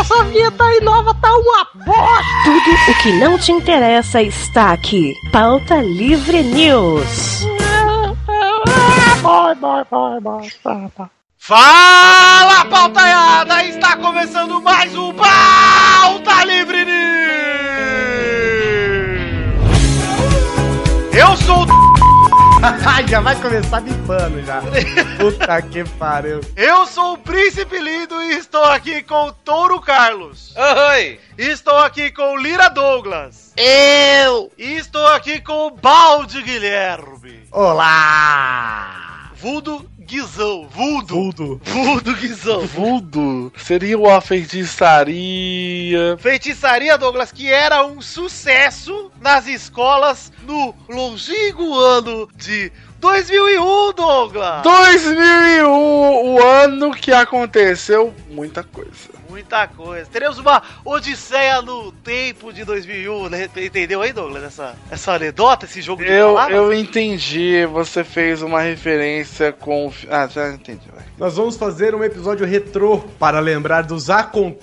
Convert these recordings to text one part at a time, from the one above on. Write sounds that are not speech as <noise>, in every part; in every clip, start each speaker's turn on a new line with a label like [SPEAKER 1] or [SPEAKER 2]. [SPEAKER 1] Essa vinheta aí nova tá uma bosta!
[SPEAKER 2] Tudo o que não te interessa está aqui. Pauta Livre News.
[SPEAKER 1] Vai, vai, vai, vai, tá, tá.
[SPEAKER 3] Fala, pautaiada! Está começando mais um Pauta Livre News! Eu sou o...
[SPEAKER 4] <laughs> Ai, já vai começar bipando já. Puta que pariu.
[SPEAKER 3] Eu sou o Príncipe Lindo e estou aqui com o Touro Carlos.
[SPEAKER 5] Oi!
[SPEAKER 3] Estou aqui com o Lira Douglas.
[SPEAKER 5] Eu!
[SPEAKER 3] E estou aqui com o Balde Guilherme.
[SPEAKER 4] Olá!
[SPEAKER 3] Vuldo Guizão. Vuldo.
[SPEAKER 6] Vuldo.
[SPEAKER 3] Vuldo Guizão.
[SPEAKER 6] Vuldo seria uma feitiçaria.
[SPEAKER 3] Feitiçaria, Douglas, que era um sucesso nas escolas no longínquo ano de 2001, Douglas.
[SPEAKER 6] 2001, o ano que aconteceu muita coisa.
[SPEAKER 3] Muita coisa. Teremos uma odisseia no tempo de 2001, né? Entendeu aí, Douglas, essa, essa anedota, esse jogo de
[SPEAKER 6] Eu,
[SPEAKER 3] palavras?
[SPEAKER 6] eu entendi, você fez uma referência com. o fi- Ah, já entendi, vai.
[SPEAKER 4] Nós vamos fazer um episódio retrô para lembrar dos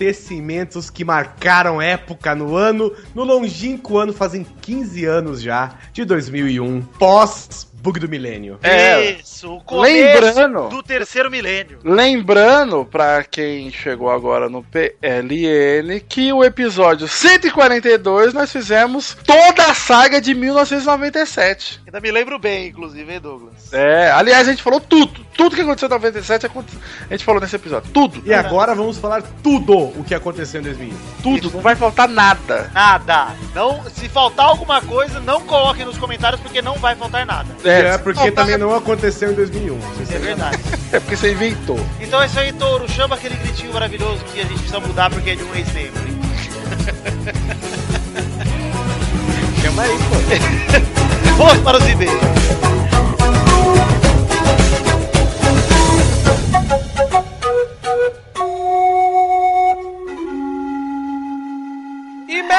[SPEAKER 4] acontecimentos que marcaram época no ano, no longínquo ano, fazem 15 anos já, de 2001, pós bug um, do milênio.
[SPEAKER 6] É.
[SPEAKER 3] Isso, o começo
[SPEAKER 6] Lembrando-
[SPEAKER 3] do terceiro milênio.
[SPEAKER 6] Lembrando, pra quem chegou agora no PLN, que o episódio 142 nós fizemos toda a saga de 1997.
[SPEAKER 3] Ainda me lembro bem, inclusive, hein, Douglas?
[SPEAKER 6] É, aliás, a gente falou tudo. Tudo que aconteceu em 97 aconte- a gente falou nesse episódio. Tudo.
[SPEAKER 4] E agora vamos falar tudo o um. que aconteceu em 2001.
[SPEAKER 6] Tudo. Não vai faltar nada.
[SPEAKER 3] Nada. Não, se faltar alguma coisa, não coloquem nos comentários porque não vai faltar nada.
[SPEAKER 4] É, porque
[SPEAKER 6] faltar-
[SPEAKER 4] também não aconteceu em 2001.
[SPEAKER 3] tá É verdade.
[SPEAKER 6] É porque você inventou.
[SPEAKER 3] Então é isso aí, Touro. Chama aquele gritinho maravilhoso que a gente precisa mudar porque é de um ex-membro. hein? <laughs> Chama aí, pô. <laughs> Vamos para os e-mails.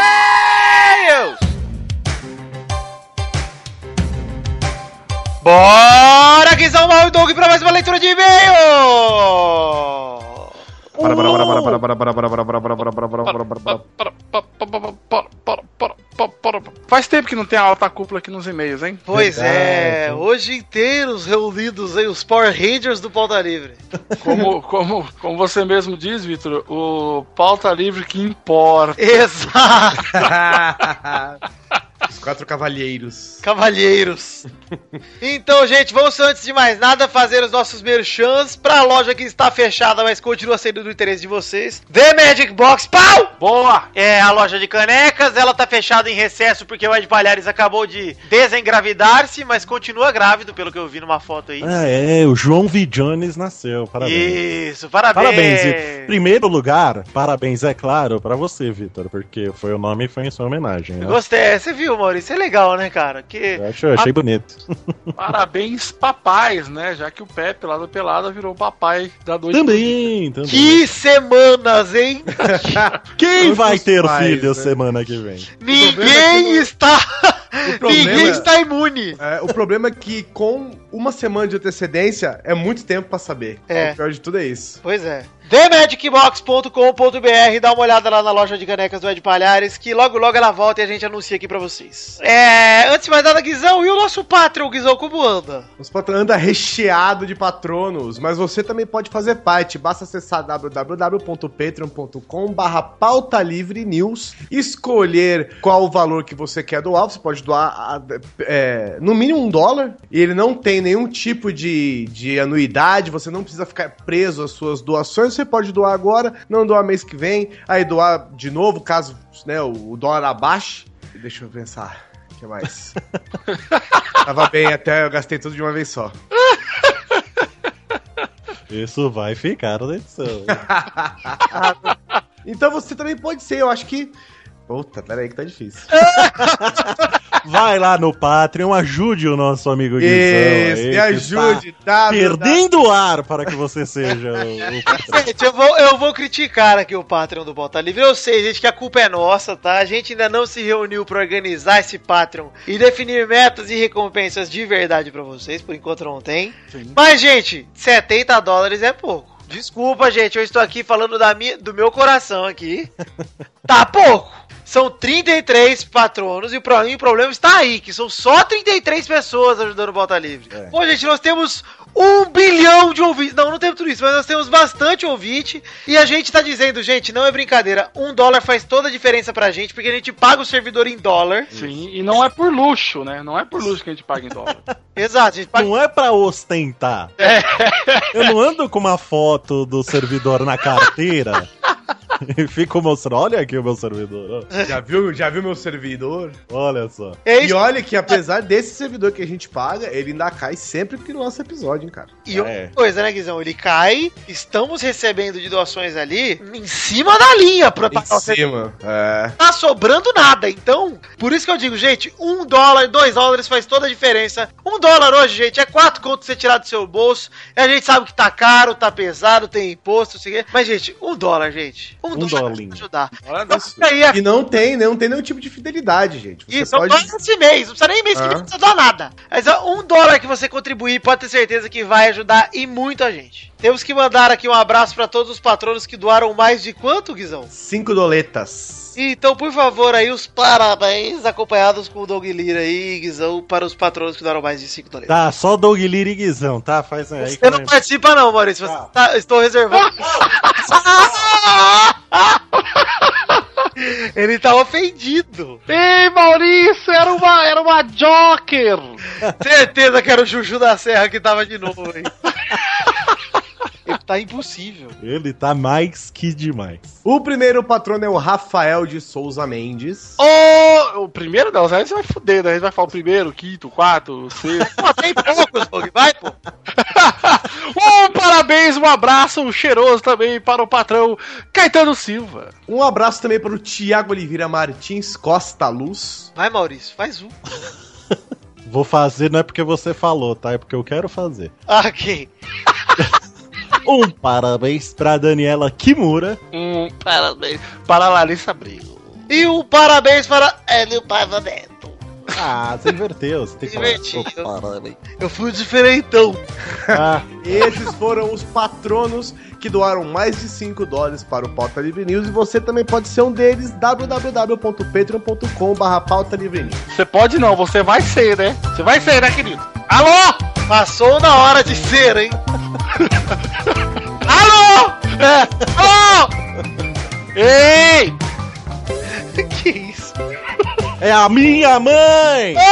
[SPEAKER 3] E-mails! Bora, Guizão Mal e Doug, para mais uma leitura de e-mail!
[SPEAKER 7] Para, para, para, para, para, para, para, para, para, para, para, para, para, para, para, para.
[SPEAKER 6] Faz tempo que não tem a alta cúpula aqui nos e-mails, hein?
[SPEAKER 3] Pois é, hoje inteiros reunidos aí os Power Rangers do Pauta Livre. <laughs>
[SPEAKER 6] Como, como, como você mesmo diz, Vitor, o pauta livre que importa.
[SPEAKER 3] Exato,
[SPEAKER 4] <laughs> Os quatro cavalheiros.
[SPEAKER 3] cavalheiros. Então, gente, vamos antes de mais nada fazer os nossos merchans pra loja que está fechada, mas continua sendo do interesse de vocês. The Magic Box, pau!
[SPEAKER 6] Boa!
[SPEAKER 3] É, a loja de canecas, ela tá fechada em recesso porque o Ed Palhares acabou de desengravidar-se, mas continua grávido, pelo que eu vi numa foto aí.
[SPEAKER 7] Ah, é, o João V. Jones nasceu, parabéns.
[SPEAKER 3] Isso, parabéns.
[SPEAKER 7] Parabéns, Vitor. Primeiro lugar, parabéns, é claro, pra você, Vitor, porque foi o nome e foi em sua homenagem, né?
[SPEAKER 3] Gostei, você viu, Maurício? É legal, né, cara? Que...
[SPEAKER 7] Eu acho- eu achei bonito.
[SPEAKER 6] Parabéns, papais, né? Já que o Pepe lá da Pelada virou o papai da noite.
[SPEAKER 7] Também, também.
[SPEAKER 3] que semanas, hein?
[SPEAKER 7] Quem
[SPEAKER 4] Outros
[SPEAKER 7] vai ter
[SPEAKER 4] pais,
[SPEAKER 7] filho
[SPEAKER 4] né?
[SPEAKER 7] semana que vem?
[SPEAKER 3] Ninguém está.
[SPEAKER 4] O problema-
[SPEAKER 3] Ninguém está imune.
[SPEAKER 4] É, o problema é que com uma semana de antecedência é muito tempo pra saber.
[SPEAKER 3] É.
[SPEAKER 4] O pior de tudo é isso.
[SPEAKER 3] Pois é. TheMagicBox.com.br, dá uma olhada lá na loja de canecas do Ed Palhares, que logo logo ela volta e a gente anuncia aqui pra vocês. É, antes de mais nada, Guizão, e o nosso Patreon, Guizão, como anda?
[SPEAKER 4] Os patronos anda recheado de patronos, mas você também pode fazer parte. Basta acessar www.patreon.com barra pauta livre news, escolher qual o valor que você quer doar. Você pode doar a- é, no mínimo um dólar e ele não tem nenhum tipo de, de anuidade, você não precisa ficar preso às suas doações. Você pode doar agora, não doar mês que vem, aí doar de novo, caso né, o dólar abaixe. Deixa eu pensar. O que mais? Tava bem até eu gastei tudo de uma vez só.
[SPEAKER 7] Isso vai ficar na edição.
[SPEAKER 4] <laughs>
[SPEAKER 7] <laughs>
[SPEAKER 4] Então você também pode ser, eu acho que. Puta, peraí que tá difícil.
[SPEAKER 7] Vai lá no Patreon, ajude o nosso amigo Guizão.
[SPEAKER 4] Isso,
[SPEAKER 7] aí,
[SPEAKER 4] me
[SPEAKER 7] que
[SPEAKER 4] ajude,
[SPEAKER 7] Tá
[SPEAKER 4] tá?
[SPEAKER 7] perdendo ar para que você seja o, o patrão.
[SPEAKER 3] Gente, eu vou, eu vou criticar aqui o Patreon do Bota Livre. Eu sei, gente, que a culpa é nossa, tá? A gente ainda não se reuniu pra organizar esse Patreon e definir metas e recompensas de verdade pra vocês. Por enquanto não tem. Mas, gente, 70 dólares é pouco. Desculpa, gente, eu estou aqui falando da minha, do meu coração aqui. Tá pouco. São 33 patronos e pra mim o problema está aí, que são só 33 pessoas ajudando o Bota Livre.
[SPEAKER 7] É.
[SPEAKER 3] Pô, gente, nós temos um bilhão de ouvintes. Não, não temos tudo isso, mas nós temos bastante ouvinte. E a gente tá dizendo, gente, não é brincadeira. Um dólar faz toda a diferença pra gente, porque a gente paga o servidor em dólar.
[SPEAKER 6] Sim, e não é por luxo, né? Não é por luxo que a gente paga em
[SPEAKER 3] <laughs>
[SPEAKER 6] dólar.
[SPEAKER 3] Exato, a gente paga.
[SPEAKER 7] Não é pra ostentar.
[SPEAKER 3] É.
[SPEAKER 7] Eu não ando com uma foto do servidor na carteira e fico mostrando. Olha aqui o meu servidor. ó.
[SPEAKER 4] Já viu, já viu meu servidor?
[SPEAKER 7] Olha só.
[SPEAKER 3] É
[SPEAKER 4] E
[SPEAKER 3] isso.
[SPEAKER 4] olha que apesar desse servidor que a gente paga, ele ainda cai sempre que lança episódio, hein, cara.
[SPEAKER 3] E outra
[SPEAKER 7] É.
[SPEAKER 3] coisa, né, Guizão? Ele cai, estamos recebendo de doações ali em cima da linha pra pagar o
[SPEAKER 4] cima. É.
[SPEAKER 3] tá sobrando nada. Então, por isso que eu digo, gente, um dólar, dois dólares faz toda a diferença. Um dólar hoje, gente, é quatro contos você tirar do seu bolso. E a gente sabe que tá caro, tá pesado, tem imposto, não sei o quê. Mas, gente, um dólar, gente. Um,
[SPEAKER 7] Um
[SPEAKER 3] dólar
[SPEAKER 7] dolinho.
[SPEAKER 3] pra ajudar.
[SPEAKER 6] Olha
[SPEAKER 3] Então, fica aí, é
[SPEAKER 4] E não tem, não tem nenhum tipo de fidelidade, gente. Você
[SPEAKER 3] isso,
[SPEAKER 4] pode.
[SPEAKER 3] não precisa esse mês, não precisa nem mês que
[SPEAKER 4] Ah.
[SPEAKER 3] vem, não precisa dar nada. Mas ó, um dólar que você contribuir pode ter certeza que vai ajudar e muito a gente. Temos que mandar aqui um abraço pra todos os patronos que doaram mais de quanto, Guizão?
[SPEAKER 4] Cinco doletas.
[SPEAKER 3] Então, por favor, aí os parabéns acompanhados com o Doug Lira aí, Guizão, para os patronos que doaram mais de 5 dólares.
[SPEAKER 7] Tá, só Doug Lira e Guizão, tá? Faz aí.
[SPEAKER 3] Você não participa não, Maurício, você
[SPEAKER 7] Tá.
[SPEAKER 3] tá- estou reservando. Ele tá ofendido.
[SPEAKER 6] Ei, Maurício, era uma, era uma Joker!
[SPEAKER 3] Certeza que era o Juju da Serra que tava de novo aí. Ele tá impossível.
[SPEAKER 7] Ele tá mais que demais.
[SPEAKER 4] O primeiro patrono é o Rafael de Souza Mendes.
[SPEAKER 6] Ô, o primeiro não, aí você vai fuder, né? A gente vai falar o primeiro, o quinto, o quarto, o sexto.
[SPEAKER 3] Pô, tem poucos, Doug, vai, pô.
[SPEAKER 6] <laughs> um parabéns, um abraço um cheiroso também para o patrão Caetano Silva.
[SPEAKER 4] Um abraço também para o Tiago Oliveira Martins Costa Luz.
[SPEAKER 3] Vai, Maurício, faz um.
[SPEAKER 7] Vou fazer, não é porque você falou, tá? É porque eu quero fazer.
[SPEAKER 3] Ah, quem?
[SPEAKER 7] Um parabéns pra Daniela Kimura.
[SPEAKER 6] Um parabéns para a Larissa Brigo.
[SPEAKER 3] E um parabéns para Hélio Paiva Neto.
[SPEAKER 7] Ah, você inverteu. Você tem que falar.
[SPEAKER 3] Divertido.
[SPEAKER 7] "Oh, parabéns."
[SPEAKER 3] Eu fui diferentão.
[SPEAKER 7] Ah,
[SPEAKER 4] Esses foram os patronos que doaram mais de 5 dólares para o Pauta Livre News e você também pode ser um deles. www.patreon.com.br Pauta Livre News.
[SPEAKER 6] Você pode não, você vai ser, né? Você vai ser, né, querido? Alô?
[SPEAKER 3] Passou na hora de ser, hein?
[SPEAKER 6] <laughs> Alô? É. Alô? Ei!
[SPEAKER 3] que isso?
[SPEAKER 7] é a minha mãe!
[SPEAKER 3] <laughs>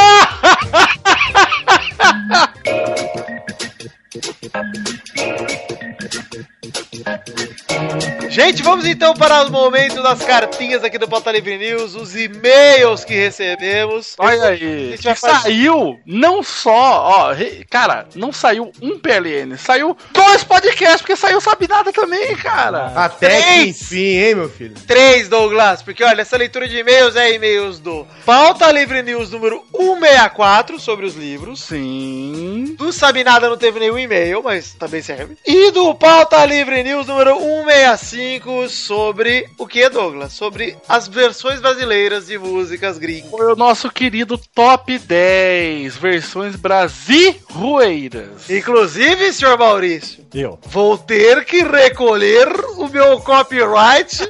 [SPEAKER 3] Gente, vamos então para o momento das cartinhas aqui do Pauta Livre News, os e-mails que recebemos.
[SPEAKER 6] Olha
[SPEAKER 3] A
[SPEAKER 6] aí.
[SPEAKER 3] gente vai fazer-
[SPEAKER 6] Saiu não só, ó, re- cara, não saiu um PLN, saiu dois podcasts, porque saiu Sabinada também, cara.
[SPEAKER 3] Ah.
[SPEAKER 4] Até que
[SPEAKER 3] Três!
[SPEAKER 4] enfim, hein, meu filho?
[SPEAKER 3] Três, Douglas, porque olha, essa leitura de e-mails é e-mails do Pauta Livre News número 164 sobre os livros.
[SPEAKER 6] Sim.
[SPEAKER 3] Do Sabinada não teve nenhum e-mail, mas também serve. E do Pauta Livre News número 165 sobre o que, Douglas? Sobre as versões brasileiras de músicas gringas.
[SPEAKER 6] Foi o nosso querido Top 10 versões brasileiras.
[SPEAKER 3] Inclusive, senhor Maurício,
[SPEAKER 7] Eu.
[SPEAKER 3] Vou ter que recolher o meu
[SPEAKER 7] <laughs>
[SPEAKER 3] copyright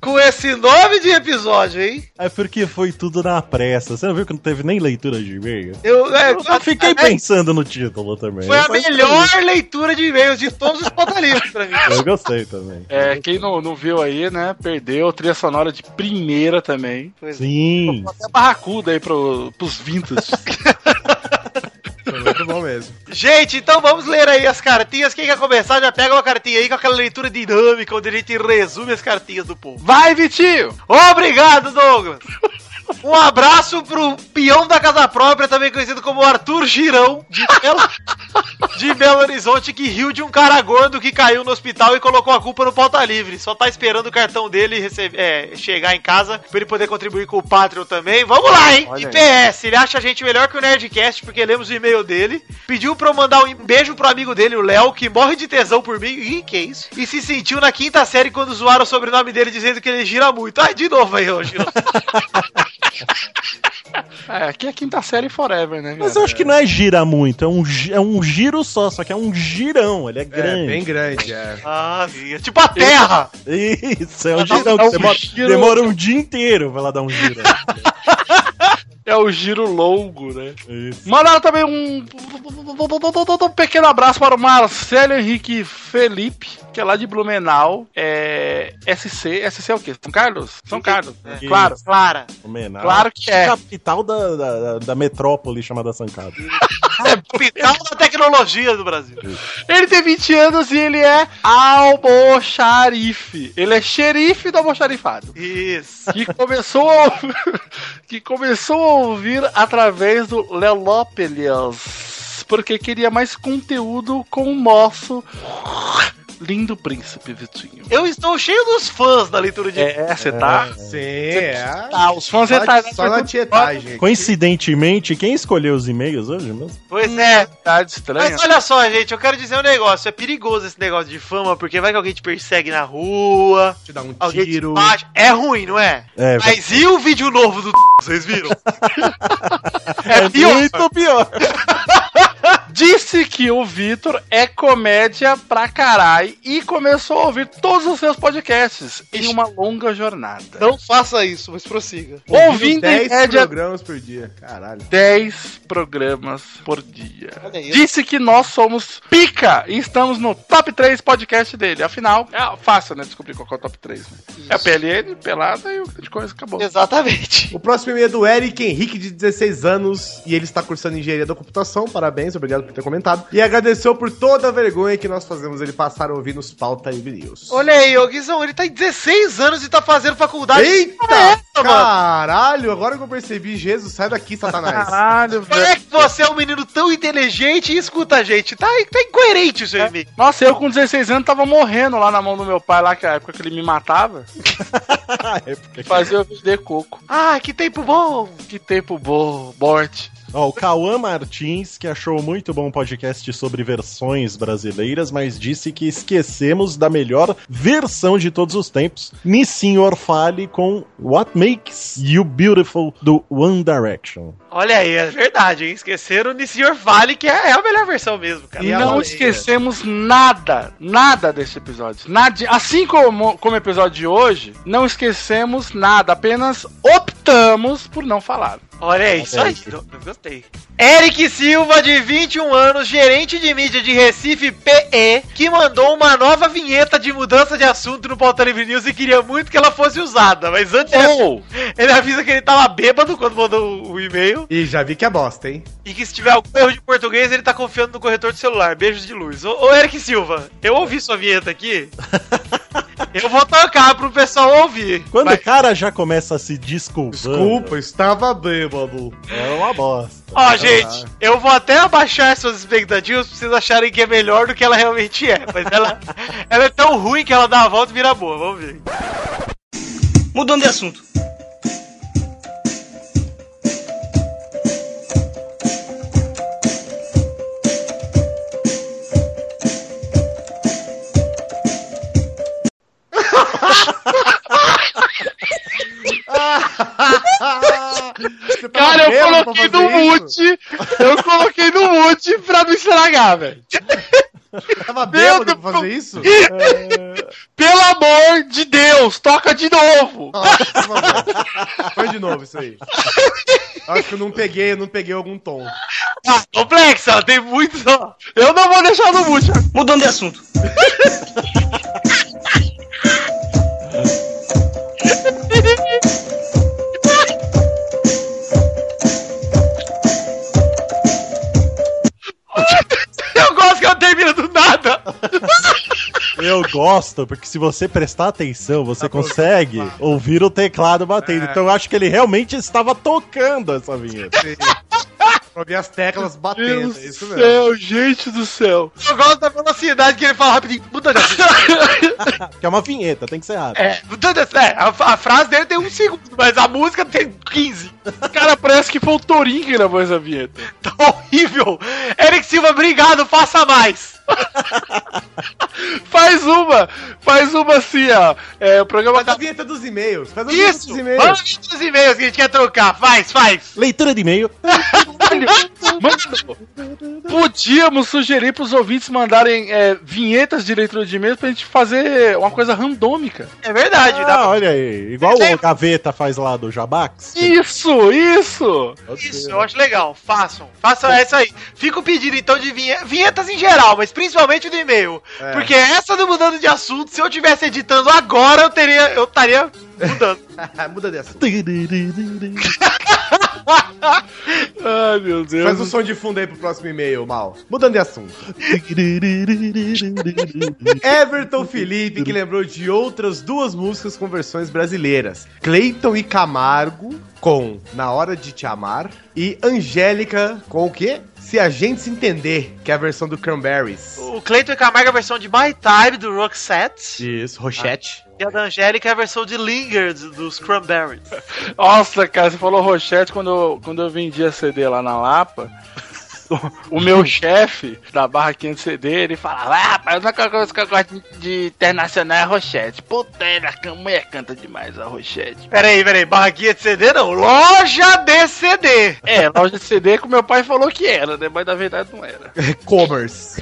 [SPEAKER 3] com esse nome de episódio, hein?
[SPEAKER 7] É porque foi tudo na pressa. Você não viu que não teve nem leitura de e-mail?
[SPEAKER 3] Eu, é,
[SPEAKER 7] Eu só fiquei
[SPEAKER 3] aliás,
[SPEAKER 7] pensando no título também.
[SPEAKER 3] Foi a
[SPEAKER 7] Mas
[SPEAKER 3] melhor leitura de e-mails de todos os pontalistas pra mim.
[SPEAKER 7] Eu gostei também.
[SPEAKER 6] É, quem não, não viu aí, né, perdeu. Trilha sonora de primeira também.
[SPEAKER 3] Pois é.
[SPEAKER 7] Sim.
[SPEAKER 6] Até barracuda aí pro, pros vintage.
[SPEAKER 4] Foi muito bom mesmo.
[SPEAKER 3] Gente, então vamos ler aí as cartinhas. Quem quer começar já pega uma cartinha aí com aquela leitura dinâmica onde a gente resume as cartinhas do povo.
[SPEAKER 6] Vai, Vitinho!
[SPEAKER 3] Obrigado, Douglas! Um abraço pro peão da casa própria, também conhecido como Arthur Girão, de Belo, de Belo Horizonte, que riu de um cara gordo que caiu no hospital e colocou a culpa no pauta livre. Só tá esperando o cartão dele receber, é, chegar em casa pra ele poder contribuir com o Patreon também. Vamos lá, hein?
[SPEAKER 6] Olha
[SPEAKER 3] e
[SPEAKER 6] aí.
[SPEAKER 3] PS, ele acha a gente melhor que o Nerdcast, porque lemos o e-mail dele. Pediu pra eu mandar um beijo pro amigo dele, o Léo, que morre de tesão por mim. Ih, que isso? E se sentiu na quinta série quando zoaram o sobrenome dele dizendo que ele gira muito. Ai, de novo aí, ô, Girão.
[SPEAKER 6] É, aqui é quinta série forever, né?
[SPEAKER 7] Mas
[SPEAKER 6] cara?
[SPEAKER 7] eu acho que não é gira muito, é um, gi- é um giro só, só que é um girão, ele é
[SPEAKER 4] É,
[SPEAKER 7] grande.
[SPEAKER 4] bem grande, é.
[SPEAKER 3] Ah, é tipo a Terra!
[SPEAKER 7] Isso, é um
[SPEAKER 6] Ela dá-
[SPEAKER 7] girão
[SPEAKER 6] dá
[SPEAKER 7] que
[SPEAKER 6] um
[SPEAKER 7] demora,
[SPEAKER 6] giro-
[SPEAKER 7] demora um dia inteiro pra ela dar um giro.
[SPEAKER 6] É o giro longo, né?
[SPEAKER 7] Isso.
[SPEAKER 6] Mandar também um, um pequeno abraço para o Marcelo Henrique Felipe, que é lá de Blumenau. É, SC, SC é o quê? São Carlos? São Carlos, né?
[SPEAKER 7] Isso.
[SPEAKER 6] claro.
[SPEAKER 3] Clara.
[SPEAKER 7] Homenagem.
[SPEAKER 6] Claro que é.
[SPEAKER 7] Capital da, da, da- da metrópole chamada Sancada.
[SPEAKER 3] <laughs> É, Capital da tecnologia do Brasil.
[SPEAKER 6] Ele tem 20 anos e ele é almoxarife. Ele é xerife do almoxarifado.
[SPEAKER 3] Isso.
[SPEAKER 6] Que começou, a... <laughs> que começou a ouvir através do Lelopelias. Porque queria mais conteúdo com o nosso lindo príncipe Vitinho.
[SPEAKER 3] Eu estou cheio dos fãs da leitura de.
[SPEAKER 6] É, você tá.
[SPEAKER 4] Sim, é.
[SPEAKER 6] Tá, os fãs
[SPEAKER 4] Só,
[SPEAKER 6] retardados.
[SPEAKER 4] só na tietagem.
[SPEAKER 7] Coincidentemente, quem escolheu os e-mails hoje mesmo?
[SPEAKER 3] Pois é.
[SPEAKER 6] Tá estranha.
[SPEAKER 3] Mas olha só, gente, eu quero dizer um negócio. É perigoso esse negócio de fama, porque vai que alguém te persegue na rua,
[SPEAKER 4] Te dá um
[SPEAKER 3] alguém
[SPEAKER 4] tiro.
[SPEAKER 3] te bate. É ruim, não é?
[SPEAKER 7] É,
[SPEAKER 3] Mas e o vídeo novo do <laughs> vocês viram?
[SPEAKER 7] é
[SPEAKER 3] pior.
[SPEAKER 7] muito pior.
[SPEAKER 6] Disse que o Vitor é comédia pra caralho e começou a ouvir todos os seus podcasts em uma longa jornada.
[SPEAKER 3] Não faça isso, mas prossiga.
[SPEAKER 6] ouvindo É, em
[SPEAKER 4] 10
[SPEAKER 6] média
[SPEAKER 4] programas por dia. Caralho.
[SPEAKER 6] 10 programas por dia.
[SPEAKER 3] Olha aí.
[SPEAKER 6] Disse que nós somos pica e estamos no top 3 podcast dele. Afinal, é fácil, né? Descobrir qual que é o top 3. Né? É a PLN, pelada e o de coisa acabou.
[SPEAKER 3] Exatamente.
[SPEAKER 4] O próximo e-mail é do Eric Henrique, de 16 anos, e ele está cursando Engenharia da Computação. Parabéns, obrigado por ter comentado. E agradeceu por toda a vergonha que nós fazemos ele passar a ouvir nos pauta e news.
[SPEAKER 3] Olha aí, ô Guizão, ele tá em 16 anos e tá fazendo faculdade.
[SPEAKER 4] Eita,
[SPEAKER 3] essa, mano?
[SPEAKER 4] caralho, agora que eu percebi, Jesus, sai daqui, Satanás.
[SPEAKER 6] Caralho,
[SPEAKER 3] Como é que você é um menino tão inteligente e escuta a gente? Tá, tá incoerente o seu e-mail.
[SPEAKER 6] Nossa, eu com 16 anos tava morrendo lá na mão do meu pai, lá que a época que é? ele me matava. Fazia eu vender coco.
[SPEAKER 3] Ah, que tempo bom!
[SPEAKER 6] Que tempo bom, morte.
[SPEAKER 7] Ó, o Cauã Martins, que achou muito bom o podcast sobre versões brasileiras, mas disse que esquecemos da melhor versão de todos os tempos. Nissin Orfale com What Makes You Beautiful do One Direction.
[SPEAKER 3] Olha aí, é verdade, hein? Esqueceram de Sr. Vale, que é é a melhor versão mesmo, cara.
[SPEAKER 6] E
[SPEAKER 4] E a
[SPEAKER 6] não
[SPEAKER 4] baleia?
[SPEAKER 6] esquecemos nada, nada desse episódio. Nada, assim como, como o episódio de hoje, não esquecemos nada, apenas optamos por não falar.
[SPEAKER 3] Olha aí, isso aí. Eu gostei. Eric Silva, de 21 anos, gerente de mídia de Recife PE, que mandou uma nova vinheta de mudança de assunto no Pauta Livre News e queria muito que ela fosse usada, mas antes ele-
[SPEAKER 6] Ou,
[SPEAKER 3] ele avisa que ele tava bêbado quando mandou o e-mail
[SPEAKER 4] E já vi que é bosta, hein?
[SPEAKER 3] e que se tiver algum erro de português ele tá confiando no corretor de celular. Beijos de luz. Ô, ô Eric Silva, eu ouvi sua
[SPEAKER 6] <laughs>
[SPEAKER 3] vinheta aqui. Eu vou tocar pro pessoal ouvir.
[SPEAKER 7] Quando
[SPEAKER 3] Mas-
[SPEAKER 7] o cara já começa a se desculpar,
[SPEAKER 4] Desculpa, estava bêbado.
[SPEAKER 7] é uma bosta.
[SPEAKER 3] Ó, gente, eu vou até abaixar suas expectativas pra vocês acharem que é melhor do que ela realmente é. Mas
[SPEAKER 6] <laughs>
[SPEAKER 3] ela, ela é tão ruim que ela dá a volta e vira boa, vamos ver.
[SPEAKER 8] Mudando de assunto.
[SPEAKER 4] ah, Você tava
[SPEAKER 6] cara, eu
[SPEAKER 4] bêbado pra
[SPEAKER 6] coloquei no
[SPEAKER 4] fazer isso?
[SPEAKER 6] mute, eu coloquei no mute pra não estragar, velho.
[SPEAKER 4] Tava bêbado
[SPEAKER 6] Deus,
[SPEAKER 4] pra fazer isso?
[SPEAKER 6] Pelo amor de Deus, toca de novo.
[SPEAKER 4] Nossa, por favor. Foi de novo isso aí. Acho que eu não peguei, eu não peguei algum tom.
[SPEAKER 3] Ah, complexa, ela tem muito.
[SPEAKER 6] Eu não vou deixar no mute.
[SPEAKER 8] Mudando de assunto.
[SPEAKER 3] <laughs> Eu gosto que ela termina do nada.
[SPEAKER 7] Eu gosto, porque se você prestar atenção,
[SPEAKER 4] Tá
[SPEAKER 7] você consegue ouvir o teclado batendo.
[SPEAKER 4] É.
[SPEAKER 7] Então eu acho que ele realmente estava tocando essa vinheta.
[SPEAKER 4] Pra ver as teclas
[SPEAKER 6] Meu
[SPEAKER 4] batendo, é isso mesmo.
[SPEAKER 6] céu, gente do céu.
[SPEAKER 3] Eu gosto da velocidade que ele fala rapidinho. Muda de assunto.
[SPEAKER 6] <laughs>
[SPEAKER 7] Que é uma vinheta, tem que ser rápido.
[SPEAKER 3] É, muda de assunto. É, a, a frase dele tem um segundo, mas a música tem 15.
[SPEAKER 6] Cara, parece que foi
[SPEAKER 3] <laughs>
[SPEAKER 6] o Torinho que gravou essa vinheta.
[SPEAKER 3] Tá horrível. Eric Silva, obrigado, faça mais.
[SPEAKER 6] <laughs> Faz uma! Faz uma assim, ó. É, o programa
[SPEAKER 4] Faz a
[SPEAKER 6] acaba.
[SPEAKER 4] vinheta dos e-mails. Faz a
[SPEAKER 3] Isso!
[SPEAKER 4] vinheta dos e-mails.
[SPEAKER 3] Manda os e-mails que a gente quer trocar. Faz, faz.
[SPEAKER 7] Leitura de e-mail.
[SPEAKER 6] Mano, podíamos sugerir pros ouvintes mandarem é, vinhetas de leitura de e-mails pra gente fazer uma coisa randômica.
[SPEAKER 3] É verdade. dá
[SPEAKER 7] Ah, olha aí. Igual o Gaveta faz lá do Jabax.
[SPEAKER 6] Isso, isso!
[SPEAKER 3] Isso, <laughs> eu acho legal. Façam. Façam essa aí. Fica o pedido, então, de vinhe- vinhetas em geral, mas principalmente do e-mail.
[SPEAKER 4] É.
[SPEAKER 3] Porque essa do mudando de assunto, se eu tivesse editando agora, eu teria. Eu estaria mudando.
[SPEAKER 4] Muda dessa.
[SPEAKER 6] Ai, meu Deus.
[SPEAKER 4] Faz o um som de fundo aí pro próximo e-mail, Mal. Mudando de assunto. Everton Felipe, que lembrou de outras duas músicas com versões brasileiras. Cleiton e Camargo com Na Hora de Te Amar e Angélica com o quê? Se a gente se entender, que é a versão do Cranberries.
[SPEAKER 3] <laughs> O Cleiton e Camargo é a versão de My Time do Roxette.
[SPEAKER 4] Isso, Rochette.
[SPEAKER 3] E a da Angélica é a versão de Lingard dos Cranberries.
[SPEAKER 6] Nossa, cara, você falou Rochette quando eu, quando eu vendia CD lá na Lapa. O meu chefe da barra 500 CD, ele falava: Ah, rapaz, a única coisa que eu gosto de internacional é Rochette. Puta, é, a mulher canta demais a Rochette.
[SPEAKER 3] Peraí, peraí. Barraquinha de CD não. Loja de CD.
[SPEAKER 6] É, loja de CD que o meu pai falou que era, né? Mas na verdade não era.
[SPEAKER 4] Commerce.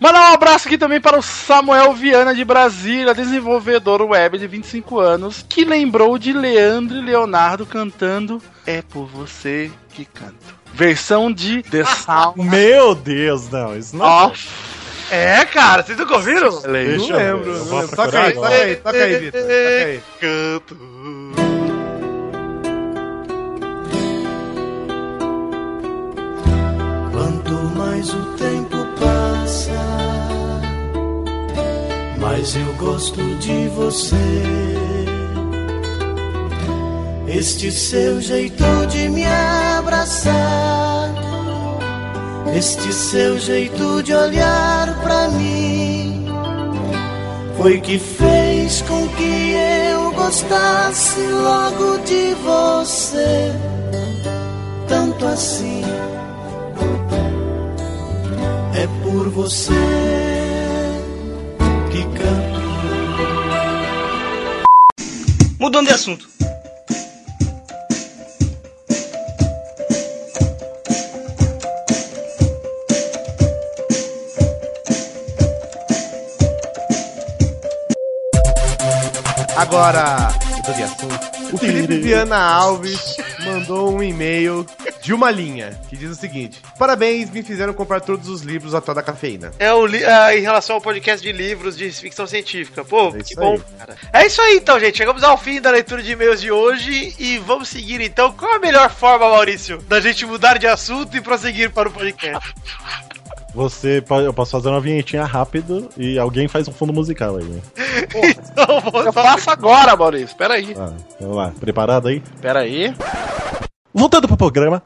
[SPEAKER 6] Mandar um abraço aqui também para o Samuel Viana de Brasília, desenvolvedor web de 25 anos, que lembrou de Leandro e Leonardo cantando É por você que canto. Versão de The Sound
[SPEAKER 7] Meu Deus, não. Isso não. é.
[SPEAKER 6] of
[SPEAKER 3] É, cara. Vocês nunca ouviram?
[SPEAKER 7] Deixa
[SPEAKER 4] não
[SPEAKER 7] eu ver,
[SPEAKER 4] lembro.
[SPEAKER 7] eu
[SPEAKER 4] não
[SPEAKER 7] vou
[SPEAKER 4] lembro. Toca
[SPEAKER 7] procurar
[SPEAKER 4] aí, toca
[SPEAKER 7] agora.
[SPEAKER 4] aí, toca aí, Vitor. Toca aí.
[SPEAKER 3] Canto.
[SPEAKER 9] Quanto mais o tempo passa, mais eu gosto de você. Este seu jeito de me abraçar, este seu jeito de olhar pra mim, foi que fez com que eu gostasse logo de você, tanto assim é por você que canto.
[SPEAKER 10] Mudando de assunto.
[SPEAKER 4] Agora, mudando de assunto. O Felipe Viana Alves mandou um e-mail de uma linha que diz o seguinte: Parabéns, me fizeram comprar todos os livros até da cafeína.
[SPEAKER 3] É o li- ah, em relação ao podcast de livros de ficção científica. Pô,
[SPEAKER 4] É
[SPEAKER 3] que
[SPEAKER 4] isso
[SPEAKER 3] bom,
[SPEAKER 4] aí.
[SPEAKER 3] cara. É isso aí então, gente. Chegamos ao fim da leitura de e-mails de hoje e vamos seguir então. Qual a melhor forma, Maurício, da gente mudar de assunto e prosseguir para o podcast? <laughs>
[SPEAKER 7] Você, po- eu posso fazer uma vinhetinha rápido e alguém faz um fundo musical aí. né?
[SPEAKER 3] então, vou
[SPEAKER 6] Eu
[SPEAKER 3] só-
[SPEAKER 6] faço agora, Maurício. Peraí,
[SPEAKER 7] Ah, vamos lá. Preparado aí?
[SPEAKER 6] peraí.
[SPEAKER 7] Voltando pro programa.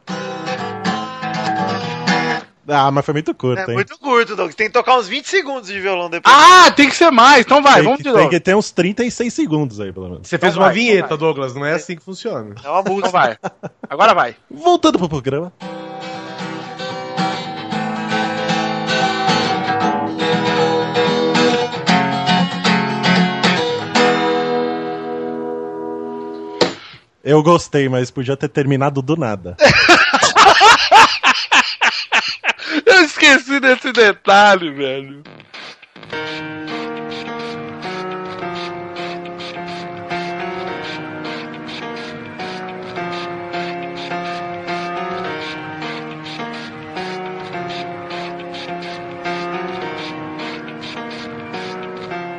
[SPEAKER 7] Ah, mas foi muito curto,
[SPEAKER 3] É
[SPEAKER 7] hein?
[SPEAKER 3] muito curto, Doug. Tem que tocar uns 20 segundos de violão depois.
[SPEAKER 6] Ah, tem que ser mais. Então vai,
[SPEAKER 7] Tem
[SPEAKER 6] vamos
[SPEAKER 7] que-
[SPEAKER 6] de
[SPEAKER 7] Tem
[SPEAKER 6] novo.
[SPEAKER 7] que ter uns 36 segundos aí, pelo menos.
[SPEAKER 4] Você fez
[SPEAKER 6] Então
[SPEAKER 4] uma
[SPEAKER 6] vai, então
[SPEAKER 4] vinheta,
[SPEAKER 6] vai.
[SPEAKER 4] Douglas, não é assim que funciona.
[SPEAKER 6] É uma música, vai. Agora vai.
[SPEAKER 7] Voltando pro programa. Eu gostei, mas podia ter terminado do nada.
[SPEAKER 6] Eu esqueci desse detalhe, velho.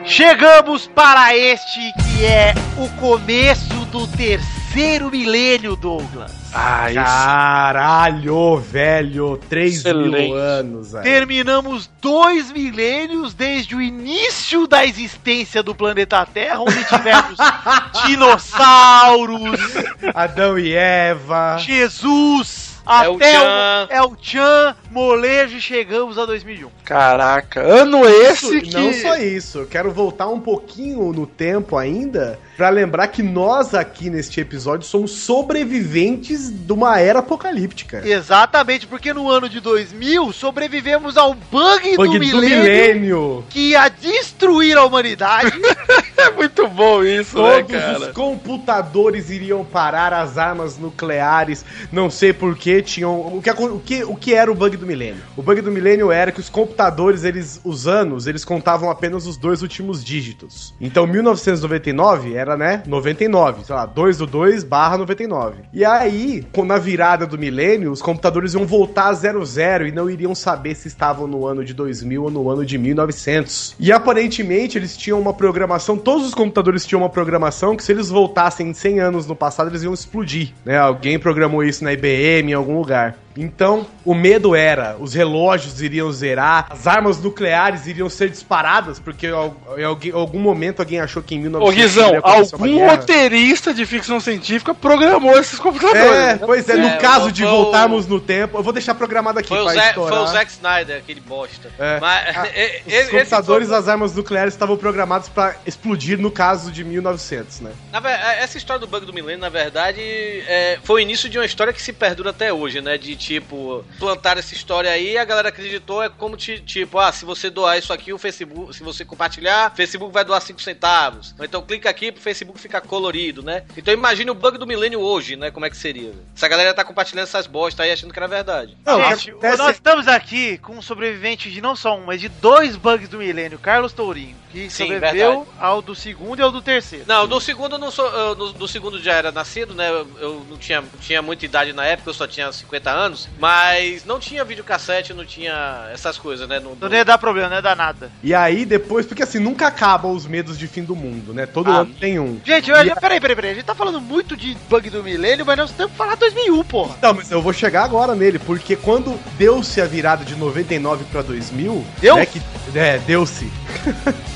[SPEAKER 3] Chegamos para este que é o começo do terceiro milênio, Douglas.
[SPEAKER 6] Ah, isso.
[SPEAKER 4] Caralho, velho, 3
[SPEAKER 6] Excelente.
[SPEAKER 4] mil anos. velho.
[SPEAKER 3] Terminamos dois milênios desde o início da existência do planeta Terra, onde
[SPEAKER 4] <laughs>
[SPEAKER 3] tivemos dinossauros,
[SPEAKER 4] Adão e Eva.
[SPEAKER 3] Jesus, Até
[SPEAKER 2] o
[SPEAKER 3] o
[SPEAKER 2] Tchan.
[SPEAKER 3] é o Tchan, molejo e um. chegamos a 2001.
[SPEAKER 6] Caraca, ano esse que...
[SPEAKER 4] Isso, Não só isso, eu quero voltar um pouquinho no tempo ainda pra lembrar que nós aqui neste episódio somos sobreviventes de uma era apocalíptica.
[SPEAKER 3] Exatamente, porque no ano de 2000 sobrevivemos ao bug,
[SPEAKER 4] Bug
[SPEAKER 3] do, milênio que ia destruir a humanidade.
[SPEAKER 6] É muito bom isso,
[SPEAKER 4] Todos
[SPEAKER 6] né, cara?
[SPEAKER 4] os computadores iriam parar as armas nucleares, não sei porquê, tinham... O que, acon- o, que, o que era o bug do milênio? O bug do milênio era que os computadores, eles, os anos, eles contavam apenas os dois últimos dígitos. Então, 1999 era, né, 99, sei lá, 2 do 2 barra 99. E aí, com- na virada do milênio, os computadores iam voltar a 00 e não iriam saber se estavam no ano de 2000 ou no ano de 1900. E aparentemente eles tinham uma programação, todos os computadores tinham uma programação que se eles voltassem 100 anos no passado eles iam explodir, né? Alguém programou isso na IBM em algum lugar. Então, o medo era, os relógios iriam zerar, as armas nucleares iriam ser disparadas, porque al- em alguém- em algum momento alguém achou que em
[SPEAKER 6] Ô
[SPEAKER 4] 1900
[SPEAKER 6] Guizão,
[SPEAKER 7] né,
[SPEAKER 4] iria acontecer uma
[SPEAKER 6] algum
[SPEAKER 4] guerra.
[SPEAKER 6] roteirista de ficção científica programou esses computadores.
[SPEAKER 4] É,
[SPEAKER 6] né?
[SPEAKER 4] pois é, no
[SPEAKER 2] É,
[SPEAKER 4] caso de
[SPEAKER 2] foi o-
[SPEAKER 4] voltarmos no tempo, eu vou deixar programado aqui
[SPEAKER 2] Foi o,
[SPEAKER 4] pra
[SPEAKER 2] Zé,
[SPEAKER 4] estourar.
[SPEAKER 2] foi o Zack Snyder, aquele bosta.
[SPEAKER 4] É.
[SPEAKER 2] Mas, <laughs>
[SPEAKER 4] Ah,
[SPEAKER 2] e-
[SPEAKER 4] Os
[SPEAKER 2] e- esse
[SPEAKER 4] computadores,
[SPEAKER 2] foi-
[SPEAKER 4] as armas nucleares estavam programados pra explodir no caso de 1900, né?
[SPEAKER 2] na ver- é, essa história do bug do milênio, na verdade, é, foi o início de uma história que se perdura até hoje, né? De tipo, plantaram essa história aí, a galera acreditou, é como ti- tipo, ah, se você doar isso aqui, o Facebook, se você compartilhar, o Facebook vai doar 5 centavos. Ou então clica aqui pro Facebook ficar colorido, né? Então imagine o bug do milênio hoje, né? Como é que seria? né? Essa galera tá compartilhando essas bostas aí achando que era verdade.
[SPEAKER 4] <laughs> Não,
[SPEAKER 3] Gente,
[SPEAKER 4] acontece-
[SPEAKER 3] nós estamos aqui com um sobrevivente de não só um, mas de dois bugs do milênio, Carlos Tourinho, que
[SPEAKER 2] Sim,
[SPEAKER 3] sobreviveu ao do segundo e ao do terceiro.
[SPEAKER 2] Não, do segundo eu não sou. eu- do, do segundo já era nascido, né? Eu, eu não tinha, tinha muita idade na época, eu só tinha 50 anos, mas não tinha videocassete, não tinha essas coisas, né? No,
[SPEAKER 3] Não ia dar problema, não ia dar nada.
[SPEAKER 4] E aí depois, porque assim, nunca acabam os medos de fim do mundo, né? Todo
[SPEAKER 3] Ah.
[SPEAKER 4] ano tem um.
[SPEAKER 3] Gente, olha, peraí, peraí, peraí. A gente tá falando muito de bug do milênio, mas nós temos que falar 2001, porra.
[SPEAKER 4] Não, mas eu vou chegar agora nele, porque quando deu-se a virada de 99 pra 2000,
[SPEAKER 3] Deu?
[SPEAKER 4] né, que é, deu-se. <laughs>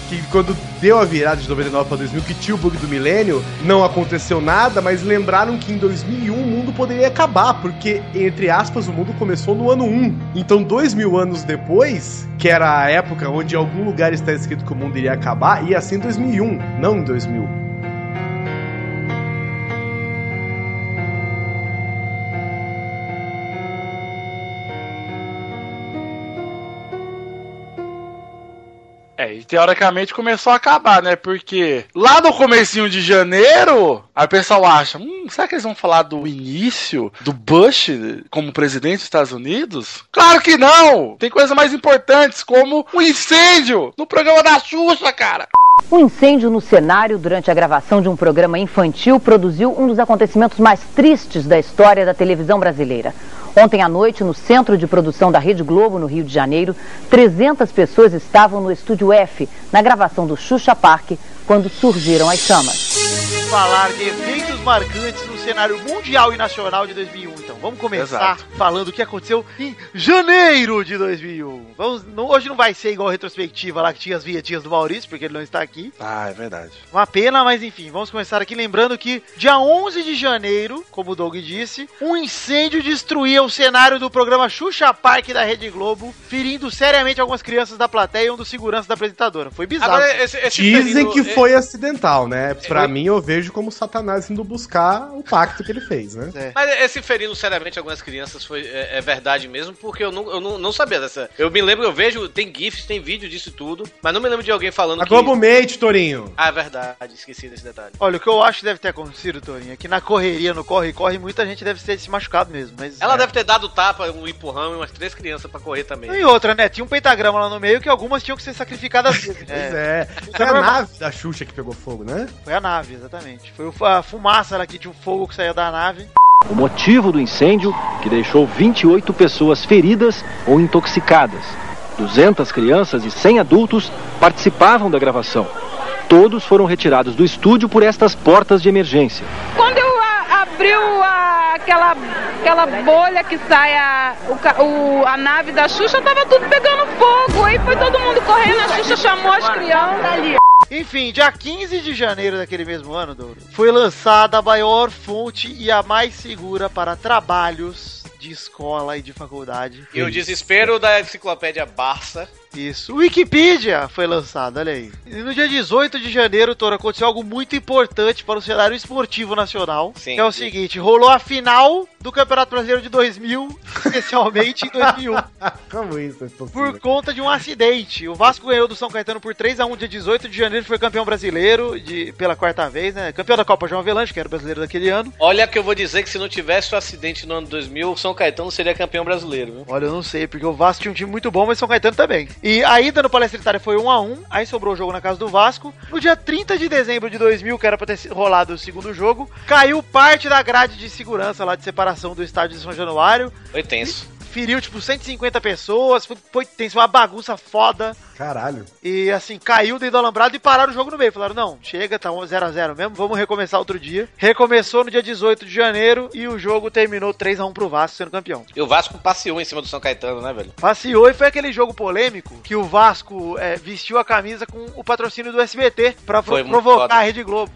[SPEAKER 4] que quando deu a virada de 99 pra 2000, que tinha o bug do milênio, não aconteceu nada, mas lembraram que em 2001 o mundo poderia acabar, porque entre aspas o mundo começou no ano 1. Então, dois mil anos depois, que era a época onde em algum lugar está escrito que o mundo iria acabar, ia ser em 2001, não em 2000.
[SPEAKER 6] É, e teoricamente começou a acabar, né? Porque lá no comecinho de janeiro, aí o pessoal acha, hum, será que eles vão falar do início do Bush como presidente dos Estados Unidos? Claro que não! Tem coisas mais importantes, como o incêndio no programa da Xuxa, cara!
[SPEAKER 10] Um incêndio no cenário durante a gravação de um programa infantil produziu um dos acontecimentos mais tristes da história da televisão brasileira. Ontem à noite, no centro de produção da Rede Globo, no Rio de Janeiro, 300 pessoas estavam no estúdio F, na gravação do Xuxa Park, quando surgiram as chamas.
[SPEAKER 3] Falar de eventos marcantes no cenário mundial e nacional de 2001, então. Vamos começar
[SPEAKER 6] Exato.
[SPEAKER 3] falando o que aconteceu em janeiro de 2001. Vamos, não- hoje não vai ser igual a retrospectiva lá que tinha as vinhetinhas do Maurício, porque ele não está aqui.
[SPEAKER 6] Ah, é verdade.
[SPEAKER 3] Uma pena, mas enfim, vamos começar aqui lembrando que dia 11 de janeiro, como o Doug disse, um incêndio destruía o cenário do programa Xuxa Park da Rede Globo, ferindo seriamente algumas crianças da plateia e um dos seguranças da apresentadora. Foi bizarro.
[SPEAKER 2] Agora, esse, esse
[SPEAKER 4] Dizem
[SPEAKER 2] período-
[SPEAKER 4] que
[SPEAKER 2] é-
[SPEAKER 4] foi acidental, né? Pra mim, eu vejo como Satanás indo buscar o pacto que ele fez, né?
[SPEAKER 3] É.
[SPEAKER 2] Mas esse ferindo seriamente algumas crianças foi, é, é verdade mesmo, porque eu, não, eu não, não sabia dessa. Eu me lembro, eu vejo, tem GIFs, tem vídeo disso e tudo, mas não me lembro de alguém falando
[SPEAKER 4] A
[SPEAKER 2] que.
[SPEAKER 4] Globo mente, Torinho.
[SPEAKER 2] Ah, é verdade, esqueci desse detalhe.
[SPEAKER 3] Olha, o que eu acho que deve ter acontecido, Torinho, é que na correria, no corre-corre, muita gente deve ter se machucado mesmo. Mas
[SPEAKER 2] Ela
[SPEAKER 3] É.
[SPEAKER 2] deve ter dado tapa, um empurrão e umas três crianças pra correr também.
[SPEAKER 3] E outra, né? Tinha um pentagrama lá no meio que algumas tinham que
[SPEAKER 2] <laughs>
[SPEAKER 3] ser sacrificadas. mesmo, né?
[SPEAKER 4] Pois é. Foi a nave da Xuxa que pegou fogo, né?
[SPEAKER 3] Foi a nave, exatamente. Foi o- a fumaça lá que tinha um fogo que saía da nave.
[SPEAKER 11] O motivo do incêndio, que deixou 28 pessoas feridas ou intoxicadas. 200 crianças e 100 adultos participavam da gravação. Todos foram retirados do estúdio por estas portas de emergência.
[SPEAKER 12] Quando eu a- abriu a- aquela, aquela bolha que sai a, o ca- o- a nave da Xuxa, tava tudo pegando fogo. Aí foi todo mundo correndo, a Xuxa chamou as crianças.
[SPEAKER 3] Enfim, dia 15 de janeiro daquele mesmo ano, Douro, foi lançada a maior fonte e a mais segura para trabalhos de escola e de faculdade.
[SPEAKER 2] E o desespero da enciclopédia Barça.
[SPEAKER 3] Isso. Wikipedia foi lançado, olha aí. E no dia 18 de janeiro, Toro, aconteceu algo muito importante para o cenário esportivo nacional.
[SPEAKER 2] Sim.
[SPEAKER 3] que é o seguinte, rolou a final do Campeonato Brasileiro de 2000, <laughs> especialmente em 2001,
[SPEAKER 4] Como isso é possível?
[SPEAKER 3] por conta de um acidente. O Vasco ganhou do São Caetano por 3 a 1 dia 18 de janeiro, foi campeão brasileiro de, pela quarta vez, né? Campeão da Copa João Avelange, que era o brasileiro daquele ano.
[SPEAKER 2] Olha que eu vou dizer que se não tivesse o acidente no ano 2000, o São Caetano seria campeão brasileiro, viu?
[SPEAKER 3] Olha, eu não sei, porque o Vasco tinha um time muito bom, mas São Caetano também. E a ida no Palestra Itália foi 1 a 1 aí sobrou o jogo na casa do Vasco. No dia 30 de dezembro de 2000, que era pra ter se- rolado o segundo jogo, caiu parte da grade de segurança lá de separação do estádio de São Januário,
[SPEAKER 2] Foi tenso.
[SPEAKER 3] feriu tipo 150 pessoas, foi, foi tenso, uma bagunça foda.
[SPEAKER 4] Caralho.
[SPEAKER 3] E assim, caiu dentro do alambrado e pararam o jogo no meio. Falaram, não, chega, tá 0x0 mesmo, vamos recomeçar outro dia. Recomeçou no dia 18 de janeiro e o jogo terminou 3x1 pro Vasco sendo campeão.
[SPEAKER 2] E o Vasco passeou em cima do São Caetano, né, velho?
[SPEAKER 3] Passeou e foi aquele jogo polêmico que o Vasco é, vestiu a camisa com o patrocínio do SBT pra pro-
[SPEAKER 2] Foi muito
[SPEAKER 3] provocar
[SPEAKER 2] foda.
[SPEAKER 3] a Rede Globo.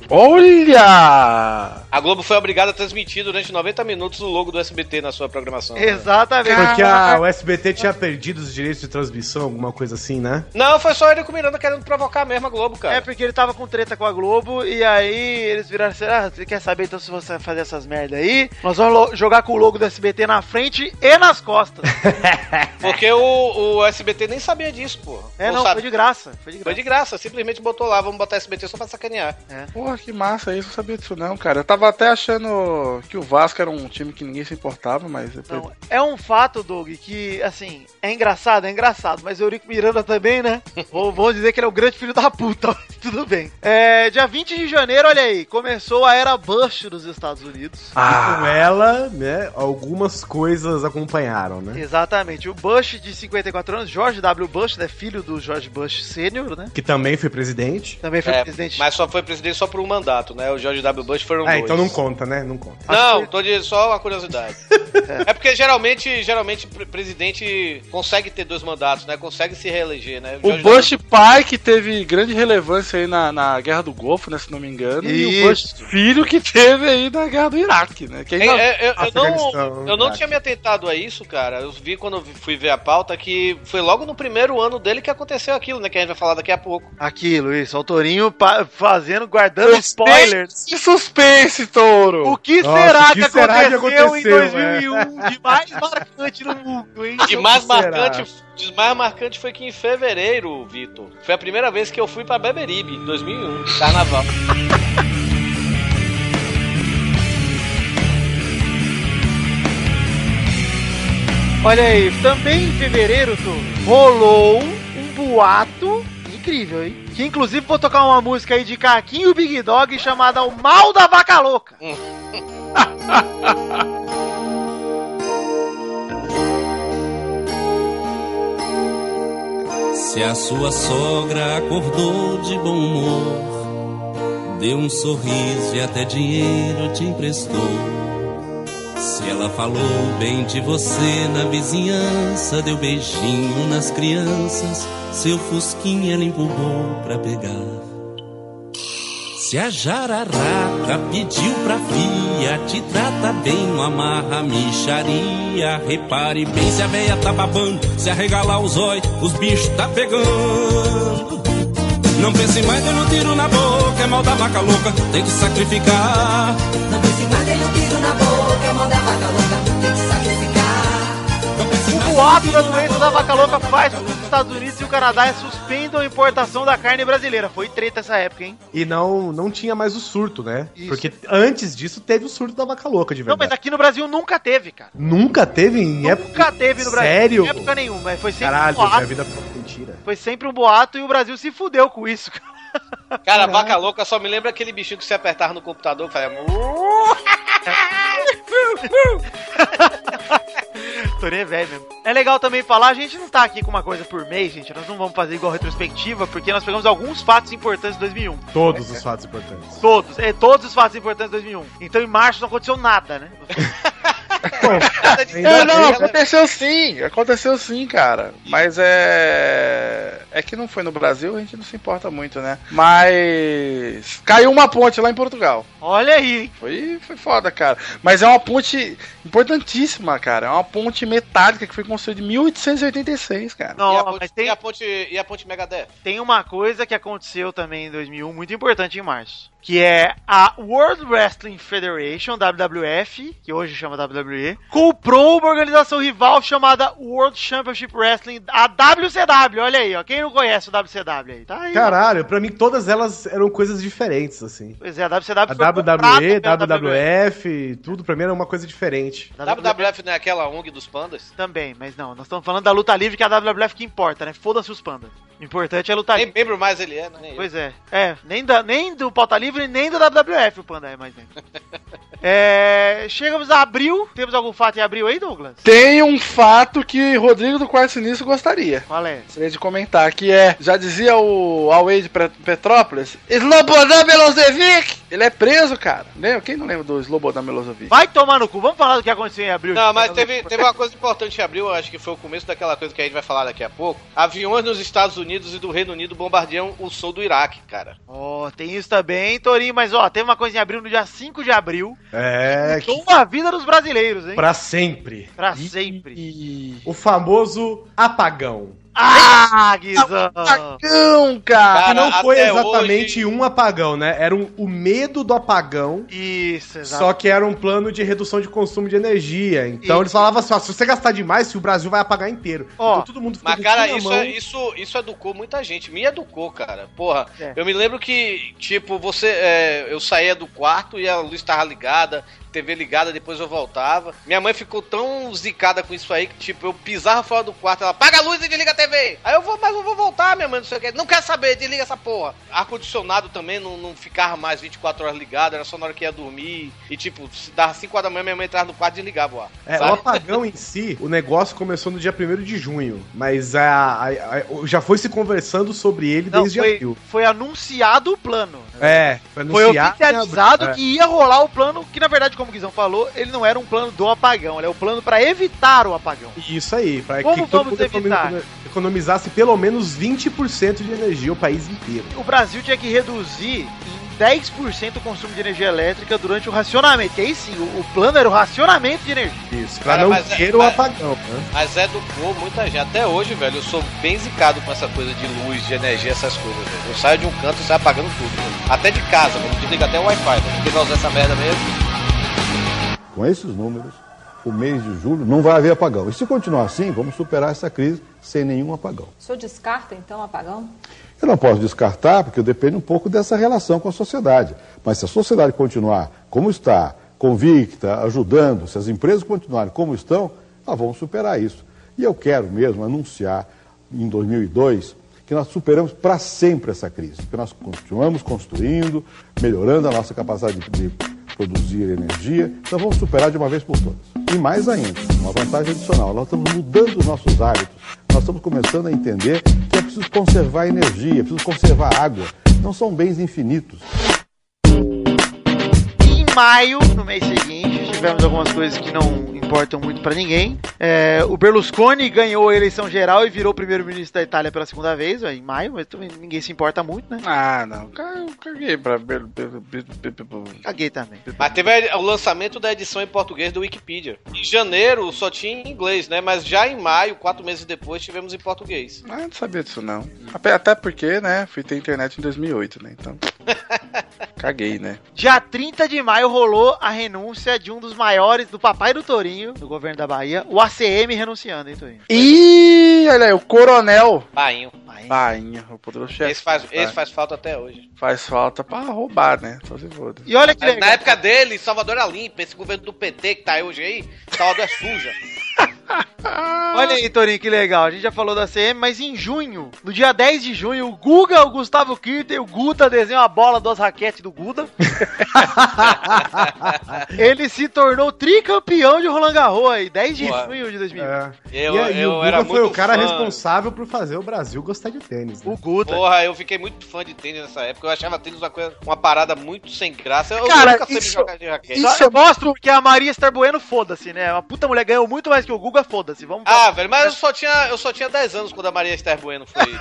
[SPEAKER 6] Olha!
[SPEAKER 2] A Globo foi obrigada a transmitir durante 90 minutos o logo do SBT na sua programação. né?
[SPEAKER 3] Exatamente.
[SPEAKER 4] Porque a, o SBT tinha perdido os direitos de transmissão, alguma coisa assim, né?
[SPEAKER 2] Não, foi só ele com o Miranda querendo provocar mesmo a Globo, cara.
[SPEAKER 3] É porque ele tava com treta com a Globo e aí eles viraram assim, ah, você quer saber então se você vai fazer essas merda aí? Nós vamos lo- jogar com o logo do SBT na frente e nas costas.
[SPEAKER 2] <laughs> Porque o, o SBT nem sabia disso, pô.
[SPEAKER 3] É, não,
[SPEAKER 2] sabe.
[SPEAKER 3] foi de graça. Foi de
[SPEAKER 2] Foi
[SPEAKER 3] graça.
[SPEAKER 2] de graça, simplesmente botou lá, vamos botar SBT só pra sacanear.
[SPEAKER 6] É, Porra, que massa isso, não sabia disso não, cara. Eu tava até achando que o Vasco era um time que ninguém se importava, mas depois.
[SPEAKER 3] Não, é um fato, Doug, que, assim, é engraçado, é engraçado, mas Eurico Miranda
[SPEAKER 2] <laughs>
[SPEAKER 3] também, né? Ou vamos dizer que ele é um grande filho da puta, <laughs> mas tudo bem. É, dia 20 de janeiro, olha aí, começou a era Bush nos Estados Unidos.
[SPEAKER 2] Ah.
[SPEAKER 4] Com ela, né, algumas coisas acompanharam, né?
[SPEAKER 3] Exatamente, o Bush de 54 anos, George W. Bush, né, filho do George Bush Sênior, né?
[SPEAKER 4] Que também foi presidente.
[SPEAKER 3] Também foi
[SPEAKER 2] É,
[SPEAKER 3] presidente.
[SPEAKER 2] Mas só foi presidente só por um mandato, né? O George W. Bush foram
[SPEAKER 4] Ah,
[SPEAKER 2] dois.
[SPEAKER 4] então não conta, né? Não conta.
[SPEAKER 2] Não, tô de só uma curiosidade. é porque geralmente, geralmente pre- presidente consegue ter dois mandatos, né? Consegue se reeleger, né?
[SPEAKER 6] O
[SPEAKER 2] George
[SPEAKER 6] Bush pai, que teve grande relevância aí na, na Guerra do Golfo, né, se não me engano, e o Bush
[SPEAKER 3] Isso.
[SPEAKER 6] filho que teve aí na Guerra do Iraque, né? Que
[SPEAKER 2] É,
[SPEAKER 6] ainda-
[SPEAKER 2] é, eu,
[SPEAKER 4] Ah,
[SPEAKER 2] eu
[SPEAKER 4] Afeganistão,
[SPEAKER 2] não, eu não
[SPEAKER 4] Iraque.
[SPEAKER 2] tinha me atentado a isso, cara. Eu vi quando eu vi- fui ver a pauta que foi logo no primeiro ano dele que aconteceu aquilo, né? Que a gente vai falar daqui a pouco.
[SPEAKER 3] Aquilo, isso, autorinho pa- fazendo, guardando spoilers.
[SPEAKER 6] Que suspense, touro!
[SPEAKER 3] O que
[SPEAKER 4] Nossa,
[SPEAKER 3] será
[SPEAKER 4] o
[SPEAKER 3] que,
[SPEAKER 4] que será que
[SPEAKER 3] aconteceu, em
[SPEAKER 4] aconteceu, é?
[SPEAKER 3] 2001 de mais marcante no mundo, hein?
[SPEAKER 2] De mais
[SPEAKER 4] que será?
[SPEAKER 2] marcante, de mais marcante foi que em fevereiro, Vitor, foi a primeira vez que eu fui pra Beberibe, em 2001, carnaval.
[SPEAKER 3] Olha aí, também em fevereiro, tu, rolou um boato incrível, hein? Que inclusive vou tocar uma música aí de Caquinho e Big Dog chamada O Mal da Vaca Louca.
[SPEAKER 13] Se a sua sogra acordou de bom humor, deu um sorriso e até dinheiro te emprestou. Se ela falou bem de você na vizinhança, deu beijinho nas crianças, seu fusquinha ela empurrou pra pegar. Se a jararaca pediu pra fia, te trata bem, não amarra a micharia. Repare bem se a veia tá babando, se arregalar os olhos, os bichos tá pegando. Não pense mais, dê um tiro na boca, é mal da vaca louca, tem que sacrificar. Não pense mais,
[SPEAKER 3] O boato da doença da vaca louca faz com que os Estados Unidos e o Canadá suspendam a importação da carne brasileira. Foi treta essa época, hein?
[SPEAKER 4] E não, não tinha mais o surto, né?
[SPEAKER 3] Isso.
[SPEAKER 4] Porque antes disso teve o surto da vaca louca, de
[SPEAKER 3] Não, mas
[SPEAKER 4] verdade.
[SPEAKER 3] aqui no Brasil nunca teve, cara.
[SPEAKER 4] Nunca teve em época.
[SPEAKER 3] Nunca teve no Brasil.
[SPEAKER 4] Sério?
[SPEAKER 3] Em época nenhuma. Foi sempre
[SPEAKER 4] Caralho,
[SPEAKER 3] um boato.
[SPEAKER 4] minha vida foi uma mentira.
[SPEAKER 3] Foi sempre um boato e o Brasil se fudeu com isso, cara.
[SPEAKER 2] Cara, vaca louca só me lembra aquele bichinho que se apertava no computador, fazia...
[SPEAKER 3] Torinho é velho mesmo. É legal também falar, a gente não tá aqui com uma coisa por mês, gente. Nós não vamos fazer igual retrospectiva, porque nós pegamos alguns fatos importantes de 2001.
[SPEAKER 4] Todos os fatos importantes.
[SPEAKER 2] <laughs>
[SPEAKER 3] Todos, é, todos os fatos importantes de 2001. Então em março não aconteceu nada, né?
[SPEAKER 6] É, <laughs> não, aconteceu sim, aconteceu sim, cara. Mas é. É que não foi no Brasil, a gente não se importa muito, né? Mas. Caiu uma ponte lá em Portugal.
[SPEAKER 3] Olha aí.
[SPEAKER 6] Foi, foi foda, cara. Mas é uma ponte importantíssima, cara. É uma ponte metálica que foi construída em 1886, cara.
[SPEAKER 3] Não,
[SPEAKER 2] e, a ponte,
[SPEAKER 3] mas tem-
[SPEAKER 2] e a ponte, e a ponte Megadeth?
[SPEAKER 3] Tem uma coisa que aconteceu também em 2001, muito importante em março, que é a World Wrestling Federation, WWF, que hoje chama WWE, comprou uma organização rival chamada World Championship Wrestling, a WCW, olha aí, ó, quem não conhece o WCW aí, tá aí.
[SPEAKER 4] Caralho, pra mim todas elas eram coisas diferentes, assim.
[SPEAKER 3] Pois é, a WCW
[SPEAKER 4] A
[SPEAKER 3] foi comprada
[SPEAKER 4] WWE,
[SPEAKER 3] pela
[SPEAKER 4] WWF, tudo pra mim era uma coisa diferente.
[SPEAKER 2] WWF não é aquela ONG dos pandas?
[SPEAKER 3] Também, mas não, nós estamos falando da luta livre que é a WWF que importa, né? Foda-se os pandas. O importante é a luta
[SPEAKER 2] Nem
[SPEAKER 3] livre.
[SPEAKER 2] membro mais ele é, né? Nem eu.
[SPEAKER 3] Pois é. É, nem, da, nem do Pauta Livre, nem do WWF o Panda é mais
[SPEAKER 2] <laughs>
[SPEAKER 3] dentro. É, chegamos a abril. Temos algum fato em abril aí, Douglas?
[SPEAKER 6] Tem um fato que Rodrigo do Quarto Sinistro gostaria.
[SPEAKER 3] Qual é?
[SPEAKER 6] Gostaria de comentar, que é, já dizia o Away de Pre- Petrópolis, Slobodan Milosevic! Ele é preso, cara. Lembra? Quem não lembra do Slobodan Milosevic?
[SPEAKER 3] Vai tomar no cu. Vamos falar do que aconteceu em abril. tá
[SPEAKER 2] Não, mas teve, teve uma coisa importante em abril, eu acho que foi o começo daquela coisa que a gente vai falar daqui a pouco. Aviões nos Estados Unidos e do Reino Unido bombardeiam o sul do Iraque, cara.
[SPEAKER 3] Ó, tem isso também, Torinho. Mas, ó, teve uma coisa em abril, no dia 5 de abril.
[SPEAKER 4] É, que-
[SPEAKER 3] Mudou a vida dos brasileiros, hein? Pra,
[SPEAKER 4] pra sempre.
[SPEAKER 3] sempre.
[SPEAKER 4] O famoso apagão.
[SPEAKER 3] Ah, Guizão!
[SPEAKER 6] Não, cara!
[SPEAKER 4] que não foi
[SPEAKER 2] até
[SPEAKER 4] exatamente um apagão, né? Era um- o medo do apagão,
[SPEAKER 3] Isso, exato.
[SPEAKER 4] só que era um plano de redução de consumo de energia. Então eles falavam assim, ó, se você gastar demais, o Brasil vai apagar inteiro.
[SPEAKER 3] Ó,
[SPEAKER 4] então todo mundo
[SPEAKER 2] Mas,
[SPEAKER 4] com
[SPEAKER 2] cara,
[SPEAKER 4] tudo na
[SPEAKER 2] isso,
[SPEAKER 4] mão.
[SPEAKER 2] é- isso, isso educou muita gente. Me educou, cara. Porra,
[SPEAKER 3] É.
[SPEAKER 2] eu me lembro que, tipo, você. é, eu saía do quarto e a luz tava ligada, TV ligada, depois eu voltava. Minha mãe ficou tão zicada com isso aí que, tipo, eu pisava fora do quarto, ela apaga a luz e desliga a TV. Aí eu vou, mas eu vou voltar, minha mãe, não sei o que. Não quero saber, desliga essa porra. Ar-condicionado também não, não ficava mais 24 horas ligado, era só na hora que ia dormir. E, tipo, se dava 5 horas da manhã, minha mãe entrava no quarto e desligava o ar.
[SPEAKER 4] É, o
[SPEAKER 2] sabe?
[SPEAKER 4] apagão em si, o negócio começou no dia 1 de junho, mas a, a- a- já foi se conversando sobre ele
[SPEAKER 3] Não,
[SPEAKER 4] desde
[SPEAKER 3] foi,
[SPEAKER 4] abril.
[SPEAKER 3] foi anunciado o plano.
[SPEAKER 4] É, foi
[SPEAKER 3] Foi
[SPEAKER 4] anunciado.
[SPEAKER 3] oficializado
[SPEAKER 4] É.
[SPEAKER 3] que ia rolar o plano, que na verdade, como o Guizão falou, ele não era um plano do apagão, ele é o plano pra evitar o apagão.
[SPEAKER 4] é Isso aí, para
[SPEAKER 3] Como
[SPEAKER 4] que
[SPEAKER 3] vamos
[SPEAKER 4] todo mundo
[SPEAKER 3] evitar?
[SPEAKER 4] economi- economizasse pelo menos 20% de energia o país inteiro.
[SPEAKER 3] O Brasil tinha que reduzir em 10% o consumo de energia elétrica durante o racionamento. E aí sim, o, o plano era o racionamento de energia.
[SPEAKER 4] Isso, pra
[SPEAKER 2] Cara,
[SPEAKER 4] não
[SPEAKER 2] mas é-
[SPEAKER 4] ter o
[SPEAKER 2] mas-
[SPEAKER 4] apagão. Né?
[SPEAKER 2] Mas educou muita gente. Até hoje, velho, eu sou bem zicado com essa coisa de luz, de energia, essas coisas, velho. Eu saio de um canto e saio apagando tudo. velho. Até de casa, mano. Desliga até o Wi-Fi, velho. Quem vai usar essa merda mesmo?
[SPEAKER 14] Com esses números, o mês de julho não vai haver apagão. E se continuar assim, vamos superar essa crise sem nenhum apagão.
[SPEAKER 15] O senhor descarta, então, apagão?
[SPEAKER 14] Eu não posso descartar, porque depende um pouco dessa relação com a sociedade. Mas se a sociedade continuar como está, convicta, ajudando, se as empresas continuarem como estão, nós vamos superar isso. E eu quero mesmo anunciar em 2002 que nós superamos para sempre essa crise, porque nós continuamos construindo, melhorando a nossa capacidade de, de produzir energia, então vamos superar de uma vez por todas. E mais ainda, uma vantagem adicional, nós estamos mudando os nossos hábitos, nós estamos começando a entender que é preciso conservar energia, é preciso conservar água. Não são bens infinitos.
[SPEAKER 3] E em maio, no mês seguinte, tivemos algumas coisas que não importam muito pra ninguém. É, o Berlusconi ganhou a eleição geral e virou primeiro-ministro da Itália pela segunda vez, ó, em maio, mas também ninguém se importa muito, né?
[SPEAKER 6] Ah, não. Ca- eu Caguei pra. Belo- Belo- Belo- Belo- Belo-
[SPEAKER 3] Caguei também.
[SPEAKER 2] Mas teve o lançamento da edição em português do Wikipedia. Em janeiro só tinha em inglês, né? Mas já em maio, quatro meses depois, tivemos em português.
[SPEAKER 6] Ah, não sabia disso, não. Até até porque, né? Fui ter internet em 2008, né?
[SPEAKER 2] <laughs>
[SPEAKER 6] Então. Caguei, né?
[SPEAKER 3] Dia 30 de maio rolou a renúncia de um dos maiores do papai do Torinho, do governo da Bahia, o ACM renunciando, hein, Torinho?
[SPEAKER 6] Ih, olha aí, o Coronel.
[SPEAKER 2] Bainho.
[SPEAKER 3] Bahia.
[SPEAKER 6] Bainha, o poderoso chefe.
[SPEAKER 2] Esse faz, esse faz falta até hoje.
[SPEAKER 6] Faz falta pra roubar, né? Só se foda.
[SPEAKER 3] E olha que
[SPEAKER 2] Mas
[SPEAKER 3] legal.
[SPEAKER 2] na época dele, Salvador era limpa. Esse governo do PT que tá hoje aí, Salvador é suja.
[SPEAKER 3] Olha aí, Torinho, que legal. A gente já falou da CM, mas em junho, no dia 10 de junho, o Guga, o Gustavo Kirten e o Guta desenham a bola das raquetes do Guda. Ele se tornou tricampeão de Roland Garros aí, 10 de
[SPEAKER 4] Ué.
[SPEAKER 3] junho de 2000.
[SPEAKER 4] É. E
[SPEAKER 2] Eu,
[SPEAKER 4] aí,
[SPEAKER 2] eu
[SPEAKER 4] o
[SPEAKER 2] era
[SPEAKER 4] Guga foi
[SPEAKER 2] muito
[SPEAKER 4] o cara
[SPEAKER 2] fã.
[SPEAKER 4] responsável por fazer o Brasil gostar de tênis. né?
[SPEAKER 3] O Guta.
[SPEAKER 2] Porra, eu fiquei muito fã de tênis nessa época. Eu achava tênis uma, coisa, uma parada muito sem graça. Eu
[SPEAKER 3] Cara,
[SPEAKER 2] nunca soube
[SPEAKER 3] isso-
[SPEAKER 2] jogar de raquete.
[SPEAKER 3] Isso
[SPEAKER 6] é
[SPEAKER 3] eu gosto porque a Maria Star Bueno, foda-se, né? Uma puta mulher ganhou muito mais que o Guga, foda-se. Vamos
[SPEAKER 2] Ah, velho, mas eu só tinha, eu só tinha 10 anos quando a Maria Esther Bueno
[SPEAKER 3] <laughs>
[SPEAKER 2] foi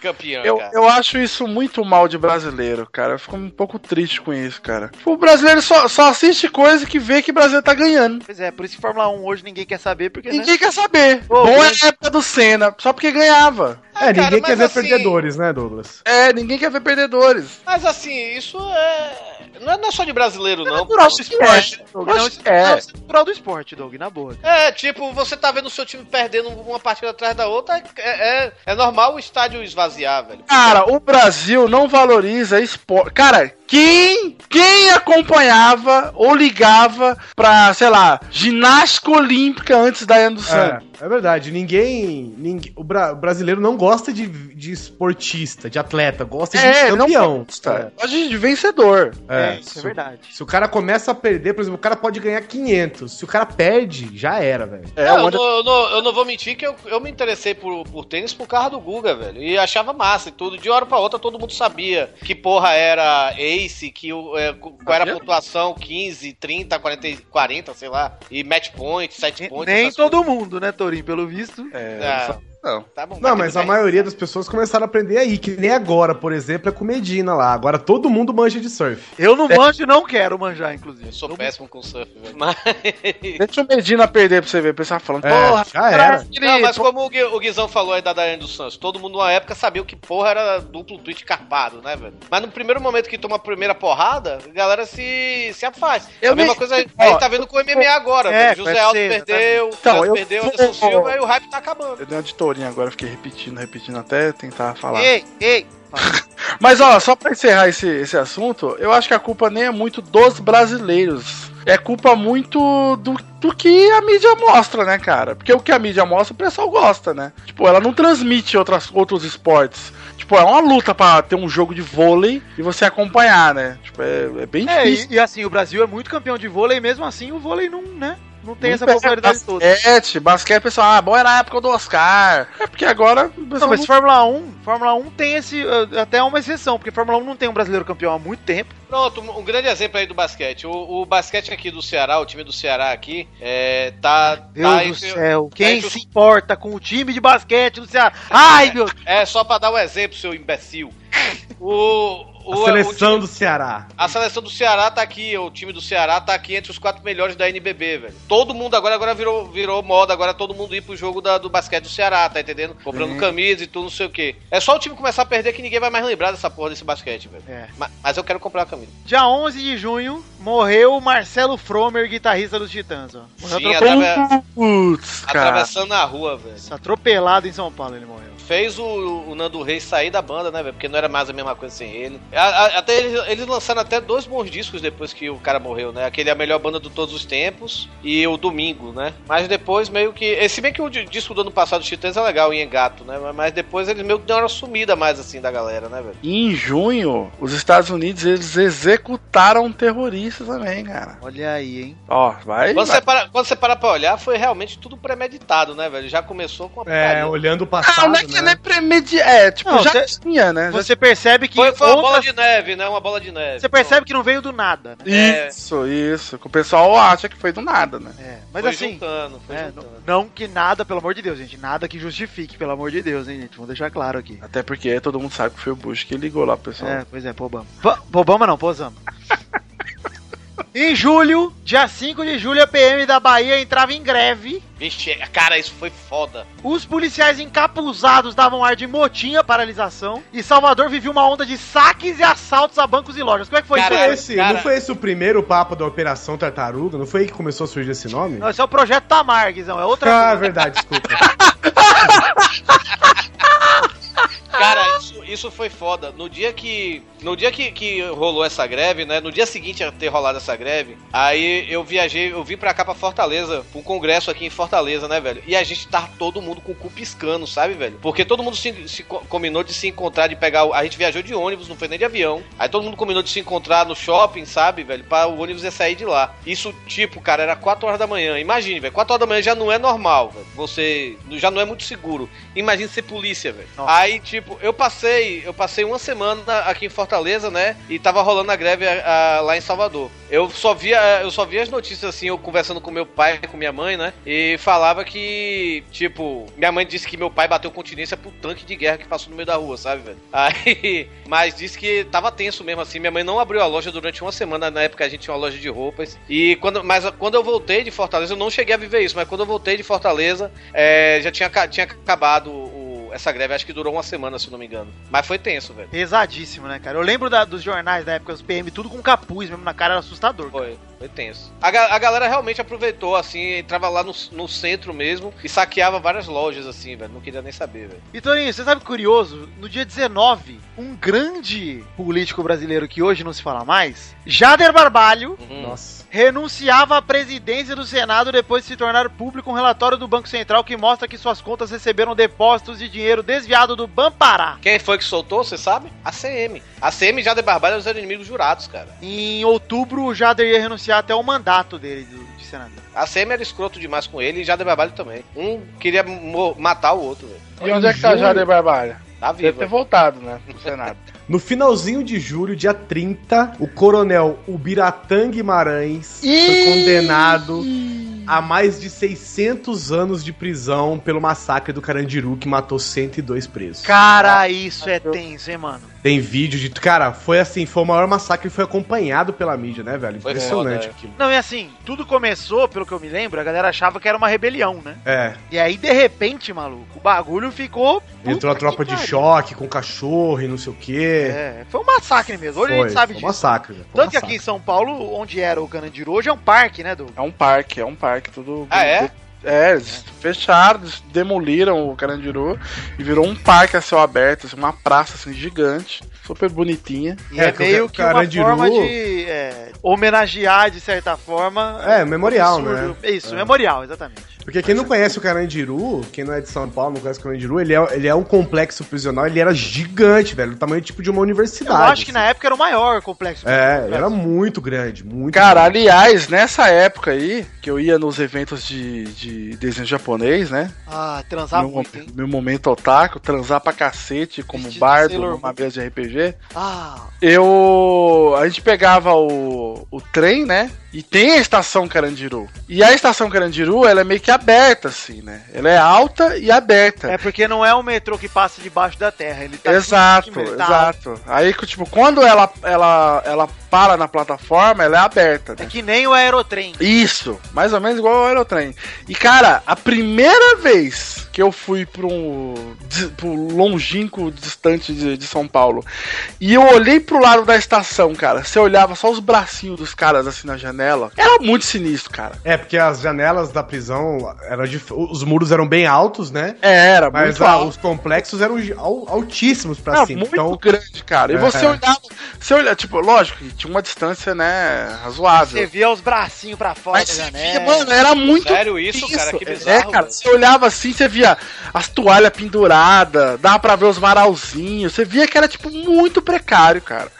[SPEAKER 2] campeã,
[SPEAKER 6] Eu,
[SPEAKER 2] cara.
[SPEAKER 6] eu acho isso muito mal de brasileiro, cara. Eu fico um pouco triste com isso, cara. O brasileiro só, só assiste coisa que vê que o Brasil tá ganhando.
[SPEAKER 3] Pois é, por isso que Fórmula 1 hoje ninguém quer saber,
[SPEAKER 2] Né?
[SPEAKER 3] porque. né?
[SPEAKER 6] Ninguém quer saber. Bom é a época do Senna, só porque ganhava.
[SPEAKER 4] É, ninguém quer ver
[SPEAKER 2] assim-
[SPEAKER 4] perdedores, né, Douglas?
[SPEAKER 6] É, ninguém quer ver perdedores.
[SPEAKER 2] Mas assim, isso é. Não é não é só de brasileiro, não. É
[SPEAKER 3] natural do esporte. Doug, não, isso-
[SPEAKER 6] é.
[SPEAKER 3] não, isso é natural do esporte, Doug, na boa.
[SPEAKER 2] É, tipo, você tá vendo o seu time perdendo uma partida atrás da outra, é, é, é normal o estádio esvaziar, velho.
[SPEAKER 6] Cara, o Brasil não valoriza esporte. Cara, quem, quem acompanhava ou ligava pra, sei lá, ginástica olímpica antes da Ana do
[SPEAKER 4] É,
[SPEAKER 6] Santos?
[SPEAKER 4] é verdade, ninguém. ninguém o, bra- o brasileiro não gosta de, de esportista, de atleta, gosta de
[SPEAKER 6] É, não
[SPEAKER 4] campeão.
[SPEAKER 6] gosta. Gosta de vencedor.
[SPEAKER 3] É, isso é
[SPEAKER 4] se-
[SPEAKER 3] verdade.
[SPEAKER 4] Se o cara começa a perder, por exemplo, o cara pode ganhar 500. Se o cara perde, já era, velho.
[SPEAKER 3] É,
[SPEAKER 2] Não, eu, não, eu não- eu não vou mentir que eu, eu me interessei por, por tênis por causa do Guga, velho. E achava massa e tudo. De uma hora pra outra todo mundo sabia que porra era ace, que o- é,
[SPEAKER 3] Tá
[SPEAKER 2] qu- qual era a pontuação, 15, 30, 40, e 40, sei lá. E match point, set point.
[SPEAKER 3] Nem
[SPEAKER 2] essas
[SPEAKER 3] todo mundo, né, Torinho, pelo visto.
[SPEAKER 2] É.
[SPEAKER 3] só-
[SPEAKER 6] não.
[SPEAKER 2] Tá bom.
[SPEAKER 4] Não, mas a
[SPEAKER 2] tudo bem.
[SPEAKER 4] maioria das pessoas começaram a aprender aí, que nem agora, por exemplo, é com Medina lá. Agora todo mundo manja de surf.
[SPEAKER 3] Eu não manjo e não quero manjar, inclusive. Eu
[SPEAKER 2] sou péssimo com surf, velho. Mas...
[SPEAKER 6] Deixa o Medina perder pra você ver, o pessoal falando,
[SPEAKER 4] É,
[SPEAKER 6] porra,
[SPEAKER 4] já
[SPEAKER 6] cara,
[SPEAKER 4] era.
[SPEAKER 6] aquele-
[SPEAKER 2] Não, mas como o Gui- o Guizão falou aí da Daiane dos Santos, todo mundo na época sabia o que porra era duplo tweet carpado, né, velho? Mas no primeiro momento que toma a primeira porrada, a galera se, se afasta.
[SPEAKER 6] Eu
[SPEAKER 2] a mesma
[SPEAKER 6] nem-
[SPEAKER 2] coisa aí
[SPEAKER 6] Ó,
[SPEAKER 2] tá vendo com o MMA agora,
[SPEAKER 6] É,
[SPEAKER 2] velho.
[SPEAKER 6] com
[SPEAKER 2] José Aldo
[SPEAKER 6] certeza, tá
[SPEAKER 2] perdeu,
[SPEAKER 6] vendo? Então,
[SPEAKER 2] José
[SPEAKER 6] eu
[SPEAKER 2] perdeu,
[SPEAKER 6] vou-
[SPEAKER 2] Anderson Silva, e o hype tá acabando.
[SPEAKER 6] Eu dei uma de tourinho agora, fiquei repetindo, repetindo até tentar falar.
[SPEAKER 2] Ei, ei!
[SPEAKER 6] Mas ó, só pra encerrar esse, esse assunto, eu acho que a culpa nem é muito dos brasileiros. É culpa muito do, do que a mídia mostra, né, cara? Porque o que a mídia mostra, o pessoal gosta, né? Tipo, ela não transmite outras, outros esportes. Tipo, é uma luta pra ter um jogo de vôlei e você acompanhar, né? Tipo, é, é bem
[SPEAKER 3] É,
[SPEAKER 6] difícil.
[SPEAKER 3] e, e assim, o Brasil é muito campeão de vôlei, mesmo assim o vôlei não, né? Não tem É, essa
[SPEAKER 6] Não pega
[SPEAKER 3] popularidade toda.
[SPEAKER 6] basquete, basquete, pessoal, ah, bom era a época do Oscar. É porque agora. o
[SPEAKER 3] Não,
[SPEAKER 6] pessoal
[SPEAKER 3] mas Fórmula 1, Fórmula 1 tem esse. eh, Até uma exceção, porque Fórmula 1 não tem um brasileiro campeão há muito tempo.
[SPEAKER 2] Pronto, um um grande exemplo aí do basquete. O, o basquete aqui do Ceará, o time do Ceará aqui, é, tá.
[SPEAKER 3] Deus
[SPEAKER 2] tá
[SPEAKER 3] do
[SPEAKER 2] entre-
[SPEAKER 3] céu, quem
[SPEAKER 2] entre os
[SPEAKER 3] se importa com o time de basquete do Ceará? Ai, meu
[SPEAKER 2] É só pra dar um exemplo, seu imbecil. O,
[SPEAKER 4] A
[SPEAKER 2] o-
[SPEAKER 4] seleção do Ceará.
[SPEAKER 2] a seleção do Ceará tá aqui, o time do Ceará tá aqui entre os quatro melhores da NBB, velho. Todo mundo agora, agora virou, virou moda, agora todo mundo ir pro jogo da- do basquete do Ceará, tá entendendo? Comprando
[SPEAKER 3] Sim.
[SPEAKER 2] camisa e tudo, não sei o quê. É só o time começar a perder que ninguém vai mais lembrar dessa porra desse basquete, velho.
[SPEAKER 3] É.
[SPEAKER 2] Ma- Mas, eu quero comprar a camisa.
[SPEAKER 3] Dia 11 de junho, morreu o Marcelo Fromer, guitarrista dos Titãs, ó. Morreu
[SPEAKER 2] Sim,
[SPEAKER 3] atropelado,
[SPEAKER 2] atrave-
[SPEAKER 6] Putz, cara.
[SPEAKER 2] atravessando a rua, velho.
[SPEAKER 3] atropelado em São Paulo, ele morreu.
[SPEAKER 2] Fez o, o Nando Reis sair da banda, né, velho? Porque não era mais a mesma coisa sem ele. A- a- até eles, eles lançaram até dois bons discos depois que o cara morreu, né? Aquele A Melhor Banda de Todos os Tempos e o Domingo, né? Mas depois meio que. eh, Se bem que o di- disco do ano passado dos Titãs é legal, em Engato, né? Mas- Mas depois eles meio que deram uma sumida mais assim da galera, né, velho?
[SPEAKER 6] E em junho, os Estados Unidos eles executaram terroristas também, cara.
[SPEAKER 3] Olha aí, hein?
[SPEAKER 6] Ó, vai.
[SPEAKER 2] Quando
[SPEAKER 6] vai.
[SPEAKER 2] você,
[SPEAKER 3] é
[SPEAKER 2] para, quando você para pra olhar, foi realmente tudo premeditado, né, velho? Já começou com a
[SPEAKER 4] É,
[SPEAKER 2] putaria.
[SPEAKER 4] olhando o
[SPEAKER 6] Ah,
[SPEAKER 4] passado,
[SPEAKER 6] não é que
[SPEAKER 4] né?
[SPEAKER 6] não é premedi... É, tipo,
[SPEAKER 3] Não,
[SPEAKER 6] já
[SPEAKER 3] você-
[SPEAKER 6] tinha, né? Já-
[SPEAKER 3] Você percebe que
[SPEAKER 2] Foi, foi uma
[SPEAKER 3] outras-
[SPEAKER 2] bola de neve, né? Uma bola de neve.
[SPEAKER 3] Você percebe que não veio do nada, né?
[SPEAKER 2] É.
[SPEAKER 6] Isso, isso. Que o pessoal acha que foi do nada, né?
[SPEAKER 3] É,
[SPEAKER 2] Mas
[SPEAKER 3] mas
[SPEAKER 2] foi
[SPEAKER 3] assim,
[SPEAKER 2] juntando, foi
[SPEAKER 3] é,
[SPEAKER 2] juntando.
[SPEAKER 3] não, não que nada, pelo amor de Deus, gente, nada que justifique, pelo amor de Deus, hein, gente, vamos deixar claro aqui.
[SPEAKER 6] Até porque todo mundo sabe que foi o Bush que ligou lá, pro pessoal.
[SPEAKER 3] É, pois é, pro Obama. Po- pro Obama não, pro
[SPEAKER 2] <laughs>
[SPEAKER 3] Osama. em julho, dia 5 de julho, a PM da Bahia entrava em greve.
[SPEAKER 2] Vixe, cara, isso foi foda.
[SPEAKER 3] Os policiais encapuzados davam ar de motim à paralisação. E Salvador vivia uma onda de saques e assaltos a bancos e lojas. Como é que foi
[SPEAKER 4] Não
[SPEAKER 2] Caralho.
[SPEAKER 4] foi
[SPEAKER 3] isso?
[SPEAKER 4] esse,
[SPEAKER 2] cara.
[SPEAKER 4] não foi esse o primeiro papo da Operação Tartaruga? Não foi aí que começou a surgir esse nome?
[SPEAKER 3] Não, esse é o projeto Tamar, Guizão, é outra
[SPEAKER 4] Ah,
[SPEAKER 3] coisa.
[SPEAKER 4] verdade, desculpa.
[SPEAKER 2] Cara, isso, isso foi foda. No dia que. No dia que, que rolou essa greve, né? No dia seguinte a ter rolado essa greve, aí eu viajei, eu vim pra cá pra Fortaleza, pra um congresso aqui em Fortaleza, né, velho? E a gente tá todo mundo com o cu piscando, sabe, velho? Porque todo mundo se, se co- combinou de se encontrar, de pegar. o- A gente viajou de ônibus, não foi nem de avião. Aí todo mundo combinou de se encontrar no shopping, sabe, velho? Pra o ônibus ia sair de lá. Isso, tipo, cara, era 4 horas da manhã. Imagine, velho. 4 horas da manhã já não é normal, velho. Você. Já não é muito seguro. Imagina ser polícia, velho. Aí, tipo, eu passei, eu passei uma semana aqui em Fortaleza, né? E tava rolando a greve ah, lá em Salvador. Eu só via, eu só via as notícias assim, eu conversando com meu pai, com minha mãe, né? E falava que, tipo, minha mãe disse que meu pai bateu continência pro tanque de guerra que passou no meio da rua, sabe, velho? <laughs> Aí, mas disse que tava tenso mesmo assim. Minha mãe não abriu a loja durante uma semana, na época a gente tinha uma loja de roupas. E quando, mas quando eu voltei de Fortaleza, eu não cheguei a viver isso, mas quando eu voltei de Fortaleza, eh, já tinha, ca- tinha acabado o essa greve acho que durou uma semana, se eu não me engano. Mas foi tenso, velho.
[SPEAKER 3] Pesadíssimo, né, cara? Eu lembro da- dos jornais da época, os PM, tudo com capuz mesmo na cara, era assustador.
[SPEAKER 2] Foi, foi tenso. A, ga- a galera realmente aproveitou, assim, entrava lá no, no centro mesmo e saqueava várias lojas, assim, velho. Não queria nem saber, velho.
[SPEAKER 3] E Toninho, você sabe que curioso? No dia 19, um grande político brasileiro que hoje não se fala mais, Jader Barbalho, renunciava à presidência do Senado depois de se tornar público um relatório do Banco Central que mostra que suas contas receberam depósitos de dinheiro desviado do Bampará.
[SPEAKER 2] Quem foi que soltou, você sabe? A CM. A CM já de Barbalho os inimigos jurados, cara.
[SPEAKER 3] Em outubro, o Jader ia renunciar até o mandato dele do- de senador.
[SPEAKER 2] A CM era escroto demais com ele e já de Barbalho também. Um queria mo- matar o outro, velho.
[SPEAKER 6] E onde é que tá
[SPEAKER 2] Juro.
[SPEAKER 6] Jader Barbalha?
[SPEAKER 2] Tá
[SPEAKER 6] Deve
[SPEAKER 2] vivo.
[SPEAKER 6] ter voltado, né? Pro Senado.
[SPEAKER 4] No finalzinho de julho, dia 30, o coronel Ubiratã Guimarães foi condenado a mais de 600 anos de prisão pelo massacre do Carandiru, que matou 102 presos.
[SPEAKER 3] Cara, isso é tenso, hein, mano?
[SPEAKER 4] Tem vídeo de... Cara, foi assim, foi o maior massacre e foi acompanhado pela mídia, né, velho?
[SPEAKER 3] Foi
[SPEAKER 4] Impressionante
[SPEAKER 3] foda, é.
[SPEAKER 4] aquilo.
[SPEAKER 3] Não, e assim, tudo começou, pelo que eu me lembro, a galera achava que era uma rebelião, né?
[SPEAKER 4] É,
[SPEAKER 3] E aí, de repente, maluco, o bagulho ficou.
[SPEAKER 4] entrou a tropa de choque com cachorro e não sei o quê.
[SPEAKER 3] É, foi um massacre mesmo. Hoje a gente sabe
[SPEAKER 4] foi
[SPEAKER 3] disso.
[SPEAKER 4] um massacre, velho.
[SPEAKER 3] Tanto que aqui em São Paulo, onde era o Canandiru, hoje é um parque, né, Doug?
[SPEAKER 6] É um parque, é um parque, tudo.
[SPEAKER 3] Ah, é?
[SPEAKER 6] É, eles fecharam, eles demoliram o Carandiru e virou um parque a céu aberto, assim, uma praça assim, gigante, super bonitinha.
[SPEAKER 3] E é, meio que uma forma de é, homenagear, de certa forma. um
[SPEAKER 4] É, memorial,
[SPEAKER 3] absurdo.
[SPEAKER 4] né?
[SPEAKER 3] Isso,
[SPEAKER 4] É.
[SPEAKER 3] memorial, exatamente.
[SPEAKER 4] Porque quem não conhece o Carandiru, quem não é de São Paulo, não conhece o Carandiru, ele é, ele é um complexo prisional, ele era gigante, velho, do tamanho tipo de uma
[SPEAKER 3] Eu
[SPEAKER 4] universidade. assim.
[SPEAKER 3] acho que na época era o maior complexo.
[SPEAKER 4] É, ele era muito grande, muito
[SPEAKER 6] Cara,
[SPEAKER 4] grande.
[SPEAKER 6] aliás, nessa época aí, que eu ia nos eventos de, de desenho japonês, né?
[SPEAKER 3] Ah, transar
[SPEAKER 6] meu,
[SPEAKER 3] muito,
[SPEAKER 6] mo-
[SPEAKER 3] hein?
[SPEAKER 6] meu momento otaku, transar pra cacete como
[SPEAKER 3] Vestido de
[SPEAKER 6] bardo
[SPEAKER 3] Sailor
[SPEAKER 6] numa mesa de RPG.
[SPEAKER 3] Ah,
[SPEAKER 6] Eu. A gente pegava o, o trem, né? E tem a estação Carandiru. E a estação Carandiru, ela é meio que aberta, assim, né? Ela é alta e aberta.
[SPEAKER 3] é porque não é um metrô que passa debaixo da terra. Ele tá
[SPEAKER 6] exato,
[SPEAKER 3] aqui, ele tá-
[SPEAKER 6] exato. Aí, que, tipo, quando ela, ela, ela para na plataforma, ela é aberta. né?
[SPEAKER 3] É que nem o aerotrem.
[SPEAKER 6] Isso, mais ou menos igual ao Aerotrem. E cara, a primeira vez que eu fui para um dis- pro longínquo distante de, de São Paulo e eu olhei pro lado da estação, cara, você olhava só os bracinhos dos caras assim na janela, era muito sinistro, cara.
[SPEAKER 4] É, porque as janelas da prisão eram dif- os muros eram bem altos, né?
[SPEAKER 6] É, era
[SPEAKER 4] Mas
[SPEAKER 6] muito
[SPEAKER 4] ah,
[SPEAKER 6] alto.
[SPEAKER 4] os complexos eram gi- al- altíssimos pra
[SPEAKER 6] Era
[SPEAKER 4] cima.
[SPEAKER 6] muito
[SPEAKER 4] então...
[SPEAKER 6] grande, cara. E
[SPEAKER 4] É.
[SPEAKER 6] você olhava, você olhava, tipo, lógico, que tinha uma distância, né, razoável.
[SPEAKER 3] Você via os bracinhos pra fora
[SPEAKER 6] Mas é
[SPEAKER 3] da
[SPEAKER 6] você
[SPEAKER 3] janela.
[SPEAKER 6] via, mano, era muito.
[SPEAKER 2] Sério isso, cara? Que bizarro,
[SPEAKER 6] É, cara,
[SPEAKER 2] velho.
[SPEAKER 6] você olhava assim, você via as toalhas penduradas, dava pra ver os marauzinhos, você via que era, tipo, muito precário, cara.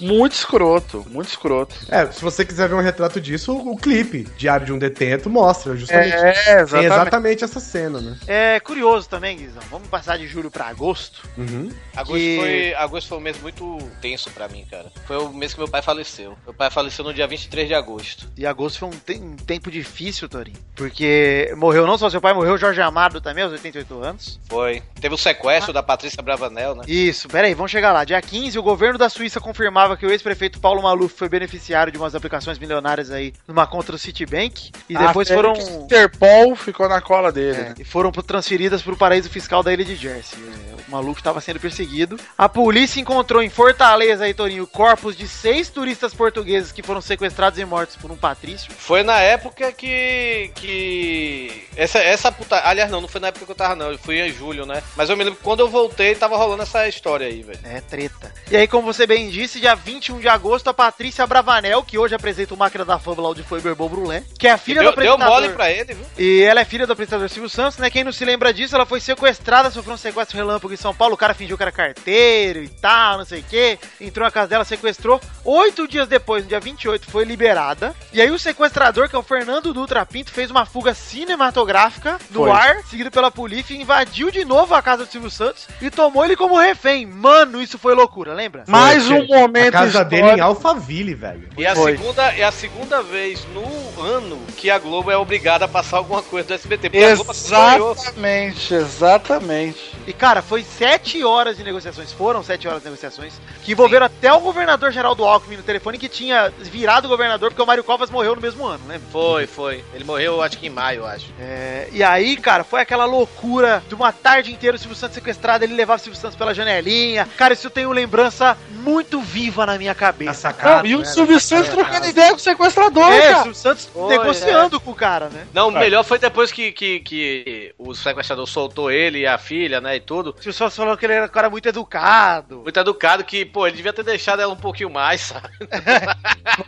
[SPEAKER 6] Muito escroto, muito escroto.
[SPEAKER 4] É, se você quiser ver um retrato disso, o clipe Diário de um Detento mostra justamente.
[SPEAKER 6] É, exatamente.
[SPEAKER 4] Tem exatamente essa cena, né?
[SPEAKER 3] É curioso também, Guizão. Vamos passar de julho pra agosto.
[SPEAKER 4] Uhum.
[SPEAKER 2] Agosto,
[SPEAKER 3] Que-
[SPEAKER 2] foi, agosto foi um mês muito tenso pra mim, cara. Foi o mês que meu pai faleceu. Meu pai faleceu no dia 23 de agosto.
[SPEAKER 3] E agosto foi um, te- um tempo difícil, Torinho. Porque morreu não só seu pai, morreu o Jorge Amado também, aos 88 anos.
[SPEAKER 2] Foi. Teve o sequestro
[SPEAKER 3] Ah.
[SPEAKER 2] da Patrícia Bravanel, né?
[SPEAKER 3] Isso, peraí, vamos chegar lá. Dia 15, o governo da Suíça confirmava que o ex-prefeito Paulo Maluf foi beneficiário de umas aplicações milionárias aí numa conta do Citibank. E depois
[SPEAKER 6] Até
[SPEAKER 3] foram.
[SPEAKER 6] que o Interpol ficou na cola dele, né?
[SPEAKER 2] É.
[SPEAKER 3] E foram pro- transferidas para o paraíso fiscal da ilha de Jersey. É, O maluco estava sendo perseguido. A polícia encontrou em Fortaleza, aí, Torinho, corpos de seis turistas portugueses que foram sequestrados e mortos por um patrício.
[SPEAKER 2] Foi na época que. que. Essa, essa puta. Aliás, não, não foi na época que eu tava, não. Eu fui em julho, né? Mas eu me lembro que quando eu voltei, tava rolando essa história aí, velho.
[SPEAKER 3] É, treta. E aí, como você bem disse, dia 21 de agosto, a Patrícia Bravanel, que hoje apresenta o Máquina da Fama lá onde foi Berbô Brulé, que é a filha
[SPEAKER 2] deu,
[SPEAKER 3] do
[SPEAKER 2] deu
[SPEAKER 3] apresentador...
[SPEAKER 2] mole pra ele, viu?
[SPEAKER 3] E ela é filha do apresentador Silvio Santos, né? Quem não se lembra disso, ela foi sequestrada, sofreu um sequestro relâmpago em São Paulo. O cara fingiu que era carteiro e tal, não sei o quê. Entrou na casa dela, sequestrou. Oito dias depois, no dia 28, foi liberada. E aí o sequestrador, que é o Fernando Dutra Pinto, fez uma fuga cinematográfica no
[SPEAKER 4] Foi.
[SPEAKER 3] ar, seguido pela polícia, e invadiu de novo a casa do Silvio Santos e tomou ele como refém. Mano, isso foi loucura, lembra?
[SPEAKER 4] Foi,
[SPEAKER 6] um
[SPEAKER 4] que- A casa dele é em Alphaville, velho.
[SPEAKER 2] E a,
[SPEAKER 4] Foi.
[SPEAKER 2] segunda, é a segunda vez no ano que a Globo é obrigada a passar alguma coisa do SBT.
[SPEAKER 6] né?
[SPEAKER 2] Porque a Globo acompanhou.
[SPEAKER 6] Exatamente, exatamente.
[SPEAKER 3] E cara, foi sete horas de negociações, foram sete horas de negociações, que envolveram até o governador Geraldo Alckmin no telefone, que tinha virado governador, porque o Mário Covas morreu no mesmo ano, lembra?
[SPEAKER 2] Foi, foi. Ele morreu, acho que em maio, eu acho.
[SPEAKER 3] É, e aí, cara, foi aquela loucura de uma tarde inteira o Silvio Santos sequestrado, ele levava o Silvio Santos pela janelinha. Cara, isso eu tenho lembrança muito viva na minha cabeça.
[SPEAKER 6] Não, e o Silvio Santos trocando ideia com o sequestrador,
[SPEAKER 3] É,
[SPEAKER 6] cara.
[SPEAKER 3] Silvio Santos
[SPEAKER 2] Oi,
[SPEAKER 6] é.
[SPEAKER 3] negociando com o cara, né?
[SPEAKER 2] Não, o
[SPEAKER 3] Ah.
[SPEAKER 2] melhor foi depois que, que, que o sequestrador soltou ele e a filha, né, e tudo.
[SPEAKER 3] Silvio Santos falou que ele era um cara muito educado.
[SPEAKER 2] Muito educado que, pô, ele devia ter deixado ela um pouquinho mais, <laughs> sabe?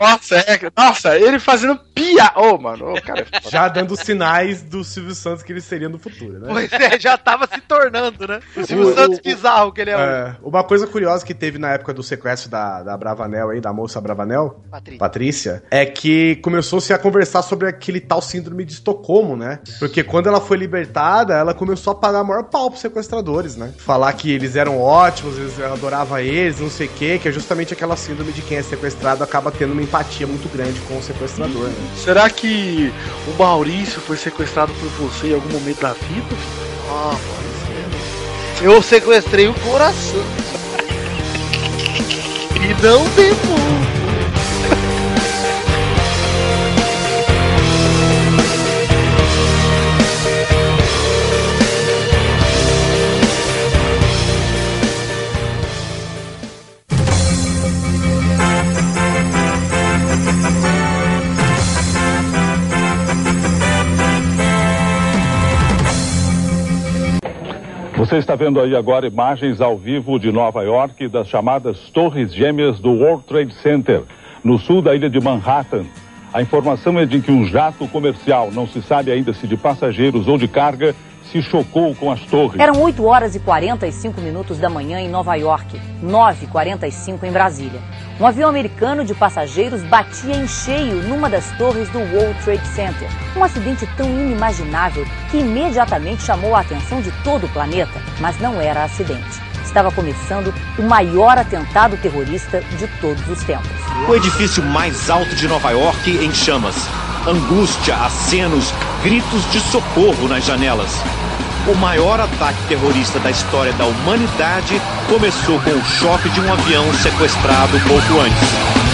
[SPEAKER 6] Nossa, é, nossa, ele fazendo pia. Ô, mano, ô, cara.
[SPEAKER 4] Já dando sinais do Silvio Santos que ele seria no futuro, né?
[SPEAKER 3] Pois é, já tava se tornando, né? O Silvio
[SPEAKER 4] O-
[SPEAKER 3] Santos
[SPEAKER 4] o-
[SPEAKER 3] bizarro que ele é. hoje.
[SPEAKER 4] É, uma coisa curiosa que teve na época do sequestro da, da Bravanel aí, da moça Bravanel,
[SPEAKER 3] Patrícia.
[SPEAKER 4] é que começou-se a conversar sobre aquele tal síndrome de Estocolmo, né? Porque quando ela foi libertada, ela começou a pagar maior pau pros sequestradores, né? Falar que eles eram ótimos, eles adoravam eles, não sei o quê, que é justamente aquela síndrome de quem é sequestrado acaba tendo uma empatia muito grande com o sequestrador, né?
[SPEAKER 3] um.
[SPEAKER 6] Será que o Maurício foi sequestrado por você em algum momento da vida?
[SPEAKER 3] Ah, pode ser. Eu sequestrei o coração. e não devolvo.
[SPEAKER 16] Você está vendo aí agora imagens ao vivo de Nova York das chamadas Torres Gêmeas do World Trade Center, no sul da ilha de Manhattan. A informação é de que um jato comercial, não se sabe ainda se de passageiros ou de carga, se chocou com as torres.
[SPEAKER 17] Eram 8 horas e 45 minutos da manhã em Nova York, 9h45 em Brasília. Um avião americano de passageiros batia em cheio numa das torres do World Trade Center. Um acidente tão inimaginável que imediatamente chamou a atenção de todo o planeta, mas não era acidente. Estava começando o maior atentado terrorista de todos os tempos.
[SPEAKER 18] O edifício mais alto de Nova York em chamas. Angústia, acenos, gritos de socorro nas janelas. O maior ataque terrorista da história da humanidade começou com o choque de um avião sequestrado pouco antes.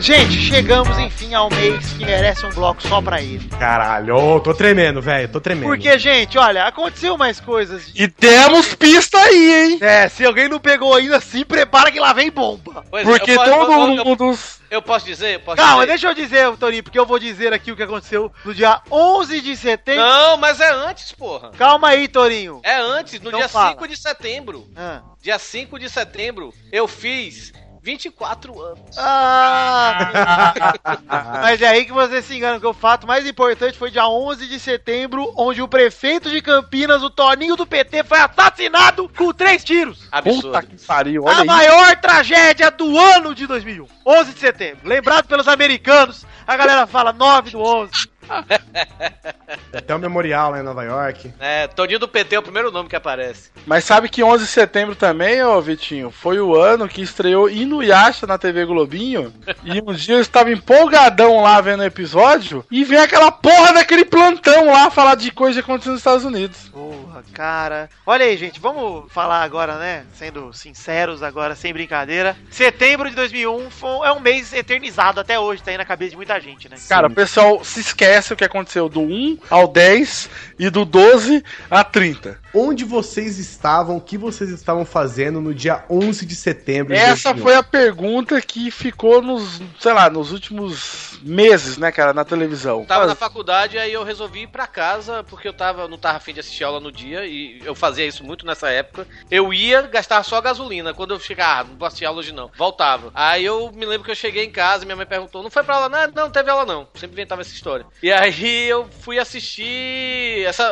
[SPEAKER 3] Gente, chegamos enfim ao mês que merece um bloco só pra ele.
[SPEAKER 4] Caralho, ô, tô tremendo, velho, tô tremendo.
[SPEAKER 3] Porque, gente, olha, aconteceu mais coisas.
[SPEAKER 6] E temos pista aí, hein?
[SPEAKER 3] É, se alguém não pegou ainda, se prepara que lá vem bomba.
[SPEAKER 2] Pois é, Porque eu posso- todo eu- eu- mundo Eu posso dizer? Eu posso dizer?
[SPEAKER 3] Calma, deixa eu dizer, Toninho, porque eu vou dizer aqui o que aconteceu no dia 11 de setembro.
[SPEAKER 2] Não, mas é antes, porra.
[SPEAKER 3] Calma aí, Torinho.
[SPEAKER 2] É antes, no
[SPEAKER 3] Então
[SPEAKER 2] dia
[SPEAKER 3] fala.
[SPEAKER 2] 5 de setembro.
[SPEAKER 3] Ah.
[SPEAKER 2] Dia 5 de setembro, eu fiz 24 anos.
[SPEAKER 3] Ah, mas é aí que você se engana, porque o fato mais importante foi dia 11 de setembro, onde o prefeito de Campinas, o Toninho do PT, foi assassinado com três tiros.
[SPEAKER 6] Puta que pariu, olha
[SPEAKER 3] A
[SPEAKER 6] aí.
[SPEAKER 3] maior tragédia do ano de 2001, 11 de setembro. Lembrado pelos americanos, a galera fala 9 do 11.
[SPEAKER 4] Até o memorial lá em Nova York.
[SPEAKER 2] É, Toninho do PT é o primeiro nome que aparece.
[SPEAKER 6] Mas sabe que 11 de setembro também, ô Vitinho, foi o ano que estreou Inuyasha na TV Globinho. E um dia eu estava empolgadão lá vendo o episódio e vem aquela porra daquele plantão lá falar de coisa que aconteceu nos Estados Unidos.
[SPEAKER 3] Porra, cara. Olha aí, gente, vamos falar agora, né? Sendo sinceros agora, sem brincadeira. Setembro de 2001 foi- é um mês eternizado até hoje, tá aí na cabeça de muita gente, né?
[SPEAKER 6] Cara, o pessoal se esquece o que aconteceu do 1 ao 10 e do 12 a 30.
[SPEAKER 4] Onde vocês estavam, o que vocês estavam fazendo no dia 11 de setembro de
[SPEAKER 6] Essa
[SPEAKER 4] 2001?
[SPEAKER 6] foi a pergunta que ficou nos, sei lá, nos últimos meses, né, cara, na televisão.
[SPEAKER 2] Tava na faculdade, aí eu resolvi ir pra casa, porque eu tava, não tava afim de assistir aula no dia, e eu fazia isso muito nessa época. Eu ia, gastava só gasolina. Quando eu chegava, ah, não vou assistir aula hoje não. Voltava. Aí eu me lembro que eu cheguei em casa, minha mãe perguntou, não foi pra aula? Não, não teve aula não. Sempre inventava essa história. E aí eu fui assistir essa...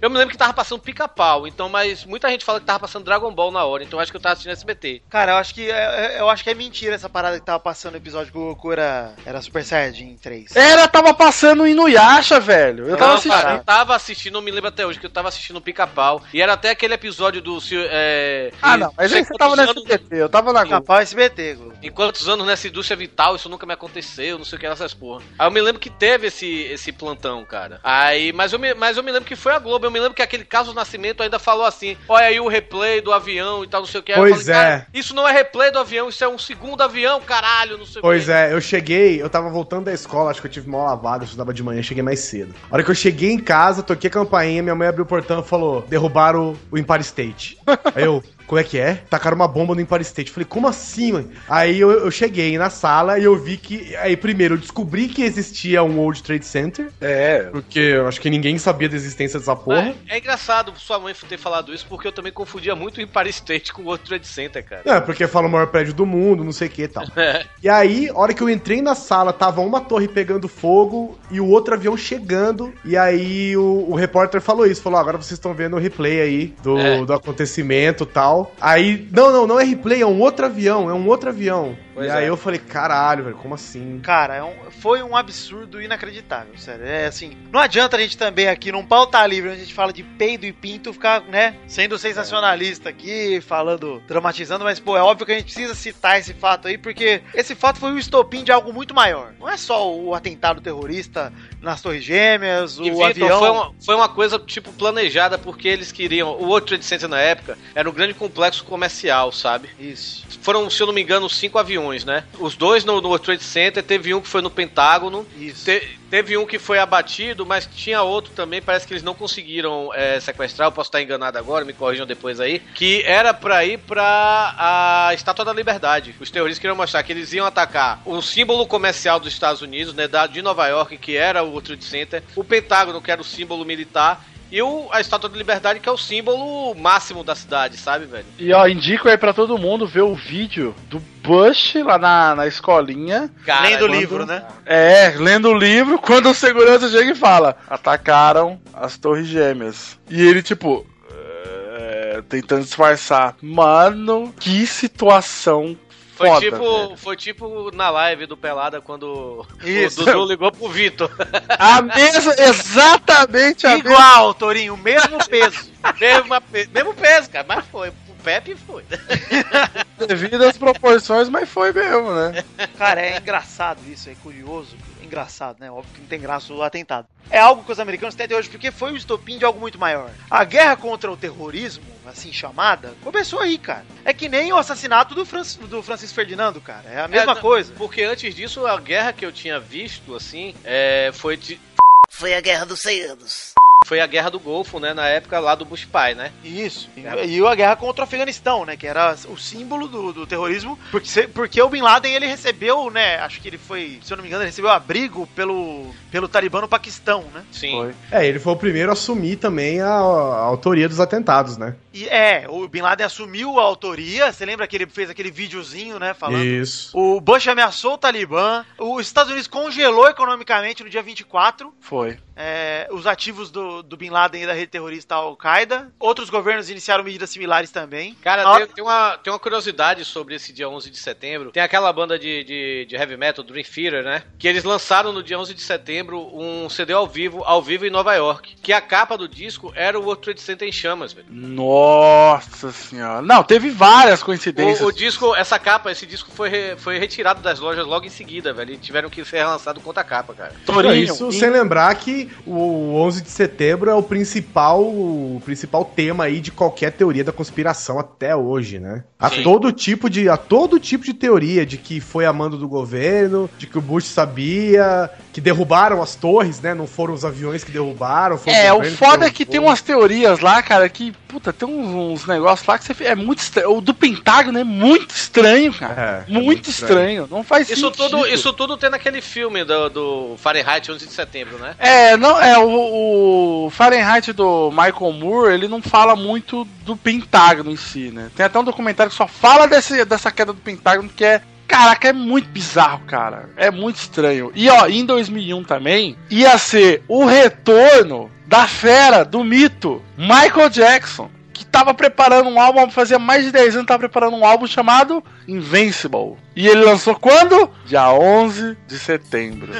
[SPEAKER 2] Eu me lembro que tava passando pica-pau, então, mas muita gente fala que tava passando Dragon Ball na hora, então eu acho que eu tava assistindo SBT.
[SPEAKER 3] Cara, eu acho que é, é- eu acho que é mentira essa parada que tava passando o episódio que o Goku era, era Super Saiyajin 3.
[SPEAKER 6] Era, tava passando Inuyasha, velho. Eu tava
[SPEAKER 2] não,
[SPEAKER 6] assistindo.
[SPEAKER 2] Cara, eu tava assistindo, não me lembro até hoje, que eu tava assistindo o Pica-Pau. E era até aquele episódio do. se- É,
[SPEAKER 6] Ah,
[SPEAKER 2] e-
[SPEAKER 6] não, mas aí você
[SPEAKER 2] sei
[SPEAKER 6] tava no
[SPEAKER 2] quantos anos-
[SPEAKER 6] SBT, eu tava na Globo.
[SPEAKER 3] Capaz SBT, Globo.
[SPEAKER 2] Em quantos anos nessa indústria vital isso nunca me aconteceu, não sei o que era essas porra. Aí eu me lembro que teve esse, esse plantão, cara. Aí, mas eu, me, mas eu me lembro que foi a Globo. Eu me lembro que aquele caso do Nascimento ainda falou assim: olha aí o replay do avião e tal, não sei o que. Aí eu
[SPEAKER 4] Pois
[SPEAKER 2] falei,
[SPEAKER 4] é.
[SPEAKER 2] "Cara, isso não é replay do avião, isso é um segundo avião, caralho, não sei o
[SPEAKER 4] Pois
[SPEAKER 2] que.
[SPEAKER 4] é, eu cheguei, eu tava voltando da escola, acho que eu tive mal lavada, eu estudava de manhã, cheguei mais cedo. A hora que eu cheguei em casa, toquei a campainha, minha mãe abriu o portão e falou: derrubaram o- o Empire State. Aí eu. Como é que é? Tacaram uma bomba no Empire State. Eu Falei, como assim, mãe? Aí eu, eu cheguei na sala e eu vi que. Aí primeiro eu descobri que existia um World Trade Center.
[SPEAKER 6] É.
[SPEAKER 4] Porque eu acho que ninguém sabia da existência dessa porra.
[SPEAKER 2] Mas É engraçado sua mãe ter falado isso, porque eu também confundia muito o Empire State com o outro Trade Center, cara.
[SPEAKER 4] É, porque fala o maior prédio do mundo, não sei o que e tal.
[SPEAKER 2] É.
[SPEAKER 4] E aí, a hora que eu entrei na sala, tava uma torre pegando fogo e o outro avião chegando. E aí o, o repórter falou isso, falou: "Ah, agora vocês estão vendo o replay aí do, do acontecimento e tal. Aí, não, não, não é replay, é um outro avião, é um outro avião.
[SPEAKER 3] Pois
[SPEAKER 4] e aí
[SPEAKER 3] é.
[SPEAKER 4] eu falei, caralho, velho, como assim?
[SPEAKER 3] Cara, é um- foi um absurdo inacreditável, sério. É assim, não adianta a gente também aqui num pauta livre onde a gente fala de peido e pinto ficar, né, sendo sensacionalista aqui, falando, dramatizando, mas pô, é óbvio que a gente precisa citar esse fato aí, porque esse fato foi o estopim de algo muito maior. Não é só o atentado terrorista nas Torres Gêmeas, o
[SPEAKER 2] E, Vitor,
[SPEAKER 3] avião.
[SPEAKER 2] foi, um- uma, foi uma coisa, tipo, planejada, porque eles queriam. O outro Trade Center na época era um grande complexo comercial, sabe?
[SPEAKER 3] Isso.
[SPEAKER 2] Foram, se eu não me engano, cinco aviões, né? Os dois no, no World Trade Center, teve um que foi no Pentágono.
[SPEAKER 3] Isso.
[SPEAKER 2] teve um que foi abatido, mas tinha outro também, parece que eles não conseguiram é, sequestrar, eu posso estar enganado agora, me corrijam depois aí. Que era pra ir pra a Estátua da Liberdade. Os terroristas queriam mostrar que eles iam atacar o símbolo comercial dos Estados Unidos, né? da- De Nova York, que era o World Trade Center, o Pentágono, que era o símbolo militar. E o, a Estátua da Liberdade, que é o símbolo máximo da cidade, sabe, velho?
[SPEAKER 6] E ó, indico aí pra todo mundo ver o vídeo do Bush lá na, na escolinha.
[SPEAKER 2] Cara,
[SPEAKER 3] Lendo o
[SPEAKER 2] quando-
[SPEAKER 3] livro, né?
[SPEAKER 6] É, lendo o livro, quando o segurança chega e fala: atacaram as Torres Gêmeas. E ele, tipo, é, tentando disfarçar. Mano, que situação
[SPEAKER 2] Foi
[SPEAKER 6] foda. velho.
[SPEAKER 2] tipo, foi tipo na live do Pelada quando
[SPEAKER 6] Isso.
[SPEAKER 2] o Dudu ligou pro Vitor.
[SPEAKER 6] A mesma, exatamente a
[SPEAKER 3] Igual, Torinho, o mesmo
[SPEAKER 2] <laughs>
[SPEAKER 3] peso.
[SPEAKER 2] mesmo, mesmo peso, cara, mas foi. O Pepe foi.
[SPEAKER 6] mesma, devido às proporções, mas foi mesmo, né?
[SPEAKER 3] Cara, é engraçado isso, é curioso. Engraçado, né? Óbvio que não tem graça o atentado. É algo que os americanos têm até hoje, porque foi o estopim de algo muito maior. A guerra contra o terrorismo, assim chamada, começou aí, cara. É que nem o assassinato do, Francis, do Francis Ferdinando, cara. É a mesma
[SPEAKER 2] É,
[SPEAKER 3] coisa.
[SPEAKER 2] Porque antes disso, a guerra que eu tinha visto, assim, é, foi de.
[SPEAKER 3] Foi a guerra dos 100 anos.
[SPEAKER 2] Foi a guerra do Golfo, né? Na época lá do Bush Pai, né?
[SPEAKER 3] Isso. E a guerra contra o Afeganistão, né? Que era o símbolo do, do terrorismo. Porque, se- porque o Bin Laden, ele recebeu, né? Acho que ele foi, se eu não me engano, ele recebeu abrigo pelo, pelo Talibã no Paquistão, né?
[SPEAKER 2] Sim.
[SPEAKER 4] É, ele foi o primeiro a assumir também a, a autoria dos atentados, né?
[SPEAKER 3] E é, o Bin Laden assumiu a autoria. Você lembra que ele fez aquele videozinho, né? Falando.
[SPEAKER 4] Isso.
[SPEAKER 3] O Bush ameaçou o Talibã. Os Estados Unidos congelou economicamente no dia 24
[SPEAKER 6] Foi.
[SPEAKER 3] é, os ativos do, do Bin Laden e da rede terrorista Al-Qaeda. Outros governos iniciaram medidas similares também.
[SPEAKER 2] Cara,
[SPEAKER 3] Na hora-
[SPEAKER 2] tem, tem uma, tem uma curiosidade sobre esse dia 11 de setembro. Tem aquela banda de, de, de heavy metal, Dream Theater, né? Que eles lançaram no dia 11 de setembro um CD ao vivo, ao vivo em Nova York. Que a capa do disco era o World Trade Center em chamas, velho.
[SPEAKER 6] Nossa senhora. Não, teve várias coincidências.
[SPEAKER 2] O, o disco, essa capa, esse disco foi, re- foi retirado das lojas logo em seguida, velho. E tiveram que ser relançado contra a capa, cara.
[SPEAKER 4] Não, isso sem lembrar que o 11 de setembro é o principal, o principal tema aí de qualquer teoria da conspiração até hoje, né? A
[SPEAKER 3] Sim.
[SPEAKER 4] todo tipo de a todo tipo de teoria de que foi a mando do governo, de que o Bush sabia, que derrubaram as torres, né? Não foram os aviões que derrubaram, foi
[SPEAKER 6] É, o
[SPEAKER 4] governo
[SPEAKER 6] foda é que tem
[SPEAKER 4] derrubou.
[SPEAKER 6] umas teorias lá, cara, que, puta, tem uns, uns negócios lá que você fica- é muito estranho. O do Pentágono é muito estranho, cara. muito, estranho. Não faz
[SPEAKER 2] isso
[SPEAKER 6] sentido.
[SPEAKER 2] tudo Isso tudo tem naquele filme do, do Fahrenheit 11 de setembro, né?
[SPEAKER 6] É, não, é o, o Fahrenheit do Michael Moore, ele não fala muito do Pentágono em si, né? Tem até um documentário que só fala desse, dessa queda do Pentágono que é Caraca, é muito bizarro, cara. É muito estranho. E ó, em 2001 também ia ser o retorno da fera, do mito, Michael Jackson, que tava preparando um álbum, fazia mais de 10 anos, tava preparando um álbum chamado Invincible. E ele lançou quando? Dia 11 de setembro.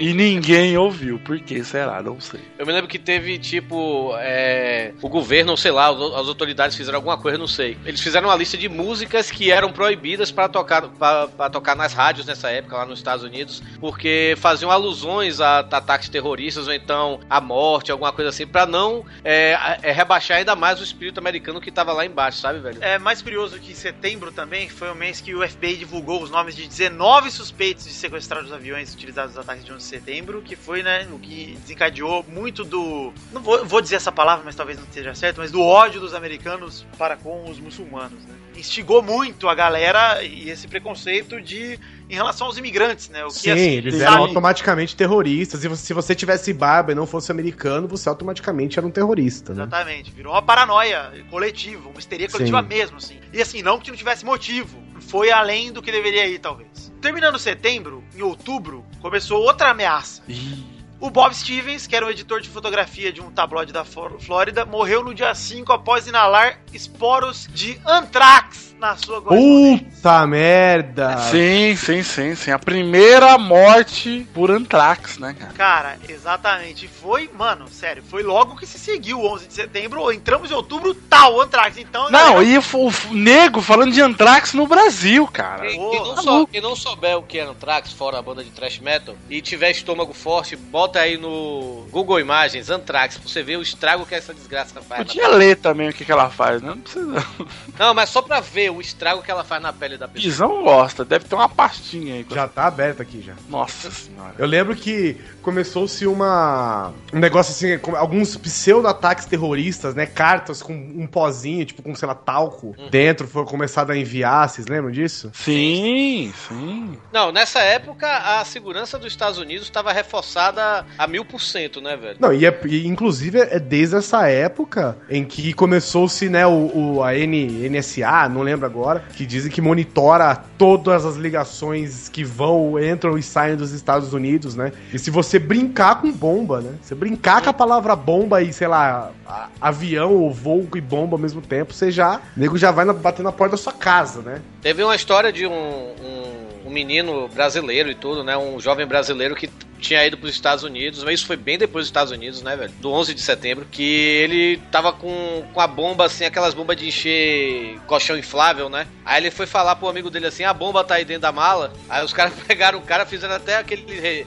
[SPEAKER 6] E ninguém ouviu. Por que será? Não sei.
[SPEAKER 2] Eu me lembro que teve, tipo, é, o governo, ou sei lá, o- as autoridades fizeram alguma coisa, não sei. Eles fizeram uma lista de músicas que eram proibidas para tocar, pra, pra tocar nas rádios nessa época, lá nos Estados Unidos, porque faziam alusões a ataques terroristas ou então a morte, alguma coisa assim, pra não é, a- é, rebaixar ainda mais o espírito americano que tava lá embaixo, sabe, velho?
[SPEAKER 3] É mais curioso que setembro também foi o mês que o FBI divulgou os nomes de 19 suspeitos de sequestrar os aviões utilizados nos ataques de 11 de setembro, que foi, né, o que desencadeou muito do. Não vou, vou dizer essa palavra, mas talvez não esteja certo, mas do ódio dos americanos para com os muçulmanos, né? Instigou muito a galera e esse preconceito de. em relação aos imigrantes, né? O que
[SPEAKER 4] Sim,
[SPEAKER 3] assim,
[SPEAKER 4] eles eram automaticamente terroristas. E você- se você tivesse barba e não fosse americano, você automaticamente era um terrorista, né?
[SPEAKER 3] Exatamente, virou uma paranoia coletiva, uma histeria
[SPEAKER 4] Sim.
[SPEAKER 3] coletiva mesmo, assim. E assim, não que não tivesse motivo, foi além do que deveria ir, talvez. Terminando setembro, em outubro, começou outra ameaça. O Bob Stevens, que era um editor de fotografia de um tabloide da Fló- Flórida, morreu no dia 5 após inalar esporos de antrax na sua goela.
[SPEAKER 4] Uh! Puta
[SPEAKER 19] Ah.
[SPEAKER 4] merda!
[SPEAKER 6] Sim, sim, sim, sim. A primeira morte por Antrax, né, cara?
[SPEAKER 3] Cara, exatamente. Foi, mano, sério, foi logo que se seguiu, 11 de setembro, ou entramos em outubro, tal, antrax. Então,
[SPEAKER 6] Não, e o f- o f- nego falando de Antrax no Brasil, cara.
[SPEAKER 2] Quem, quem não sou- quem não souber o que é Anthrax, fora a banda de thrash metal, e tiver estômago forte, bota aí no Google Imagens Anthrax, pra você ver o estrago que essa desgraça faz. na
[SPEAKER 6] Podia ler também o que, que ela faz, né? Não precisa.
[SPEAKER 2] Não, mas só pra ver o estrago que ela faz na pele da pessoa.
[SPEAKER 6] Pisão gosta, deve ter uma pastinha aí.
[SPEAKER 4] Já tá aberta aqui já.
[SPEAKER 6] Nossa senhora.
[SPEAKER 4] Eu lembro que começou-se uma um negócio assim, com alguns pseudo-ataques terroristas, né? Cartas com um pozinho, tipo com, sei lá, talco dentro, foi começado a enviar, vocês lembram disso?
[SPEAKER 6] Sim, sim.
[SPEAKER 2] Não, nessa época a segurança dos Estados Unidos estava reforçada a mil por cento, né, velho?
[SPEAKER 4] Não, e, é, e inclusive é desde essa época em que começou-se, né, o, o- a N, NSA, não lembro agora, que dizem que monitora todas as ligações que vão, entram e saem dos Estados Unidos, né? E se você brincar com bomba, né? Se brincar com a palavra bomba e, sei lá, a- avião ou voo e bomba ao mesmo tempo, você já. O nego já vai na- bater na porta da sua casa, né?
[SPEAKER 2] Teve uma história de um, um- um menino brasileiro e tudo, né? Um jovem brasileiro que tinha ido para os Estados Unidos, mas isso foi bem depois dos Estados Unidos, né, velho? Do 11 de setembro, que ele tava com, com a bomba, assim, aquelas bombas de encher colchão inflável, né? Aí ele foi falar pro amigo dele assim: a bomba tá aí dentro da mala. Aí os <laughs> caras pegaram o cara, fizeram até aquele. re-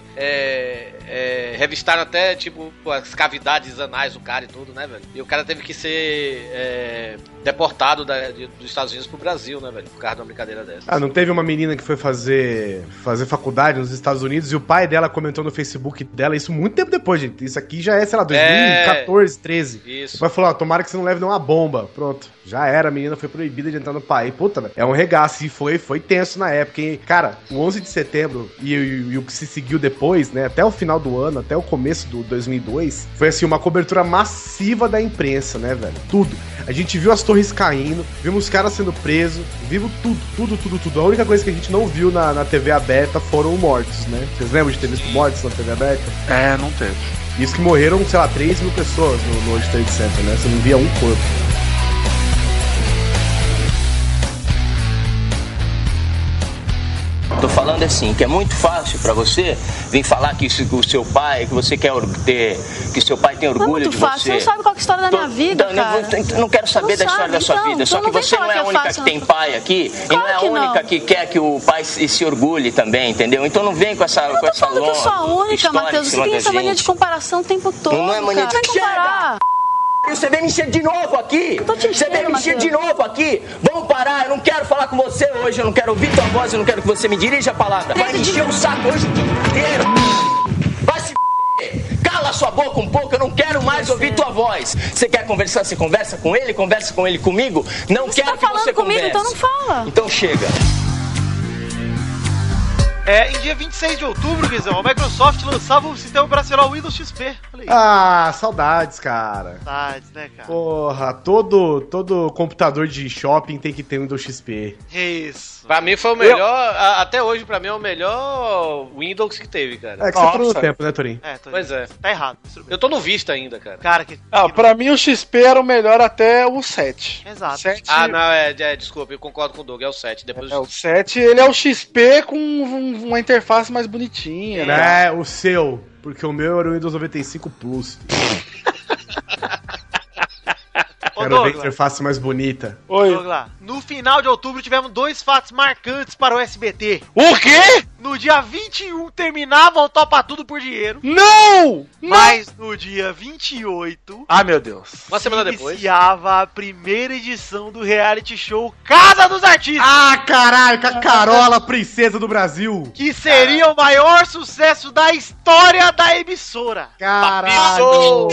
[SPEAKER 2] é, é, revistaram até, tipo, as cavidades anais do cara e tudo, né, velho? E o cara teve que ser é, deportado da- de- dos Estados Unidos pro Brasil, né, velho? Por causa de uma brincadeira dessa.
[SPEAKER 4] Ah, não teve uma menina que foi fazer, fazer faculdade nos Estados Unidos e o pai dela comentou no Facebook dela isso muito tempo depois, gente. Isso aqui já é, sei lá, 2014, 13.
[SPEAKER 2] Isso.
[SPEAKER 4] O pai falou, ó, tomara que você não leve nenhuma bomba. Pronto. Já era, a menina foi proibida de entrar no país. Puta, velho, é um regaço. E foi, foi tenso na época, hein? Cara, o 11 de setembro e, e- e o que se seguiu depois, né? Até o final do ano, até o começo do 2002, foi assim, uma cobertura massiva da imprensa, né, velho? Tudo. A gente viu as torres caindo, vimos os caras sendo presos, vimos tudo, tudo, tudo, tudo. A única coisa que a gente não viu na, na TV aberta foram mortos, né? Vocês lembram de ter visto mortos na TV aberta?
[SPEAKER 6] É, não teve.
[SPEAKER 4] Isso que morreram, sei lá, 3 mil pessoas no, no World Trade Center, né? Você não via um corpo.
[SPEAKER 9] Tô falando assim, que é muito fácil pra você vir falar que isso, que o seu pai, que você quer or- ter, que seu pai tem orgulho
[SPEAKER 20] Não é muito
[SPEAKER 9] de
[SPEAKER 20] fácil.
[SPEAKER 9] você.
[SPEAKER 20] Você não sabe qual é a história da minha vida,
[SPEAKER 9] Não,
[SPEAKER 20] cara.
[SPEAKER 9] não, não quero
[SPEAKER 20] Não
[SPEAKER 9] saber da história
[SPEAKER 20] sabe,
[SPEAKER 9] da sua
[SPEAKER 20] então.
[SPEAKER 9] vida, só
[SPEAKER 20] Então
[SPEAKER 9] que
[SPEAKER 20] não vem
[SPEAKER 9] você
[SPEAKER 20] falar
[SPEAKER 9] não é
[SPEAKER 20] que
[SPEAKER 9] a
[SPEAKER 20] é
[SPEAKER 9] única
[SPEAKER 20] fácil,
[SPEAKER 9] que tem pai aqui e não é a
[SPEAKER 20] que não.
[SPEAKER 9] única que quer que o pai se, se orgulhe também, entendeu? Então não vem com essa com essa
[SPEAKER 20] Sabe que eu sou a
[SPEAKER 9] longa
[SPEAKER 20] única,
[SPEAKER 9] história
[SPEAKER 20] Matheus.
[SPEAKER 9] em
[SPEAKER 20] Você
[SPEAKER 9] cima
[SPEAKER 20] tem
[SPEAKER 9] da
[SPEAKER 20] essa mania
[SPEAKER 9] gente.
[SPEAKER 20] de comparação o tempo todo.
[SPEAKER 9] Não é mania
[SPEAKER 20] cara.
[SPEAKER 9] de-
[SPEAKER 20] Você vai comparar.
[SPEAKER 9] Você vem me encher de novo aqui. Você vem me encher de novo aqui. Vamos parar. Eu não quero falar com você hoje. Eu não quero ouvir tua voz. Eu não quero que você me dirija a palavra. Vai me encher o saco hoje o dia inteiro. Vai se f***. Cala sua boca um pouco. Eu não quero mais ouvir tua voz. Você quer conversar? Você conversa com ele? Conversa com ele comigo? Não
[SPEAKER 21] tá
[SPEAKER 9] quero que você
[SPEAKER 20] comigo,
[SPEAKER 9] converse.
[SPEAKER 20] então não fala.
[SPEAKER 9] Então chega.
[SPEAKER 19] É, em dia 26 de outubro, Guizão, a Microsoft lançava o sistema operacional Windows XP. Falei,
[SPEAKER 4] Ah, saudades, cara.
[SPEAKER 19] saudades, né, cara?
[SPEAKER 4] Porra, todo, todo computador de shopping tem que ter um Windows XP.
[SPEAKER 19] É Isso. Pra mim foi o melhor, a- até hoje pra mim é o melhor Windows que teve, cara.
[SPEAKER 4] É que você parou no tempo, né, Torinho?
[SPEAKER 19] É, tô- pois é. Tá errado. Eu tô no Vista ainda, cara.
[SPEAKER 3] Cara, que...
[SPEAKER 6] Ah, pra mim o XP era o melhor até o 7.
[SPEAKER 3] Exato.
[SPEAKER 19] Ah, não, é, é, desculpa, eu concordo com o Doug, é o 7. Depois
[SPEAKER 6] É, o 7 ele é o XP com um- uma interface mais bonitinha.
[SPEAKER 4] É,
[SPEAKER 6] né?
[SPEAKER 4] o seu. Porque o meu era o Windows 95 Plus. Quero ver
[SPEAKER 19] Douglas.
[SPEAKER 4] a interface mais bonita.
[SPEAKER 19] Vamos lá. No final de outubro tivemos dois fatos marcantes para o SBT.
[SPEAKER 6] O quê?
[SPEAKER 19] No dia 21 terminava o Topa Tudo por Dinheiro.
[SPEAKER 6] Não!
[SPEAKER 19] Mas no dia 28
[SPEAKER 6] Ah, meu Deus.
[SPEAKER 19] uma semana depois. Iniciava a primeira edição do reality show Casa dos Artistas.
[SPEAKER 4] Ah, caralho, com a Carola, princesa do Brasil.
[SPEAKER 19] Que seria o maior sucesso da história da emissora.
[SPEAKER 3] Tá
[SPEAKER 4] Caralho.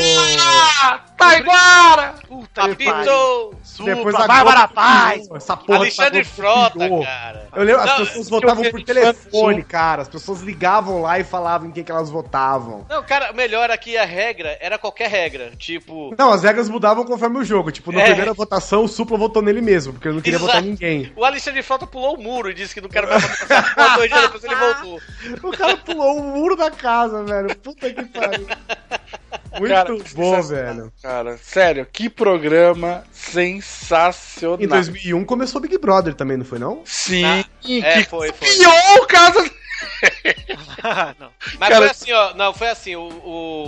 [SPEAKER 19] Taiguara! Puta
[SPEAKER 4] que pariu.
[SPEAKER 19] Supla, Bárbara
[SPEAKER 3] <laughs>
[SPEAKER 19] Paz!
[SPEAKER 4] Essa porra tá
[SPEAKER 19] Alexandre
[SPEAKER 4] pagou,
[SPEAKER 19] Frota,
[SPEAKER 4] pior.
[SPEAKER 19] cara.
[SPEAKER 4] Eu lembro, as
[SPEAKER 19] Não, um
[SPEAKER 4] pessoas votavam por telefone,
[SPEAKER 19] Alexandre-
[SPEAKER 4] cara. As pessoas ligavam lá e falavam em quem que elas votavam.
[SPEAKER 2] Não, cara, melhor aqui a regra era qualquer regra. Tipo,
[SPEAKER 4] Não, as regras mudavam conforme o jogo. Tipo, na
[SPEAKER 2] É.
[SPEAKER 4] primeira votação, o Supla votou nele mesmo, porque ele não queria
[SPEAKER 2] Exato.
[SPEAKER 4] votar em ninguém.
[SPEAKER 2] o Alexandre Frota pulou o muro e disse que não quero mais fazer essa porra dois dias depois ele voltou.
[SPEAKER 4] O cara pulou o muro da casa, velho. Puta que pariu. Muito
[SPEAKER 6] Cara,
[SPEAKER 4] bom, velho.
[SPEAKER 6] Cara, sério, que programa sensacional.
[SPEAKER 4] Em 2001 começou o Big Brother também, não foi não?
[SPEAKER 6] Sim.
[SPEAKER 2] É, foi, foi.
[SPEAKER 6] Pior casa.
[SPEAKER 19] não.
[SPEAKER 2] Mas
[SPEAKER 6] Cara-
[SPEAKER 2] foi assim, ó. Não, foi assim. O,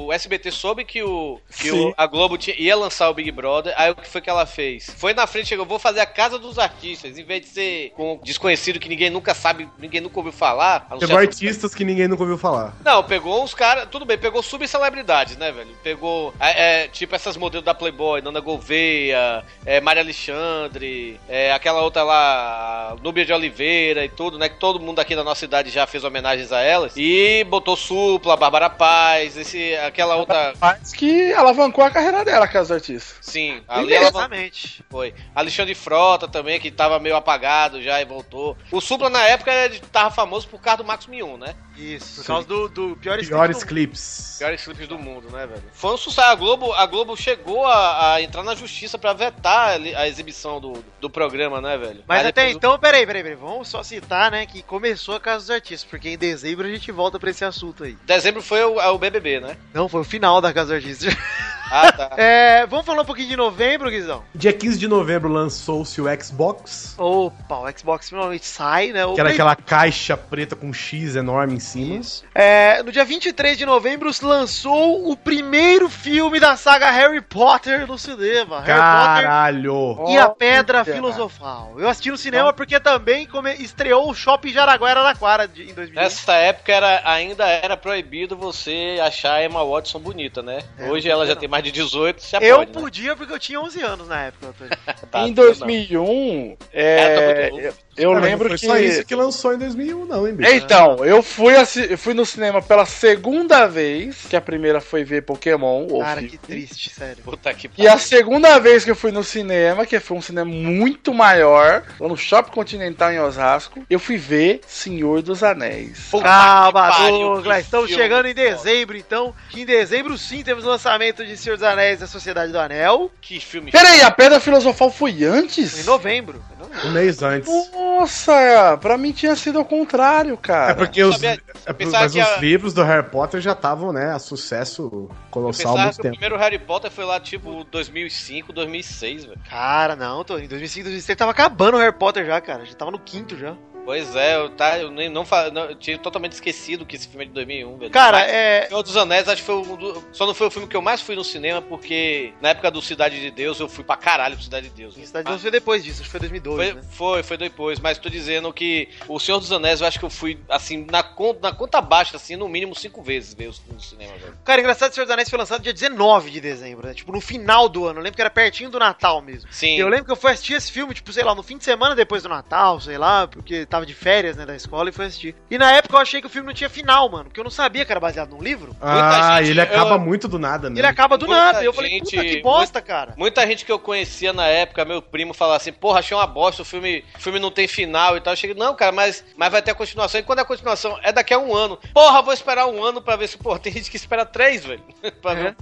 [SPEAKER 2] o SBT soube que, o, que o-
[SPEAKER 6] Sim.
[SPEAKER 2] a Globo tinha- ia lançar o Big Brother. Aí o que foi que ela fez? Foi na frente, chegou, vou fazer a Casa dos Artistas. Em vez de ser com um desconhecido que ninguém nunca sabe, ninguém nunca ouviu falar. a não ser
[SPEAKER 4] Chegou
[SPEAKER 2] a-
[SPEAKER 4] artistas que ninguém nunca ouviu falar.
[SPEAKER 2] Não, pegou uns caras. Tudo bem, pegou subcelebridades, né, velho? Pegou, é, é, tipo, essas modelos da Playboy, Nana Gouveia, é, Maria Alexandre, é, aquela outra lá, a Núbia de Oliveira e tudo, né? Que todo mundo aqui da nossa idade já fez homenagens a elas. E botou Supla, Bárbara Paz, esse, aquela outra.
[SPEAKER 6] Mas que alavancou a carreira dela, Casa dos Artistas.
[SPEAKER 2] Sim, ali ela
[SPEAKER 19] Exatamente.
[SPEAKER 2] foi. Alexandre Frota também, que tava meio apagado já e voltou. O Supla, na época, era de- tava famoso por causa do Max Mion, né?
[SPEAKER 19] Isso, por causa do, do pior
[SPEAKER 4] Piores clips.
[SPEAKER 2] Piores clipes do mundo, né, velho? Foi um sucesso. A Globo, a Globo chegou a, a entrar na justiça pra vetar ali a exibição do, do programa, né, velho?
[SPEAKER 3] Mas
[SPEAKER 2] Aí
[SPEAKER 3] até
[SPEAKER 2] depois o-
[SPEAKER 3] então, peraí, peraí, peraí. Vamos só citar, né, que começou a Casa dos Artistas, porque em dezembro a gente volta pra esse assunto aí.
[SPEAKER 2] Dezembro foi o, é o BBB, né?
[SPEAKER 3] Não, foi o final da Casa dos Artistas. <laughs>
[SPEAKER 2] Ah, tá.
[SPEAKER 3] É, vamos falar um pouquinho de novembro, Guizão?
[SPEAKER 4] Dia 15 de novembro lançou-se o Xbox,
[SPEAKER 3] Opa, o Xbox finalmente sai, né? O
[SPEAKER 4] que era
[SPEAKER 3] Play-
[SPEAKER 4] aquela caixa preta com um X enorme em cima.
[SPEAKER 3] É, no dia 23 de novembro lançou o primeiro filme da saga Harry Potter no cinema. Harry
[SPEAKER 4] Caralho!
[SPEAKER 3] Potter e a Pedra Filosofal. Eu assisti no cinema porque também come- estreou o Shopping Jaraguá Araraquara de- em 2000.
[SPEAKER 2] Nessa época era, ainda era proibido você achar a Emma Watson bonita, né?
[SPEAKER 3] É,
[SPEAKER 2] Hoje
[SPEAKER 3] não
[SPEAKER 2] ela
[SPEAKER 3] sei
[SPEAKER 2] já
[SPEAKER 3] não.
[SPEAKER 2] tem mais de 18,
[SPEAKER 6] é
[SPEAKER 2] se
[SPEAKER 3] eu
[SPEAKER 2] pode, né?
[SPEAKER 3] podia porque eu tinha 11 anos na época. Antônio.
[SPEAKER 2] Tá,
[SPEAKER 6] em 2001, é, eu, eu
[SPEAKER 4] Cara,
[SPEAKER 6] lembro
[SPEAKER 4] não foi
[SPEAKER 6] que...
[SPEAKER 4] só isso que lançou em 2001, não, hein, bicho?
[SPEAKER 6] Então, eu fui, assi- eu fui no cinema pela segunda vez, que a primeira foi ver Pokémon. ou
[SPEAKER 3] Cara,
[SPEAKER 6] filme.
[SPEAKER 3] que triste, sério.
[SPEAKER 2] Puta que
[SPEAKER 6] E a segunda vez que eu fui no cinema, que foi um cinema muito maior, lá no Shopping Continental em Osasco, eu fui ver Senhor dos Anéis.
[SPEAKER 3] Calma,
[SPEAKER 6] que pariu,
[SPEAKER 3] Douglas.
[SPEAKER 6] que
[SPEAKER 3] Estamos
[SPEAKER 6] filme
[SPEAKER 3] chegando em dezembro, então. Que em dezembro, sim, temos o lançamento de Senhor dos Anéis da Sociedade do Anel.
[SPEAKER 2] Que filme.
[SPEAKER 6] Peraí, a Pedra Filosofal foi antes?
[SPEAKER 3] Em novembro.
[SPEAKER 4] Um mês antes.
[SPEAKER 6] Nossa, pra mim tinha sido ao contrário, cara.
[SPEAKER 4] É porque os,
[SPEAKER 2] sabia-
[SPEAKER 4] é por-
[SPEAKER 2] pensava
[SPEAKER 4] mas
[SPEAKER 2] que
[SPEAKER 4] os
[SPEAKER 2] a-
[SPEAKER 4] livros do Harry Potter já estavam, né, a sucesso colossal há
[SPEAKER 2] Pensava
[SPEAKER 4] muito
[SPEAKER 2] que o
[SPEAKER 4] tempo.
[SPEAKER 2] primeiro Harry Potter foi lá, tipo, 2005, 2006, velho.
[SPEAKER 3] Cara, não, tô em 2005, 2006 tava acabando o Harry Potter já, cara. Já tava no quinto já.
[SPEAKER 2] Pois é, eu, tá, eu nem não, fa- não eu tinha totalmente esquecido que esse filme é de 2001, velho.
[SPEAKER 3] Cara,
[SPEAKER 2] Mas,
[SPEAKER 3] é-
[SPEAKER 2] Senhor dos Anéis, acho que foi um do, só não foi o filme que eu mais fui no cinema porque na época do Cidade de Deus eu fui pra caralho pro Cidade de Deus. Ah,
[SPEAKER 3] Cidade de Deus foi depois disso, acho que foi 2002,
[SPEAKER 2] Foi,
[SPEAKER 3] né?
[SPEAKER 2] foi, foi depois, mas tô dizendo que o Senhor dos Anéis eu acho que eu fui, assim, na conta, na conta baixa, assim, no mínimo cinco vezes ver os filmes no cinema, velho.
[SPEAKER 3] Cara, engraçado que Senhor dos Anéis foi lançado dia 19 de dezembro, né? Tipo, no final do ano. Eu lembro que era pertinho do Natal mesmo.
[SPEAKER 2] Sim.
[SPEAKER 3] E eu lembro que eu fui assistir esse filme, tipo, sei lá, no fim de semana depois do Natal, sei lá, porque tava de férias, né, da escola e fui assistir. E na época eu achei que o filme não tinha final, mano, porque eu não sabia que era baseado num livro.
[SPEAKER 4] Ah,
[SPEAKER 3] gente-
[SPEAKER 4] ele acaba
[SPEAKER 3] eu-
[SPEAKER 4] muito do nada, né?
[SPEAKER 3] Ele acaba do
[SPEAKER 2] Muita
[SPEAKER 3] nada. Eu falei,
[SPEAKER 2] gente-
[SPEAKER 3] puta que bosta, cara.
[SPEAKER 2] Muita gente que eu conhecia na época, meu primo, falava assim, porra, achei uma bosta, o filme, o filme não tem final e tal. Eu cheguei, não, cara, mas, mas vai ter a continuação. E quando é a continuação? É daqui a um ano. Porra, vou esperar um ano pra ver se, porra, <laughs> tem gente que espera três, velho. <laughs> pra
[SPEAKER 4] É?
[SPEAKER 2] ver.